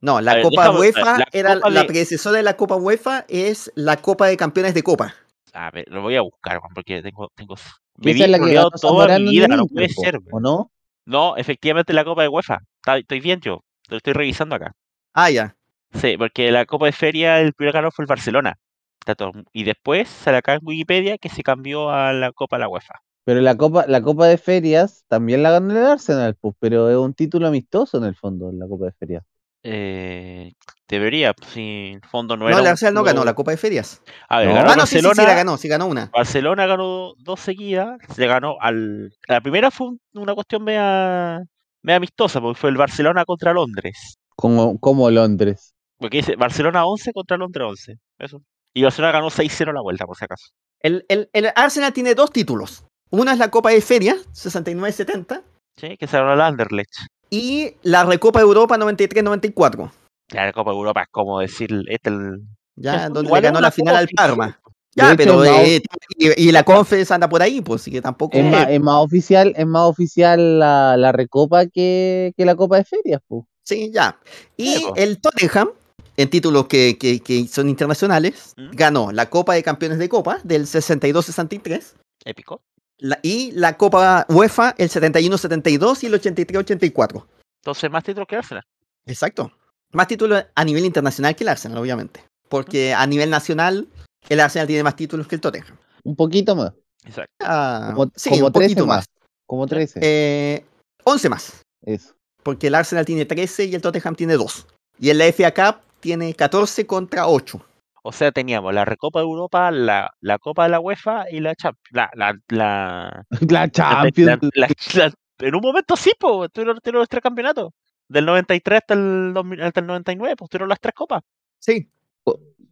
no, A la ver, Copa déjame- UEFA la era Copa la de- predecesora de la Copa UEFA es la Copa de Campeones de Copa. A ver, Ah, lo voy a buscar, Juan, porque tengo. tengo... Que Viví rodeado toda mi vida, no puede ser. pues. ¿O weón. no? No, efectivamente la Copa de UEFA. Está- estoy bien yo. Lo estoy revisando acá. Ah, ya. Sí, porque la Copa de Feria, el primer ganador fue el Barcelona. Está todo- Y después sale acá en Wikipedia que se cambió a la Copa de la UEFA. Pero la Copa, la Copa de Ferias también la ganó el Arsenal, pues, pero es un título amistoso en el fondo, la Copa de Ferias. Eh, debería, si en el fondo no No, era. el un Arsenal no ganó título- la Copa de Ferias. A ver, No. ganó Ah, no, sí, sí, sí, Barcelona. la ganó, sí ganó una. Barcelona ganó dos seguidas, le ganó al... La primera fue un- una cuestión media, media amistosa, porque fue el Barcelona contra Londres. Como, como Londres. Porque dice Barcelona 11 contra Londres 11. Eso. Y Barcelona ganó 6-0 la vuelta, por si acaso. El, el- el Arsenal tiene dos títulos. Una es la Copa de Feria, 69-70, ¿Sí? Que se ganó el Anderlecht. y la Recopa Europa 93-94, Ya, La Copa de Europa es como decir... Este el... ya es donde igual le a ganó una la final Copa al oficial, Parma. po. Ya, De hecho, pero no. eh, y, y la Conference anda por ahí, pues, así que tampoco. Es, Sí, más, po. es más oficial, es más oficial la, la recopa que, que la Copa de Ferias, pues. Sí, ya. Sí, Y po. el Tottenham, en títulos que, que- que son internacionales, ¿Mm? ganó la Copa de Campeones de Copa del 62-63 Épico. la- y la Copa UEFA el 71-72 y el 83-84. Entonces, más títulos que Arsenal. Exacto. Más títulos a nivel internacional que el Arsenal, obviamente. Porque Ah. a nivel nacional, el Arsenal tiene más títulos que el Tottenham. Un poquito más. Exacto. Ah, Como- sí, como un poquito 13 más. más. Como 13. Eh, 11 más. Eso. Porque el Arsenal tiene 13 y el Tottenham tiene 2. Y en la FA Cup tiene 14 contra 8. O sea, teníamos la Recopa de Europa, la, la Copa de la UEFA y la Champions. La, la, la, La la- Champions. la- la- la- en un momento sí, pues, tuvieron, tuvieron los tres campeonatos. Del 93 hasta el, 2000 hasta el 99, pues tuvieron las tres copas. Sí.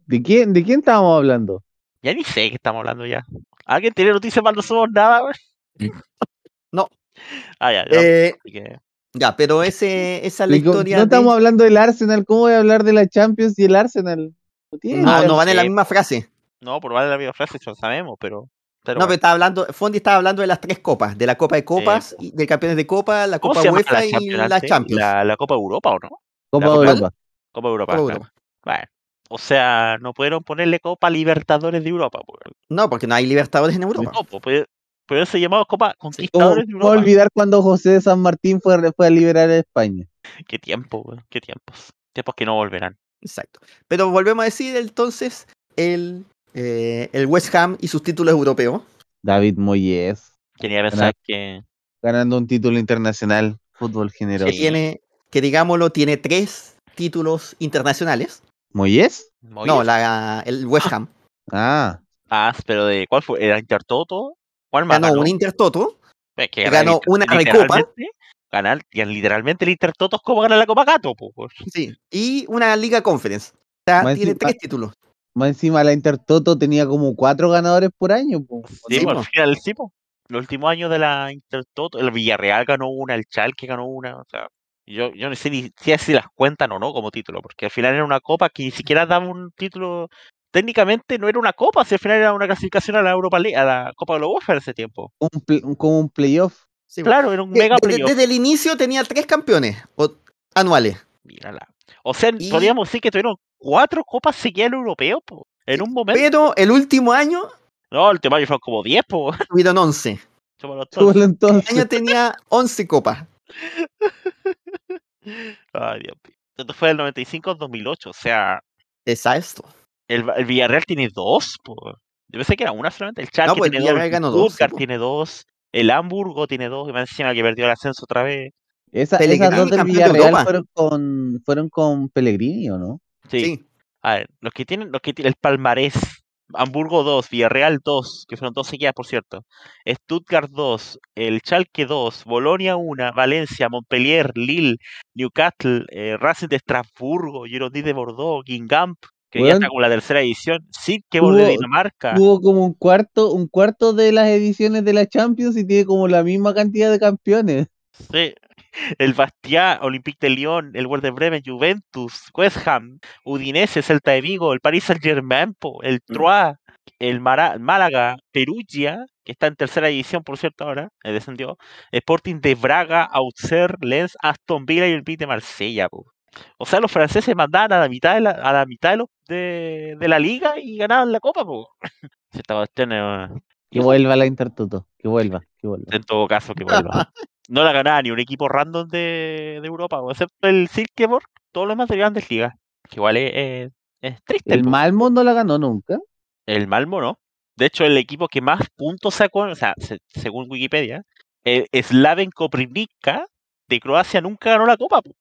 ¿De quién, ¿De quién estábamos hablando? Ya ni sé de qué estamos hablando ya. ¿Alguien tiene noticias para no somos nada, güey? No. Ah, ya, ya. Eh, así que- ya, pero ese, esa es la Le digo, historia. de- no estamos hablando del Arsenal. ¿Cómo voy a hablar de la Champions y el Arsenal? No tiene No, nada. no van en la Sí. misma frase. No, por vale la misma frase, eso lo sabemos, pero. pero no, pero bueno. estaba hablando, Fondi estaba hablando de las tres copas, de la Copa de Copas, po. y del campeones de Copa, la ¿Cómo Copa se llama UEFA y Champions la antes? Champions. La, la Copa de Europa, ¿o no? la Copa de Copa- Europa. Copa de Europa. Copa de claro. Europa. Bueno, o sea, no pudieron ponerle Copa Libertadores de Europa. po, weón. No, porque no hay libertadores en Europa. Oh, No, po, pues, pero se llamaba Copa ¿Cómo, Conquistadores de cómo Europa. olvidar cuando José de San Martín fue, fue a liberar a España? Qué tiempo, weón, qué tiempos. Tiempos que no volverán. Exacto. Pero volvemos a decir entonces el, eh, el West Ham y sus títulos europeos. David Moyes, Tenía que Ganar- pensar que ganando un título internacional, fútbol generoso. Que tiene, que digámoslo, tiene tres títulos internacionales. ¿Moyes? No, Moyes- la, el West Ham Ah, Ah, pero de cuál fue, era Intertoto, ¿cuál más? ganó ganó? un Intertoto, Es que ganar ganó liter- una Recopa literalmente, Ganar, y literalmente el Intertoto es como ganar la Copa Gato, po, pues. weón. sí, y una Liga Conference. O sea, Más tiene encima- tres títulos. más encima la Intertoto tenía como cuatro ganadores por año. po. Sí, Sí, po, al po. final sí, po. Los últimos años de la Intertoto, el Villarreal ganó una, el Chalke ganó una, o sea, yo, yo no sé ni si así las cuentan o no como título, porque al final era una copa que ni siquiera daba un título, técnicamente no era una copa, si al final era una clasificación a la Europa League, a la Copa de la UEFA en ese tiempo. Un pl- un- como un playoff. Sí, pues. Claro, era un De- mega de- playoff. desde el inicio tenía tres campeones o- anuales. Mírala. O sea, Y- podríamos decir que tuvieron cuatro copas seguidas en europeo, po, en un momento. Pero el último año No, el tema fueron como 10, po. tuvieron 11. Chúpalo todo. Súbelo El año entonces. tenía 11 copas. Ay, Dios mío. Esto fue del 95 al 2008, o sea, Exacto. El, Va- el Villarreal tiene dos, po. Yo pensé que era una solamente. El Charque No, pues el tiene Villarreal ganó dos. dos, El sí, Stuttgart po. tiene dos. El Hamburgo tiene dos. Y más encima que perdió el ascenso otra vez. Esa, Pellegrini, esas dos del campeón de Villarreal Europa. fueron con, fueron con Pellegrini, ¿o no? Sí. sí. A ver, los que tienen, los que tienen, el palmarés. Hamburgo 2, Villarreal 2, que fueron dos seguidas, por cierto. Stuttgart 2, el Chalque 2, Bolonia 1, Valencia, Montpellier, Lille, Newcastle, eh, Racing de Estrasburgo, Girondins de Bordeaux, Guingamp, que ya Weón, está como la tercera edición, Silkeborg de hubo- Dinamarca. Tuvo como un cuarto, un cuarto de las ediciones de la Champions y tiene como la misma cantidad de campeones. Sí. El Bastia, Olympique de Lyon, el Werder Bremen, Juventus, West Ham, Udinese, Celta de Vigo, el Paris Saint-Germain, po, el Troyes, el Mara- Málaga, Perugia, que está en tercera división, por cierto, ahora, eh, descendió, Sporting de Braga, Auxerre, Lens, Aston Villa y el Olympique de Marsella, po. O sea, los franceses mandaban a la mitad de la, a la mitad de, los- de, de la liga y ganaban la copa, po. Sí, esta cuestión es- Que vuelva la Intertoto, que vuelva, que vuelva. en todo caso, que vuelva. No la ganaba ni un equipo random de, de Europa, o excepto el Silkeborg, todos los demás de grandes ligas. Que igual es, es- es triste. El po. Malmo no la ganó nunca. el Malmo, ¿no? De hecho, el equipo que más puntos sacó, o sea, se- según Wikipedia, el Slaven Koprivnica de Croacia nunca ganó la copa. po.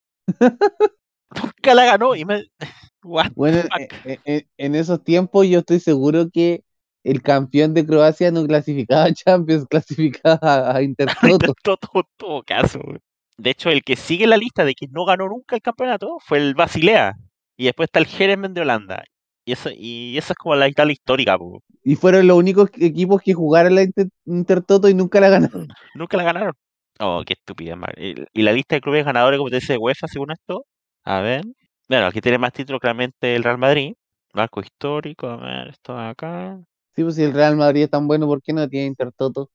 nunca la ganó. Y me... What? Bueno, Fuck. en, en- en esos tiempos yo estoy seguro que el campeón de Croacia no clasificaba a Champions, clasificaba a- a Intertoto. Todo, todo, todo caso. güey. De hecho, el que sigue la lista de que no ganó nunca el campeonato fue el Basilea. Y después está el Jerezmen de Holanda. Y eso, y eso es como la Italia histórica. po. Y fueron los únicos equipos que jugaron la Inter- Intertoto y nunca la ganaron. Nunca la ganaron. Oh, qué estúpida. madre. Y y la lista de clubes ganadores, como te dice, de UEFA, según esto. A ver. Bueno, aquí tiene más títulos claramente el Real Madrid. Marco histórico. A ver, esto de acá. Sí, pues si el Real Madrid es tan bueno, ¿por qué no tiene Intertoto?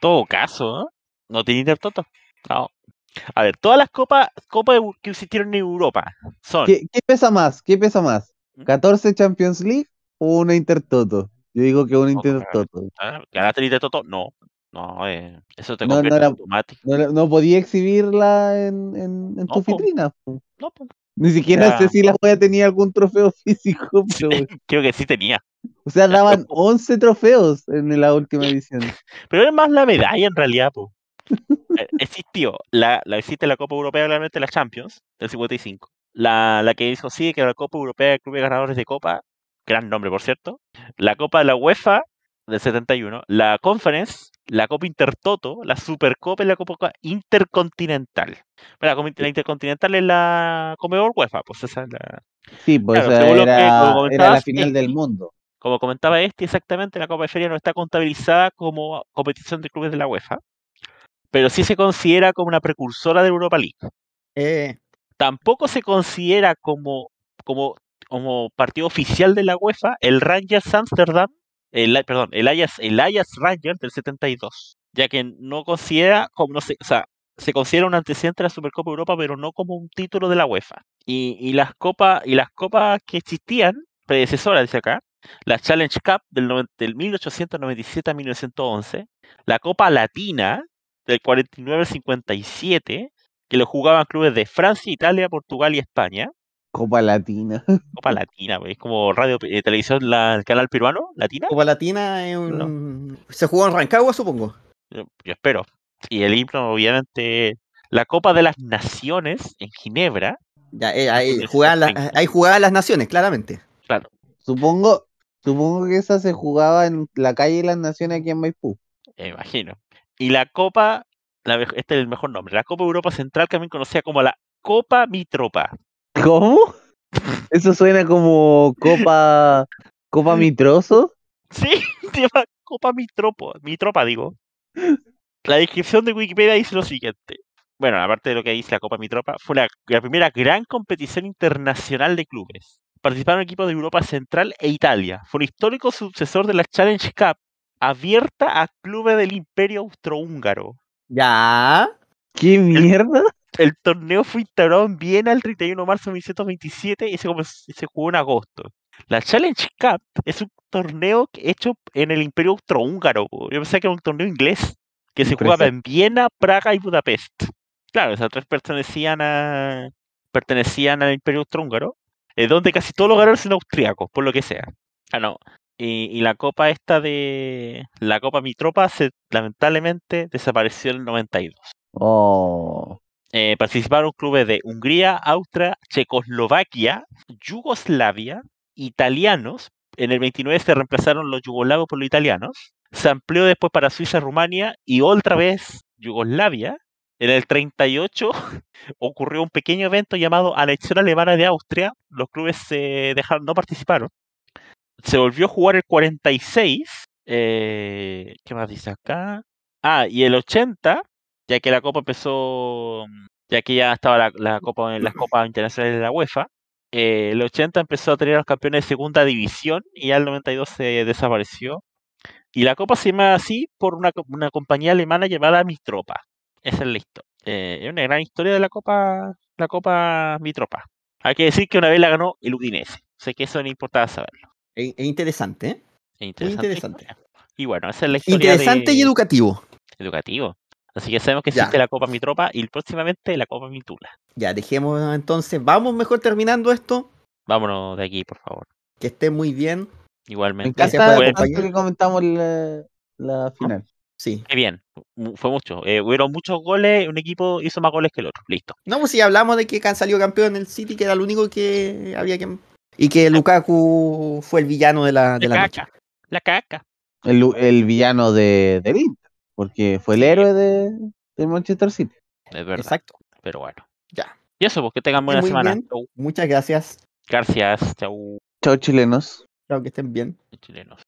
todo caso, ¿no? No tiene intertoto. No. A ver, todas las copas, copas eu- que existieron en Europa son. ¿Qué, qué pesa más? ¿Qué pesa más? ¿Mm? ¿14 Champions League o una Intertoto? Yo digo que una No, pues, Intertoto. Ah, ¿Ganaste el Intertoto? No. No, eh, eso te No, no convierte en era- automático. No, la- no podía exhibirla en, en- No, en tu po. vitrina. po. No, pues, Ni siquiera Ya. sé si la joya tenía algún trofeo físico, pero, creo que sí tenía. o sea, daban 11 trofeos en la última edición. Pero es más la medalla en realidad, po. Eh, Existió, la, la existe la Copa Europea, obviamente la Champions, del 55. La, la que hizo sí, que era la Copa Europea del Club de Ganadores de Copa, gran nombre por cierto. La Copa de la UEFA del 71, la Conference, la Copa Intertoto, la Supercopa y la Copa Intercontinental. Pero la, Copa Inter- la Intercontinental es la Comebol UEFA, pues esa es la, Sí, pues Claro, o sea, según lo que- como era, era la comentabas, final sí. del mundo. Como comentaba este, exactamente la Copa de Feria no está contabilizada como competición de clubes de la UEFA, pero sí se considera como una precursora de Europa League. Eh, Tampoco se considera como, como, como partido oficial de la UEFA el Rangers Amsterdam, el, A- perdón, el Ajax, el Ajax Rangers del 72, ya que no considera como no se, o sea, se considera un antecedente de la Supercopa Europa, pero no como un título de la UEFA. Y, y las copas y las copas que existían predecesoras dice acá, la Challenge Cup del, noven- del 1897 a 1911, la Copa Latina del 49 al 57, que lo jugaban clubes de Francia, Italia, Portugal y España. Copa Latina. Copa Latina, pues, es como radio, eh, televisión, la- el canal peruano, Latina, Copa Latina es un- se jugó en Rancagua, supongo. yo, yo espero. Y el himno, obviamente, la Copa de las Naciones en Ginebra, Ya, eh, ahí, Entonces, jugaban la- perfecto. ahí jugaban las naciones, claramente. Supongo, supongo que esa se jugaba en la calle de las Naciones aquí en Maipú. me imagino. Y la Copa, la mej- este es el mejor nombre, la Copa Europa Central, que también conocida como la Copa Mitropa. ¿Cómo? Eso suena como Copa Copa Mitroso. Sí, lleva Copa Mitropo, Mitropa, digo. La descripción de Wikipedia dice lo siguiente. Bueno, aparte de lo que dice la Copa Mitropa, fue la, la primera gran competición internacional de clubes. Participaron equipos de Europa Central e Italia. Fue un histórico sucesor de la Challenge Cup, abierta a clubes del Imperio Austrohúngaro. Ya. ¿Qué mierda? El torneo fue instaurado en Viena el 31 de marzo de 1927 y se, comenzó- y se jugó en agosto. La Challenge Cup es un torneo que- hecho en el Imperio Austrohúngaro. po. Yo pensaba que era un torneo inglés que se jugaba en Viena, Praga y Budapest. Claro, esas tres pertenecían, a, pertenecían al Imperio Austrohúngaro, eh, donde casi todos los ganadores son austriacos, por lo que sea. Ah, no. Y, y la copa esta de. La copa Mitropa se, lamentablemente desapareció en el 92. Oh. Eh, participaron clubes de Hungría, Austria, Checoslovaquia, Yugoslavia, italianos. En el 29 se reemplazaron los yugoslavos por los italianos. Se amplió después para Suiza, Rumania y otra vez Yugoslavia. En el 38 ocurrió un pequeño evento llamado Anexión Alemana de Austria. Los clubes se dejaron, no participaron. Se volvió a jugar el 46. eh, ¿Qué más dice acá? Ah, y el 80 ya que la Copa empezó, ya que ya estaba la, la Copa, eh, las Copas Internacionales de la UEFA, eh, el 80 empezó a tener a los campeones de segunda división y ya el 92 se desapareció. Y la Copa se llama así por una, co- una compañía alemana llamada Mitropa. Esa es la historia. es una gran historia de la Copa, la Copa Mitropa. Hay que decir que una vez la ganó el Udinese. Sé que eso no importaba saberlo. Es es interesante, ¿eh? Es Muy interesante. interesante. historia. Y bueno, esa es la historia Interesante de- y educativo. educativo. Así que sabemos que Ya. existe la Copa Mitropa y próximamente la Copa Mitula. Ya, dejemos entonces. Vamos mejor terminando esto. Vámonos de aquí, por favor. Que esté muy bien. Me Igualmente. Gracias encanta por fue, tanto acompañar. que comentamos la, la final. Sí. fue bien, mu- fue mucho. Eh, hubieron muchos goles, un equipo hizo más goles que el otro. Listo. No, pues si hablamos de que han salido campeón el City, que era lo único que había que. Y que Lukaku fue el villano de la, de la la noche. caca. La caca. El, el villano de, del Inter, porque fue el Sí. héroe de, del Manchester City. Es verdad. Exacto. Pero bueno. Ya. Y eso, pues que tengan buena muy semana. bien. Chau. Muchas gracias. Gracias. Chau, Chao, chilenos. Espero que estén bien. chilenos.